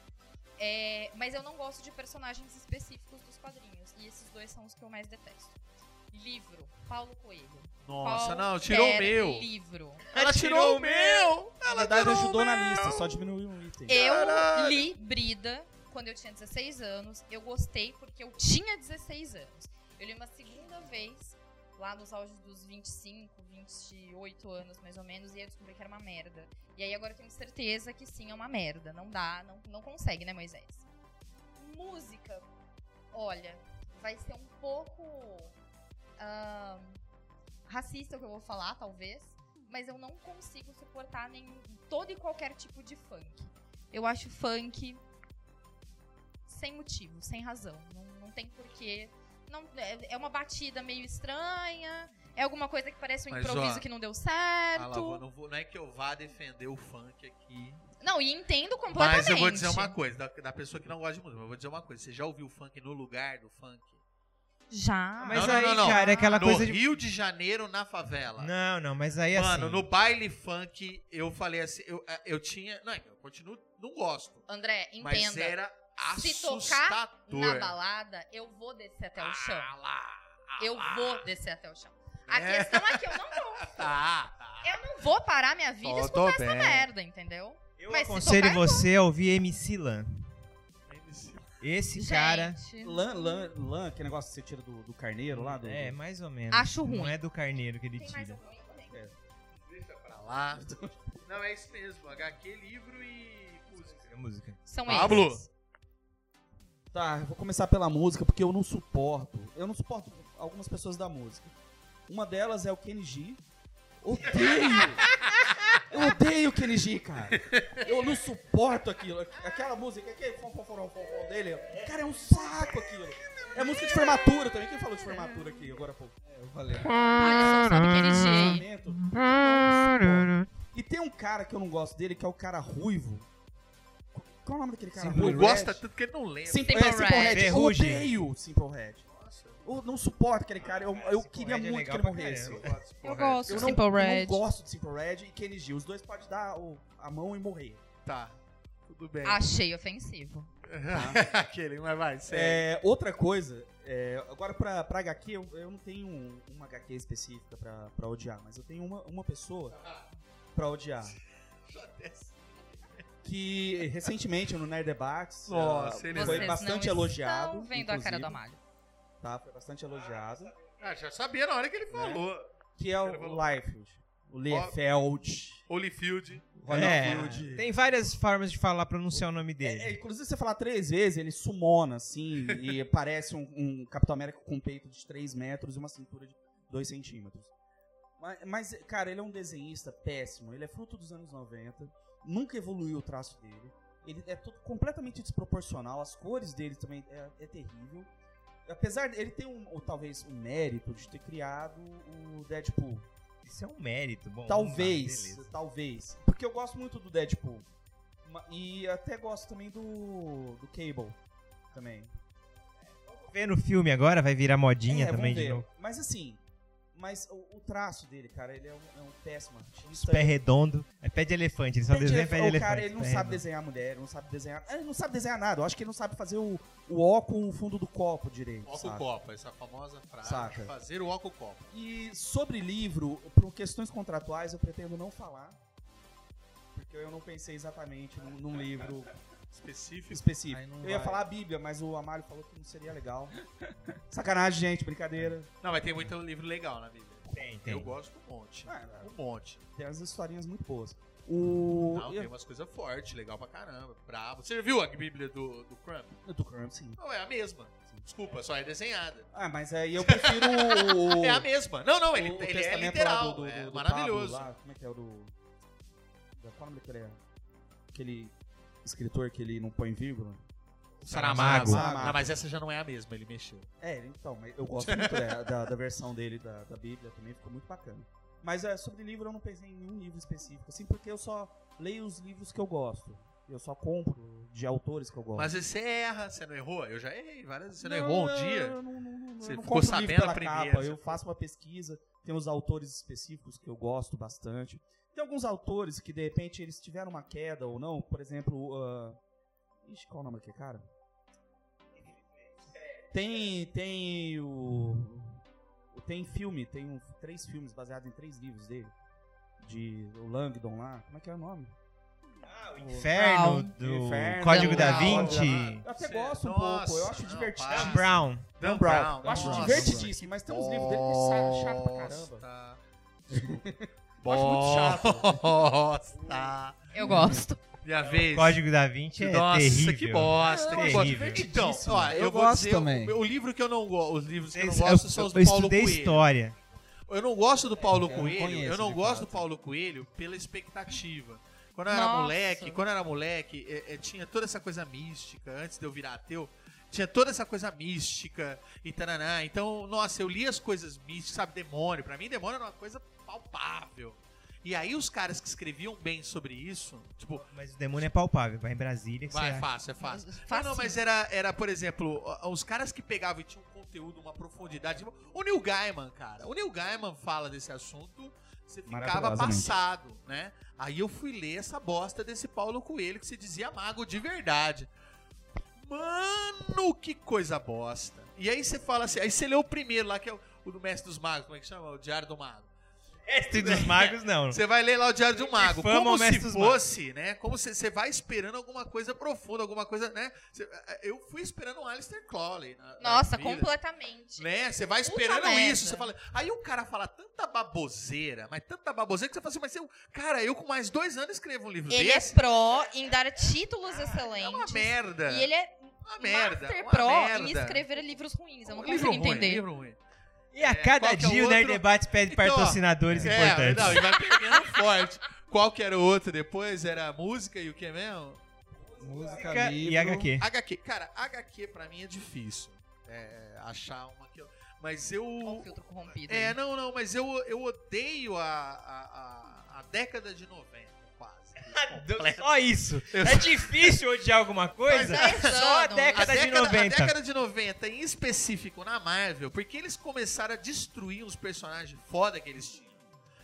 É, mas eu não gosto de personagens específicos dos quadrinhos. E esses dois são os que eu mais detesto. Livro. Paulo Coelho. Nossa, Qualquer não, tirou o meu. Livro. Ela tirou o meu! Na verdade, ajudou na lista, só diminuiu um item. Eu li Brida quando eu tinha 16 anos. Eu gostei porque eu tinha 16 anos. Eu li uma segunda vez, lá nos auges dos 25, 28 anos mais ou menos, e eu descobri que era uma merda. E aí agora eu tenho certeza que sim, é uma merda. Não dá, não, não consegue, né, Moisés? Música, olha, vai ser um pouco ah, racista o que eu vou falar, talvez. Mas eu não consigo suportar nenhum, todo e qualquer tipo de funk. Eu acho funk sem motivo, sem razão. Não, não tem porquê. Não, é é uma batida meio estranha. É alguma coisa que parece um Mas, improviso ó, que não deu Ah, lá, vou- certo. não, vou- não é que eu vá defender o funk aqui. Não, e entendo completamente. Mas eu vou dizer uma coisa, da, da pessoa que não gosta de música, mas eu vou dizer uma coisa. Você já ouviu o funk no lugar do funk? Já. Mas Não, não, aí, não, não. cara, é aquela no coisa de. Rio de Janeiro, na favela. Não, não, mas aí assim. Mano, no baile funk, eu falei assim, eu, eu tinha... Não, é eu continuo, não gosto. André, Mas é entenda. era Se tocar Na assustador. balada, eu vou descer até o chão. Ah, lá, ah, Eu lá. vou descer até o chão. A É. questão é que eu não vou. Tá, tá. Eu não vou parar minha vida e Tô- escutar tô essa bem. merda, entendeu? eu mas se aconselho tocar, eu você a ouvir MC Lan. Esse cara. Gente, Lã, lã, lã, aquele negócio que você tira do, do carneiro lá do. É, do- mais ou menos. Acho Não ruim. é do carneiro que ele Tem mais tira. algum? aí também? É. falar. Não, é isso mesmo. HQ, livro e música. É música. São Pablo! eles. Tá, eu vou começar pela música, porque eu não suporto. Eu não suporto algumas pessoas da música. Uma delas é o Kenny G. Odeio! Eu odeio o Kenny G, cara. Eu não suporto aquilo. Aquela música, é aquele fom, fom, fom, fom, fom dele. Cara, é um saco aquilo. É música de formatura também. Quem falou de formatura aqui agora há pouco? Eu falei. Alisson sabe Ah, aquele jeito. Pensamento. Nossa, pô. E tem um cara que eu não gosto dele, que é o cara ruivo. Qual é o nome daquele cara? Simple ruivo? Red. Gosta tanto que ele não lembra. Simple, Simple é, Simple Red. Red. Eu Ferrugem. odeio Simple Red. Nossa, eu Eu não suporto aquele cara. Eu, eu Simple queria Red é muito que legal ele pra morresse. caramba. gosto, Eu porra. gosto Eu de não, Simple eu não Red. gosto de Simple Red e Kenny G. Os dois podem dar o- a mão e morrer. Tá, tudo bem. Achei ofensivo. Aquele, mas vai, sério. É, outra coisa, é, agora pra, pra HQ, eu, eu não tenho um- uma HQ específica pra, pra odiar, mas eu tenho uma, uma pessoa pra odiar. Que recentemente no Nerd Debates Nossa, ah, ele é foi Vocês não bastante estão elogiado. vendo a cara do inclusive, Amália. tá, foi bastante elogiado. Ah, já sabia na hora que ele falou. Que é Ele o falou- Liefeld, o Liefeld, Holyfield. Ronald. É, Tem várias formas de falar, pronunciar o nome dele. É, é, inclusive, se você falar três vezes, ele sumona, assim, e parece um, um Capitão América com um peito de 3 metros e uma cintura de 2 centímetros. Mas, mas, cara, ele é um desenhista péssimo. Ele é fruto dos anos 90. Nunca evoluiu o traço dele. Ele é todo completamente desproporcional. As cores dele também é, é terrível. Apesar dele ter um, ou talvez um mérito de ter criado o Deadpool. Isso é um mérito. Bom, Talvez, vamos lá, beleza. talvez. Porque eu gosto muito do Deadpool. Ma- E até gosto também do, do Cable. Também. Vendo o filme agora, vai virar modinha É, vamos também de ver. novo. Mas assim, mas o, o traço dele, cara, ele é um, é um péssimo artista. Pé redondo. É pé de elefante. Ele só Ele- desenha pé de o elefante. cara, ele não pé né? sabe redondo. desenhar mulher, ele não sabe desenhar. Ele não sabe desenhar nada. Eu acho que ele não sabe fazer o, o ó com o fundo do copo direito. Oco sabe? Copa, essa famosa frase. Saca. Fazer o Oco Copa. E sobre livro, por questões contratuais, eu pretendo não falar. Porque eu não pensei exatamente num- num livro Específico. específico. Aí não Eu ia vai. falar a Bíblia, mas o Amário falou que não seria legal. Sacanagem, gente, brincadeira. Não, mas tem muito livro legal na Bíblia. Tem, tem. Eu gosto um monte. Ah, Um monte. tem umas historinhas muito boas. O. Não, eu- tem umas coisas fortes, legal pra caramba, brabo. Você já viu a Bíblia do, do Crumb? Do Crumb, sim. Não, é a mesma. Desculpa, só é desenhada. Ah, mas aí eu prefiro o. É a mesma. Não, não, o- ele, o ele é testamento literal. lá do, do, é do maravilhoso. Pablo né? lá, como é que é o do. da- Qual é o nome daquele. Aquele escritor que ele não põe vírgula? Saramago. Ah, mas essa já não é a mesma, ele mexeu. É, então, mas eu gosto muito da, da- da versão dele da, da Bíblia também, ficou muito bacana. Mas é, sobre livro eu não pensei em nenhum livro específico, assim, porque eu só leio os livros que eu gosto. Eu só compro de autores que eu gosto. Mas você erra, você não errou? Eu já errei várias vezes. Você não, errou um dia? Eu não, não- não- Você eu não compro ficou livro sabendo pela a primeira, capa, você eu faço uma pesquisa, tem os autores específicos que eu gosto bastante. Tem alguns autores que, de repente, eles tiveram uma queda ou não, por exemplo... ah, Ixi, qual o nome daquele cara? Tem, tem o... Tem filme, tem um- três filmes baseados em três livros dele. De o Langdon lá, como é que é o nome? Ah, o Inferno, Brown. do Inferno. Código da Não, Vinci. Eu até Cê- gosto um Nossa, pouco, eu acho não, divertido. para. Dan Brown. Dan Dan Brown. Brown, Eu acho nossa. divertidíssimo, mas tem uns livros dele que são chato pra caramba. Bosta. Eu acho muito chato. Bosta. Eu gosto. Minha vez. Código da Vinci é Nossa, terrível. que É bosta, que Terrível. bosta. Então, ó, eu, Eu vou gosto dizer, também. O, o livro que eu não gosto, os livros que eu não Esse- é gosto são os do eu Paulo estudei Coelho. história. Eu não gosto do Paulo eu não Coelho, conheço, eu não de gosto fato. do Paulo Coelho pela expectativa. Quando eu era Nossa. moleque, quando eu era moleque, é- é, tinha toda essa coisa mística, antes de eu virar ateu, tinha toda essa coisa mística e taraná. Então, nossa, eu li as coisas místicas, sabe, demônio. Pra mim, demônio era uma coisa palpável. E aí os caras que escreviam bem sobre isso, tipo, Mas o demônio é palpável. Vai em Brasília que você vai, é acha. fácil, é fácil. Não, Fácil. não, mas era, era, por exemplo, o- os caras que pegavam e tinham um conteúdo, uma profundidade. tipo, O Neil Gaiman, cara. O Neil Gaiman fala desse assunto, você ficava Maravilhosamente. passado, né? Aí eu fui ler essa bosta desse Paulo Coelho que se dizia mago de verdade. Mano, que coisa bosta. E aí você fala assim, aí você lê o primeiro lá, que é o, o do Mestre dos Magos, como é que chama? O Diário do Mago. Mestre dos Magos, não. Você vai ler lá o Diário de um Mago. Fama Como ou se Mestre dos fosse, né? Como se você vai esperando alguma coisa profunda, alguma coisa, né? Você- eu fui esperando o Alistair Crowley. na- na Nossa, vida, completamente. Né? Você vai esperando merda. isso. Você fala... Aí o cara fala tanta baboseira, mas tanta baboseira que você fala assim, mas eu, cara, eu com mais dois anos escrevo um livro Ele é desse. pró em dar títulos É uma excelentes. merda. e ele é uma merda. master uma pro merda. Um em escrever livros ruins. Eu não livro consigo ruim, entender. livro ruim. E a qual cada que é o dia o outro? Nerd Debate pede Então, ó, patrocinadores importantes. não, e vai pegando forte. Qual que era o outro depois? Era a música e o que mesmo? Música, Fica- livro. e HQ. HQ. Cara, HQ pra mim é difícil. É, achar uma que eu... Mas Olha o eu... filtro corrompido. né? É, aí. não, não, mas eu, eu odeio a, a, a- a década de 90, quase. Só isso. Eu- É difícil odiar alguma coisa? Mas é Só a insano. década, a, década, de 90. a década de 90, em específico na Marvel, porque eles começaram a destruir os personagens foda que eles tinham.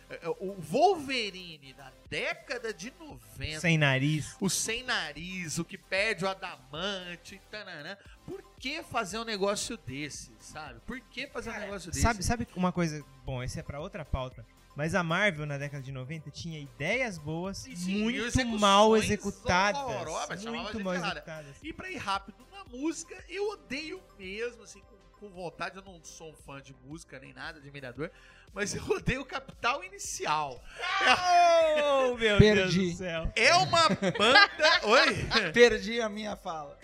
É, é, O Wolverine da década de 90. Sem nariz. o sem nariz, o que perde o adamante, tananã. Por que fazer um negócio desse, sabe? Por que fazer um negócio desse? Sabe, sabe uma coisa? Bom, esse é pra outra pauta. Mas a Marvel na década de 90 tinha ideias boas, Sim, sim, e muito execuções mal executadas. horrorosas, chamava muito de mal caralho. executadas. E pra ir rápido na música, eu odeio mesmo, assim, com, com vontade. Eu não sou um fã de música nem nada, admirador. Mas eu odeio Capital Inicial. Oh, meu Perdi. Deus do céu. É uma banda. Oi? Perdi a minha fala.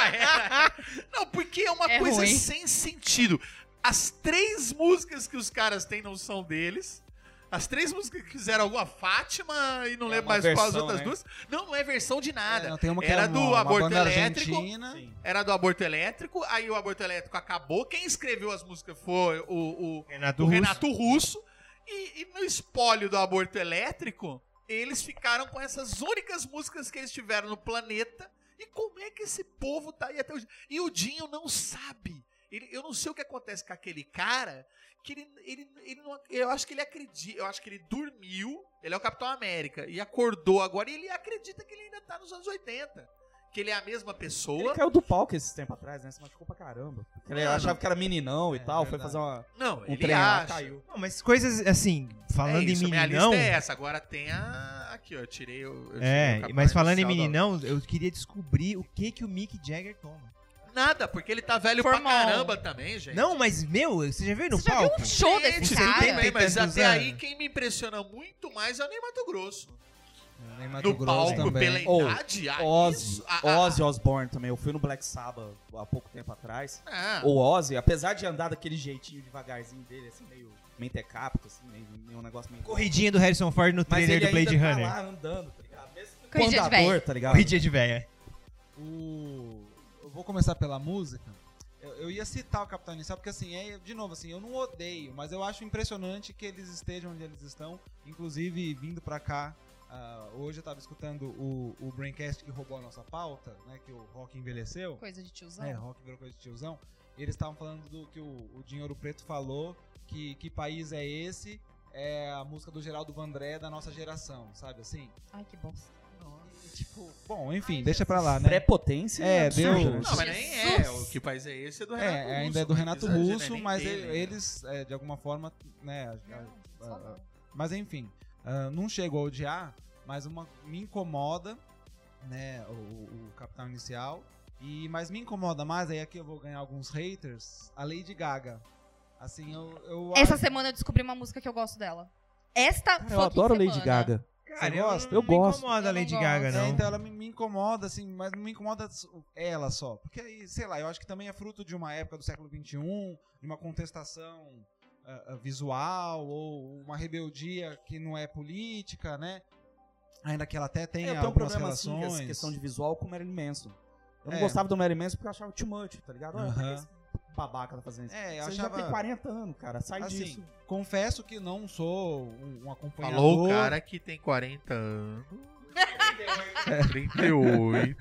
não, porque é uma É coisa ruim. sem sentido. As três músicas que os caras têm não são deles. As três músicas que fizeram alguma Fátima e não É uma lembro mais qual as versão, outras né? duas. Não, não é versão de nada. É, não, tem uma que Era era do uma, uma Aborto banda Elétrico. argentina. Sim. Era do aborto elétrico, aí o aborto elétrico acabou. Quem escreveu as músicas foi o, o- Renato o Russo. Renato Russo. E, e no espólio do aborto elétrico, eles ficaram com essas únicas músicas que eles tiveram no planeta. E como é que esse povo tá aí até hoje? E o Dinho não sabe. Ele- eu não sei o que acontece com aquele cara, que ele, ele, ele não- eu acho que ele acredita, eu acho que ele dormiu, ele é o Capitão América, e acordou agora e ele acredita que ele ainda tá nos anos 80. Que ele é a mesma pessoa. Ele caiu do palco esses tempos atrás, né? Se machucou pra caramba. Porque Ele Mano. achava que era meninão e É, tal, foi verdade. fazer uma, Não, um ele trem lá, acha. caiu. Não, mas coisas assim, falando é isso, em minha meninão. lista é essa. Agora tem a. Aqui, ó, eu tirei o. eu tirei o É, capaz mas falando em inicial da- meninão, eu queria descobrir o que que o Mick Jagger toma. Nada, porque ele tá velho pra Formal. caramba também, gente. Não, mas meu, você já viu no Você já viu palco? um show desse Gente, Você cara? tudo bem, mas tantos até aí anos. quem me impressiona muito mais é o Ney Mato Grosso. Nem Mato No Grosso palco, também. pela Ou, idade, aí Ozzy, isso- ah, ah, Ozzy Osbourne também. Eu fui no Black Sabbath há pouco tempo atrás. ah. O Ozzy, apesar de andar daquele jeitinho devagarzinho dele, assim, meio mentecapto, assim, meio, meio um negócio meio... Corridinha do Harrison Ford no Mas trailer ele do Blade ainda tá Runner. lá andando, tá ligado? Mesmo com Corridinha de andador, véia. tá ligado? Corridinha de véia. O... Eu vou começar pela música. Eu, eu ia citar o Capitão Inicial, porque assim, é, de novo, assim, eu não odeio, mas eu acho impressionante que eles estejam onde eles estão. Inclusive, vindo pra cá, ah, hoje eu tava escutando o, o Braincast que roubou a nossa pauta, né? Que o Rock envelheceu. Coisa de tiozão. É, rock virou coisa de tiozão. Eles estavam falando do que o, o Dinho Ouro Preto falou, que, que país é esse? É a música do Geraldo Vandré da nossa geração, sabe assim? Ai, que bosta. E, tipo, bom, enfim, deixa pra lá, né? Prepotência É, absurda, deu- né? Não, mas nem é. O que país é esse é do Renato É, ainda Russo, é do mas Renato isso a gente Russo, nem mas tem, ele- né? eles, é, de alguma forma, né? Não, ah, só não. Mas enfim, ah, não chego a odiar, mas uma, me incomoda, né, o, o- o Capitão Inicial. E, mas me incomoda mais, aí aqui eu vou ganhar alguns haters, a Lady Gaga. Assim, eu, eu Essa acho- semana eu descobri uma música que eu gosto dela. Esta Eu fucking adoro semana. né? Lady Gaga. Cara, Você gosta? Eu não gosto. Me incomoda a Eu não Lady gosto. Gaga, É, não. então ela me, me incomoda, assim, mas não me incomoda s- ela só. Porque aí, sei lá, eu acho que também é fruto de uma época do século XXI, de uma contestação ah, ah, visual, ou uma rebeldia que não é política, né? Ainda que ela até tenha eu tenho um algumas problema assim, relações. com essa questão de visual com o Marilyn Manson. Eu não É. gostava do Marilyn Manson porque eu achava too much, tá ligado? Olha, pra Aham. que esse babaca tá fazendo isso? É, eu Você achava- já tem 40 anos, cara. Sai Assim, disso. Confesso que não sou um, um acompanhador. Falou o cara que tem 40 anos. 38.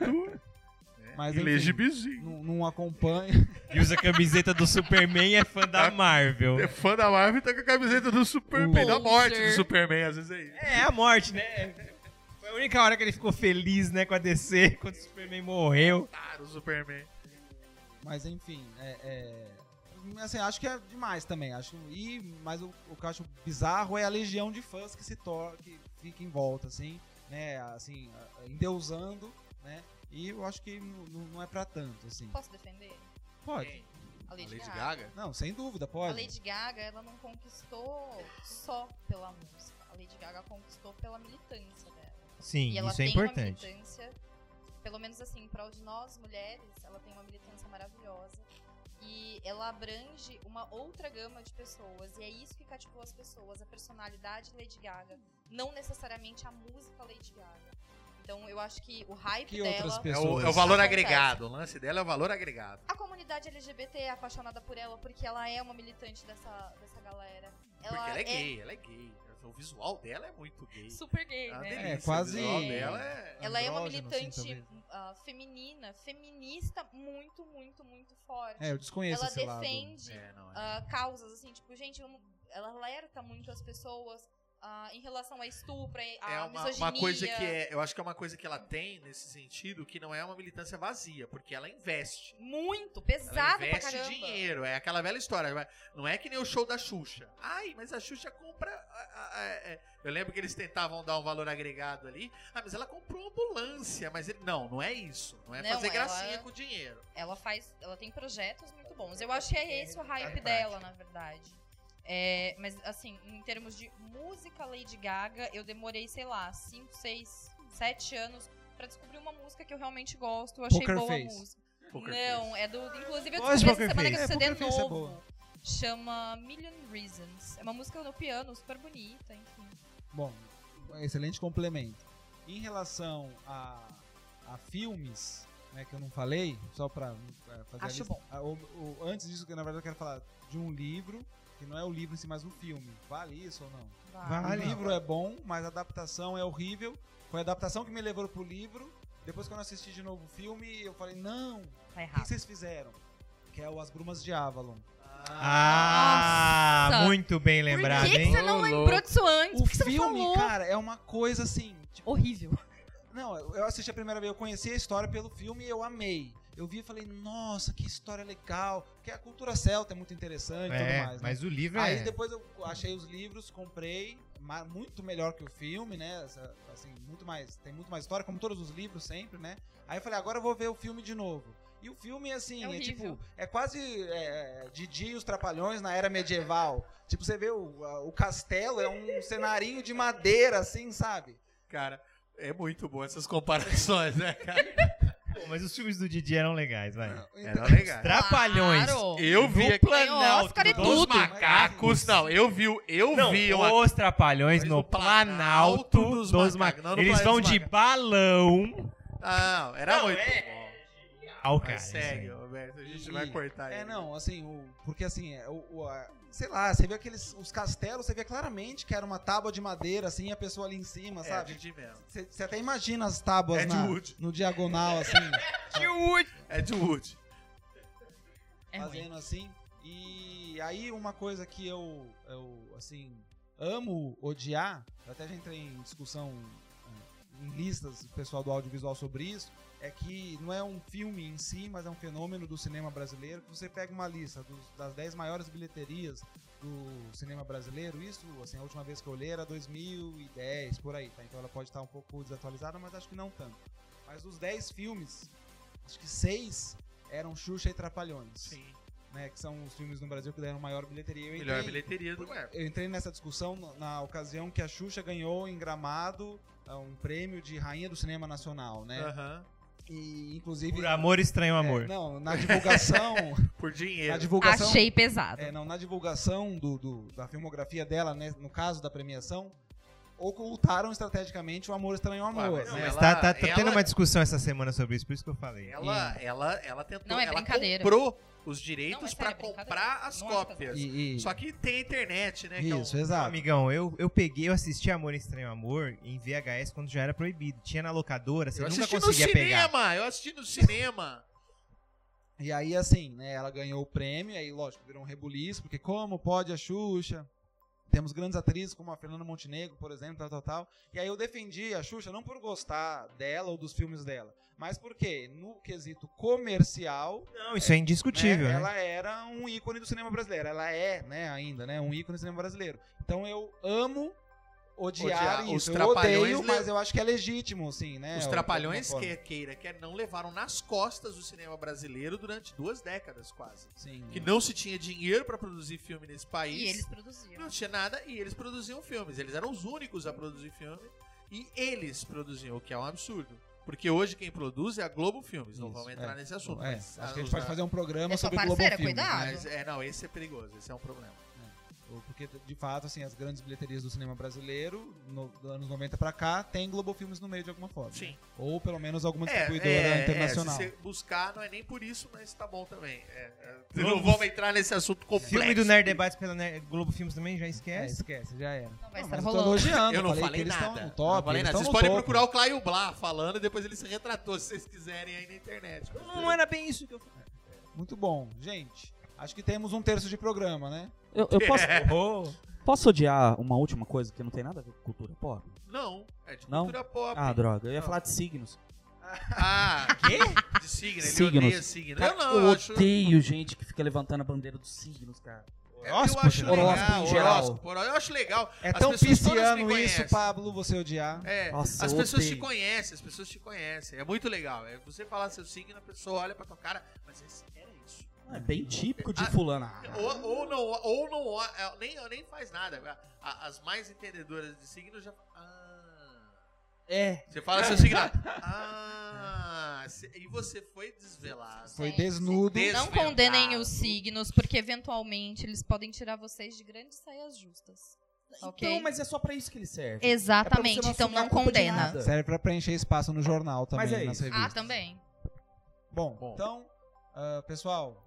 Mas, e lê enfim, gibizinho. É. não, não acompanho. E usa a camiseta do Superman e é fã da Marvel. É fã da Marvel e tá com a camiseta do Superman. O- Da morte do Loser. Superman, às vezes é isso. É, a morte, né? Foi a única hora que ele ficou feliz, né, com a DC, É quando o Superman morreu. Claro, o Superman. Mas enfim, é, é, assim, acho que é demais também. Acho, e, mas o, o que eu acho bizarro é a legião de fãs que se tor que fica em volta, assim, né? Assim, a- endeusando, né? E eu acho que não, não- não é pra tanto, assim. Posso defender? Pode. A A Lady, Lady Gaga. Gaga? Não, sem dúvida, A pode. Lady Gaga, ela não conquistou só pela música. A Lady Gaga conquistou pela militância dela. Sim, e ela isso é tem importante. uma militância, pelo menos assim, para de nós mulheres, ela tem uma militância maravilhosa. E ela abrange uma outra gama de pessoas. E é isso que cativou as pessoas, a personalidade Lady Gaga. Não necessariamente a música Lady Gaga. Então eu acho que o hype Que dela. outras É o, pessoas? é o valor Acontece. agregado. O lance dela é o valor agregado. A comunidade LGBT é apaixonada por ela porque ela é uma militante dessa, dessa galera. Ela porque ela é gay, ela é gay. O visual dela é muito gay. Super gay, É uma né? É, delícia, quase- O visual dela é... Ela é uma andrógeno, militante assim, talvez. ah, feminina, feminista muito, muito, muito forte. É, eu desconheço ela esse lado. defende É, não, é. ah, causas, assim, tipo, gente, vamos- ela alerta muito as pessoas ah, em relação a estupro, a é uma, misoginia. uma coisa que é, eu acho que é uma coisa que ela tem nesse sentido que não é uma militância vazia, porque ela investe. Muito, Ela pesado pra investe caramba. dinheiro, é aquela velha história. vai- Não é que nem o show da Xuxa. Ai, mas a Xuxa compra. a- a- a- é. Eu lembro que eles tentavam dar um valor agregado ali. Ah, mas ela comprou uma ambulância. Mas ele- não, não é isso. Não é Não, fazer ela- gracinha com dinheiro. Ela faz, ela tem projetos muito bons. Eu acho que é esse o hype prática. dela, na verdade. É, mas assim, em termos de música Lady Gaga, eu demorei, sei lá, 5, 6, 7 anos pra descobrir uma música que eu realmente gosto. Eu achei Poker boa Face. a música. Poker não, é do. Inclusive, eu Gosto de descobri essa Poker semana que é Face. um É, CD Poker Face é novo. boa. chama Million Reasons. É uma música no piano, super bonita, enfim. Bom, excelente complemento. Em relação a, a filmes, né, que eu não falei, só pra é, fazer a Acho lista. bom. Ah, o- o- antes disso, que na verdade eu quero falar de um livro, que não é o livro em si, mas um filme. Vale isso ou não? Ah, Vai. Vale. O livro é bom, mas a adaptação é horrível. Foi a adaptação que me levou pro livro. Depois, quando eu assisti de novo o filme, eu falei, não, o Tá que que errado. vocês fizeram? Que é o As Brumas de Avalon. Ah, Nossa. muito bem lembrado, Por que, que hein? você não lembrou disso antes? O Por que você não filme, falou? cara, é uma coisa assim, tipo, Horrível. Não, eu eu assisti a primeira vez, eu conheci a história pelo filme e eu amei. Eu vi e falei, nossa, que história legal. Porque a cultura celta é muito interessante e É, tudo mais. né? mas o livro Aí é. depois eu achei os livros, comprei, ma- muito melhor que o filme, né? Essa- Assim, muito mais, tem muito mais história, como todos os livros sempre, né? Aí eu falei, agora eu vou ver o filme de novo. E o filme, assim, É é, horrível. tipo, é quase é, Didi e os Trapalhões na era medieval. Tipo, você vê o, a- o castelo, é um cenarinho de madeira, assim, sabe? Cara, é muito bom essas comparações, né, cara? Pô, mas os filmes do Didi eram legais, vai. Era legal. Trapalhões. Claro. Eu vi No aqui- Planalto. Oscar e Dos tudo. macacos, Ah, não, eu vi, o- eu Não, vi uma os Trapalhões Mas no no Planalto Planalto dos, Macacos. dos Macacos. Não, no Eles vão Planalto dos de Macacos. balão. Não, era Não, muito é- bom. Ao cara. Mas segue, Ah, isso aí. Roberto, a gente E- vai cortar É, ele. não, assim, o- porque assim, é, o, o- a- sei lá, você vê aqueles, os castelos, você vê claramente que era uma tábua de madeira, assim, e a pessoa ali em cima, É, sabe? Didi mesmo. Você você até imagina as tábuas É de na- wood. no diagonal, assim, É de Wood. É ruim. fazendo assim. E aí uma coisa que eu, eu, assim, amo odiar, eu até já entrei em discussão eh, em listas, o pessoal do audiovisual sobre isso, é que não é um filme em si, mas é um fenômeno do cinema brasileiro, que você pega uma lista dos- das 10 maiores bilheterias do cinema brasileiro, isso, assim, a última vez que eu olhei era 2010, por aí, tá? Então ela pode estar um pouco desatualizada, mas acho que não tanto. Mas dos 10 filmes, acho que 6 eram Xuxa e Trapalhões Sim. né, que são os filmes no Brasil que deram maior bilheteria. Eu Melhor entrei, bilheteria do Marvel. eu entrei nessa discussão na, na ocasião que a Xuxa ganhou em Gramado ah, um prêmio de Rainha do Cinema Nacional, né? Aham. E inclusive Por amor estranho é, amor. não, na divulgação, Por na dinheiro. divulgação Achei pesado. é, não, na divulgação do, do- da filmografia dela, né, no caso da premiação, ocultaram estrategicamente o Amor Estranho Amor, Ué, mas né? é- Mas ela- tá, tá- tá ela- tendo uma discussão essa semana sobre isso, por isso que eu falei. Ela, ela, ela tentou, Não, é ela brincadeira. comprou os Não, é direitos sério, pra é brincadeira. comprar as Não é cópias. E- e- Só que tem a internet, né? que é um- isso, Não, exato. Então, amigão, eu, eu peguei, eu assisti Amor Estranho Amor em VHS quando já era proibido. Tinha na locadora, você eu nunca assisti no conseguia cinema, pegar. eu assisti no cinema. E aí, assim, né, ela ganhou o prêmio, aí, lógico, virou um rebuliço, porque como pode a Xuxa Temos grandes atrizes como a Fernanda Montenegro, por exemplo, tal, tal, tal. E aí eu defendi a Xuxa não por gostar dela ou dos filmes dela, mas porque no quesito comercial, Não, isso é indiscutível, né, né? ela era um ícone do cinema brasileiro. Ela é, né, ainda, né, um ícone do cinema brasileiro. Então eu amo odiar, Odiar. Os isso. Eu Trapalhões odeio, le- mas eu acho que é legítimo, sim, né? Os de trapalhões, alguma que queira, quer não, levaram nas costas o cinema brasileiro durante duas décadas quase. forma. Sim. Que não se tinha dinheiro pra produzir filme nesse país. E eles Não produziam. tinha nada e eles produziam filmes. Eles eram os únicos a produzir filme e eles produziam, o que é um absurdo. Porque hoje quem produz é a Globo Filmes. Não Isso, vamos entrar é. nesse assunto. É, mas acho que a os gente pode da- fazer um programa É sua sobre né? Globo parceira, Filmes. cuidado. Mas, é, não, esse é perigoso, esse é um problema. Porque, de fato, assim, as grandes bilheterias do cinema brasileiro, no, dos anos 90 pra cá, tem Globo Filmes no meio de alguma forma. né? Sim. Ou pelo menos alguma É, distribuidora é, é, né, internacional. se você buscar, não é nem por isso, mas tá bom também. É, é, não vamos entrar nesse assunto complexo. Filme do Nerd Debates pela Nerd- Globo Filmes também, já É, esquece. esquece, já era. Não, vai estar mas eu tô rolando. elogiando, Eu não falei, falei que eles nada. estão no top. não falei eles nada. Vocês estão no podem topo. procurar o Claio Blá falando e depois ele se retratou, se vocês quiserem aí na internet. Não é era bem isso que eu falei. Muito bom. Gente, acho que temos um terço de programa, né? Eu, eu posso, posso odiar uma última coisa que não tem nada a ver com cultura pop? Não, é de Não? cultura pop. Ah, droga, eu ia Não. falar de signos. Ah, De signo, ele Signos. odeia signo. Cara, eu não, eu acho. odeio gente que fica levantando a bandeira dos signos, cara. é, Eu acho Horóscopo legal, em geral. horóscopo, horó- eu acho legal. É As tão pessoas todas me pisciano conhecem. isso, Pablo, você odiar. É, Nossa, as eu pessoas odeio. te conhecem, as pessoas te conhecem. É muito legal. É você falar seu signo, a pessoa olha pra tua cara, mas esse era isso. É bem típico de Ah, fulano. Ou, ou não, ou não, ó- é, nem, nem faz nada. A- As mais entendedoras de signo já. Ah. É. Você fala seu signo. Ah, se- e você foi desvelado. Foi Sim, desnudo. sim. Não Desvendado. condenem os signos, porque eventualmente eles podem tirar vocês de grandes saias justas. Ok? Então, mas é só pra isso que ele serve. É pra você Exatamente, então assumir a não culpa de condena. nada. Serve pra preencher espaço no jornal também, Mas é nas isso. Ah, revistas. também. Bom, Bom. então, ah, pessoal,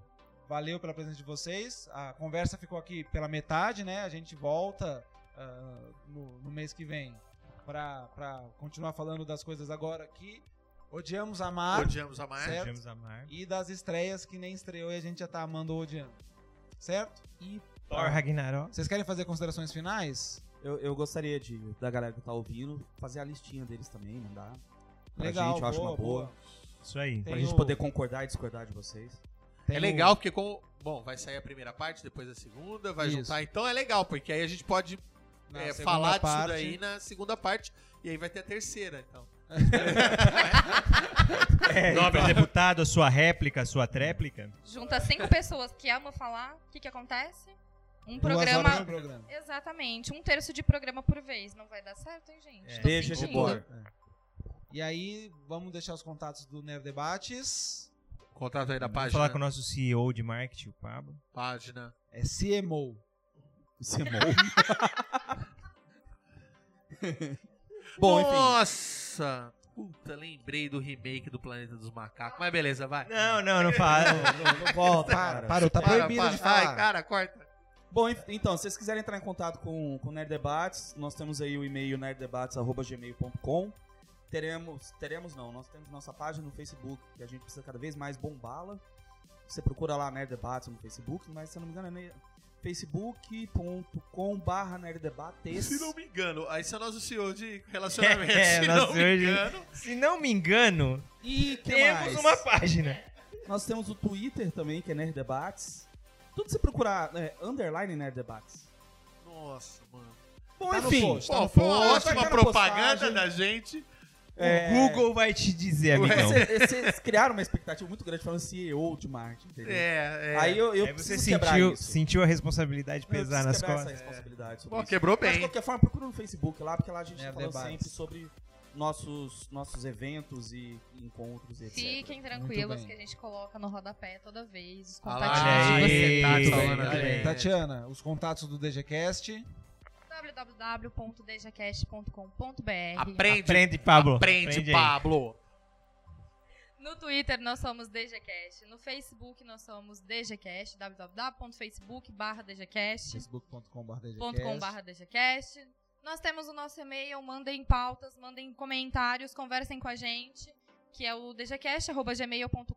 valeu pela presença de vocês. A conversa ficou aqui pela metade, né? A gente volta ah, no, no mês que vem pra, pra continuar falando das coisas agora que odiamos amar Odiamos a mais. Certo. James Amar. e das estreias que nem estreou e a gente já tá amando ou odiando. Certo? E Thor Ragnarok. vocês querem fazer considerações finais? Eu, eu gostaria de, da galera que tá ouvindo, fazer a listinha deles também, mandar. Pra Legal, gente, eu acho boa, uma boa. Isso aí. Tem Pra gente o- poder concordar e discordar de vocês. tem um É um- o- legal porque como bom, vai sair a primeira parte, depois a segunda, vai Isso. juntar. Então é legal porque aí a gente pode na é, segunda falar parte. disso daí na segunda parte e aí vai ter a terceira. Então É. Nobre deputado, a sua réplica, a sua tréplica. Junta cinco pessoas que amam falar, o que, que acontece? Um Duas horas de programa. programa. Exatamente, um terço de programa por vez. Não vai dar certo, hein, gente? É. Tô Deixa de sentindo. boa. E aí, vamos deixar os contatos do Nerd Debates. contato aí da Vamos página. falar com o nosso CEO de marketing, o Pablo. Página. É CMO. Isso é bom. bom, enfim. Nossa, puta, lembrei do remake do Planeta dos Macacos. Mas beleza, vai. Não, não, não fala. Não, não volta, Para, cara. parou, tá Para, proibido para. de falar. Ai, cara, corta. Bom, enf- então, se vocês quiserem entrar em contato com, com o Nerd Debates, nós temos aí o e-mail nerddebates.gmail.com. Teremos, teremos não, nós temos nossa página no Facebook, que a gente precisa cada vez mais bombá-la. Você procura lá Nerd Debates no Facebook, mas se eu não me engano é facebook.com barra nerddebates. Se não me engano, aí esse é o nosso CEO de relacionamento. É, se nosso não CEO me de- engano. Se não me engano, E que temos mais? uma página. Nós temos o Twitter também, que é Nerd Debates. Tudo se procurar, é, underline Nerd Debates. Nossa, mano. Bom, Tá no enfim. post. Bom, foi uma post, vai ótima estar Tá na propaganda né? postagem. da gente. É. O Google vai te dizer, Ué, amigão. Vocês vocês criaram uma expectativa muito grande falando CEO de marketing, entendeu? É, é. Aí eu, eu Aí você preciso quebrar sentiu, isso. sentiu a responsabilidade Eu preciso pesar nas quebrar costas. essa responsabilidade sobre Bom, isso. quebrou Mas de bem. É qualquer forma, procura no Facebook lá, porque lá a gente Nerd tá falando Debates. sempre sobre nossos, nossos eventos e encontros e etc. Fiquem Muito tranquilos bem. que a gente coloca no rodapé toda vez. Os Olha contatinhos de aí. vocês. Muito tá bem, falando muito aí. bem. Tatiana, os contatos do DGCast. www.dejacast.com.br Aprende, Aprende, Pablo. Aprende, Aprende aí. Pablo. No Twitter nós somos DGCast. No Facebook nós somos DGCast. www.facebook.dgcast.com.br facebook.com.br DGCast. Nós temos o nosso e-mail. Mandem pautas, mandem comentários, conversem com a gente. Que é o dgcast.gmail.com.br.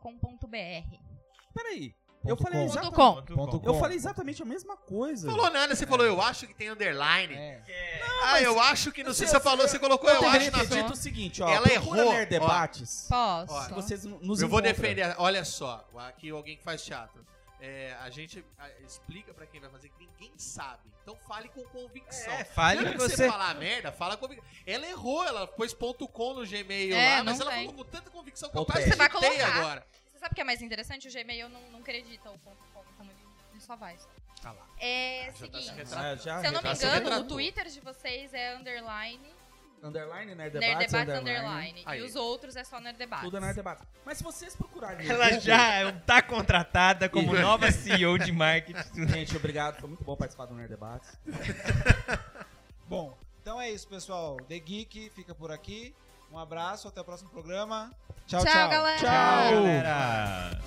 Peraí, Eu falei, Ponto exatamente, com. Ponto eu com. falei exatamente a mesma coisa. Falou nada, você falou, eu acho que tem underline. É. ah, eu acho que não eu sei sei, se você eu sei, falou, você colocou eu eu acho deveria na ter frente. dito o seguinte, ó. Ela procura errou, Nerd ó. Debates. Posso. Ó, Vocês nos eu vou encontram. defender. Olha só, aqui alguém que faz teatro. É, a gente a- explica pra quem vai fazer que ninguém sabe. Então fale com convicção. É, fale Quando que você, você- falar merda, fala com convicção. Ela errou, ela pôs ponto .com no Gmail É, lá, mas não ela tem. falou com tanta convicção que eu Ponto quase com. Você vai digitei colocar. agora. Você sabe o que é mais interessante? O Gmail não, não acredita o ponto com, então ele, ele só vai. Só. Tá lá. É Já tá se seguinte, retraindo. Ah, já se eu não me já se engano, retratou. o Twitter de vocês é underline, Underline, Nerd Debates, Nerd Debates underline. underline. Aí. E os outros é só Nerd Debates. Tudo é Nerd Debates. Mas se vocês procurarem... no Ela Google- já tá contratada como E- nova CEO de marketing. Gente, obrigado. Foi muito bom participar do Nerd Debates. Bom, então é isso, pessoal. The Geek fica por aqui. Um abraço, até o próximo programa. Tchau, tchau. Tchau, galera. Tchau, galera!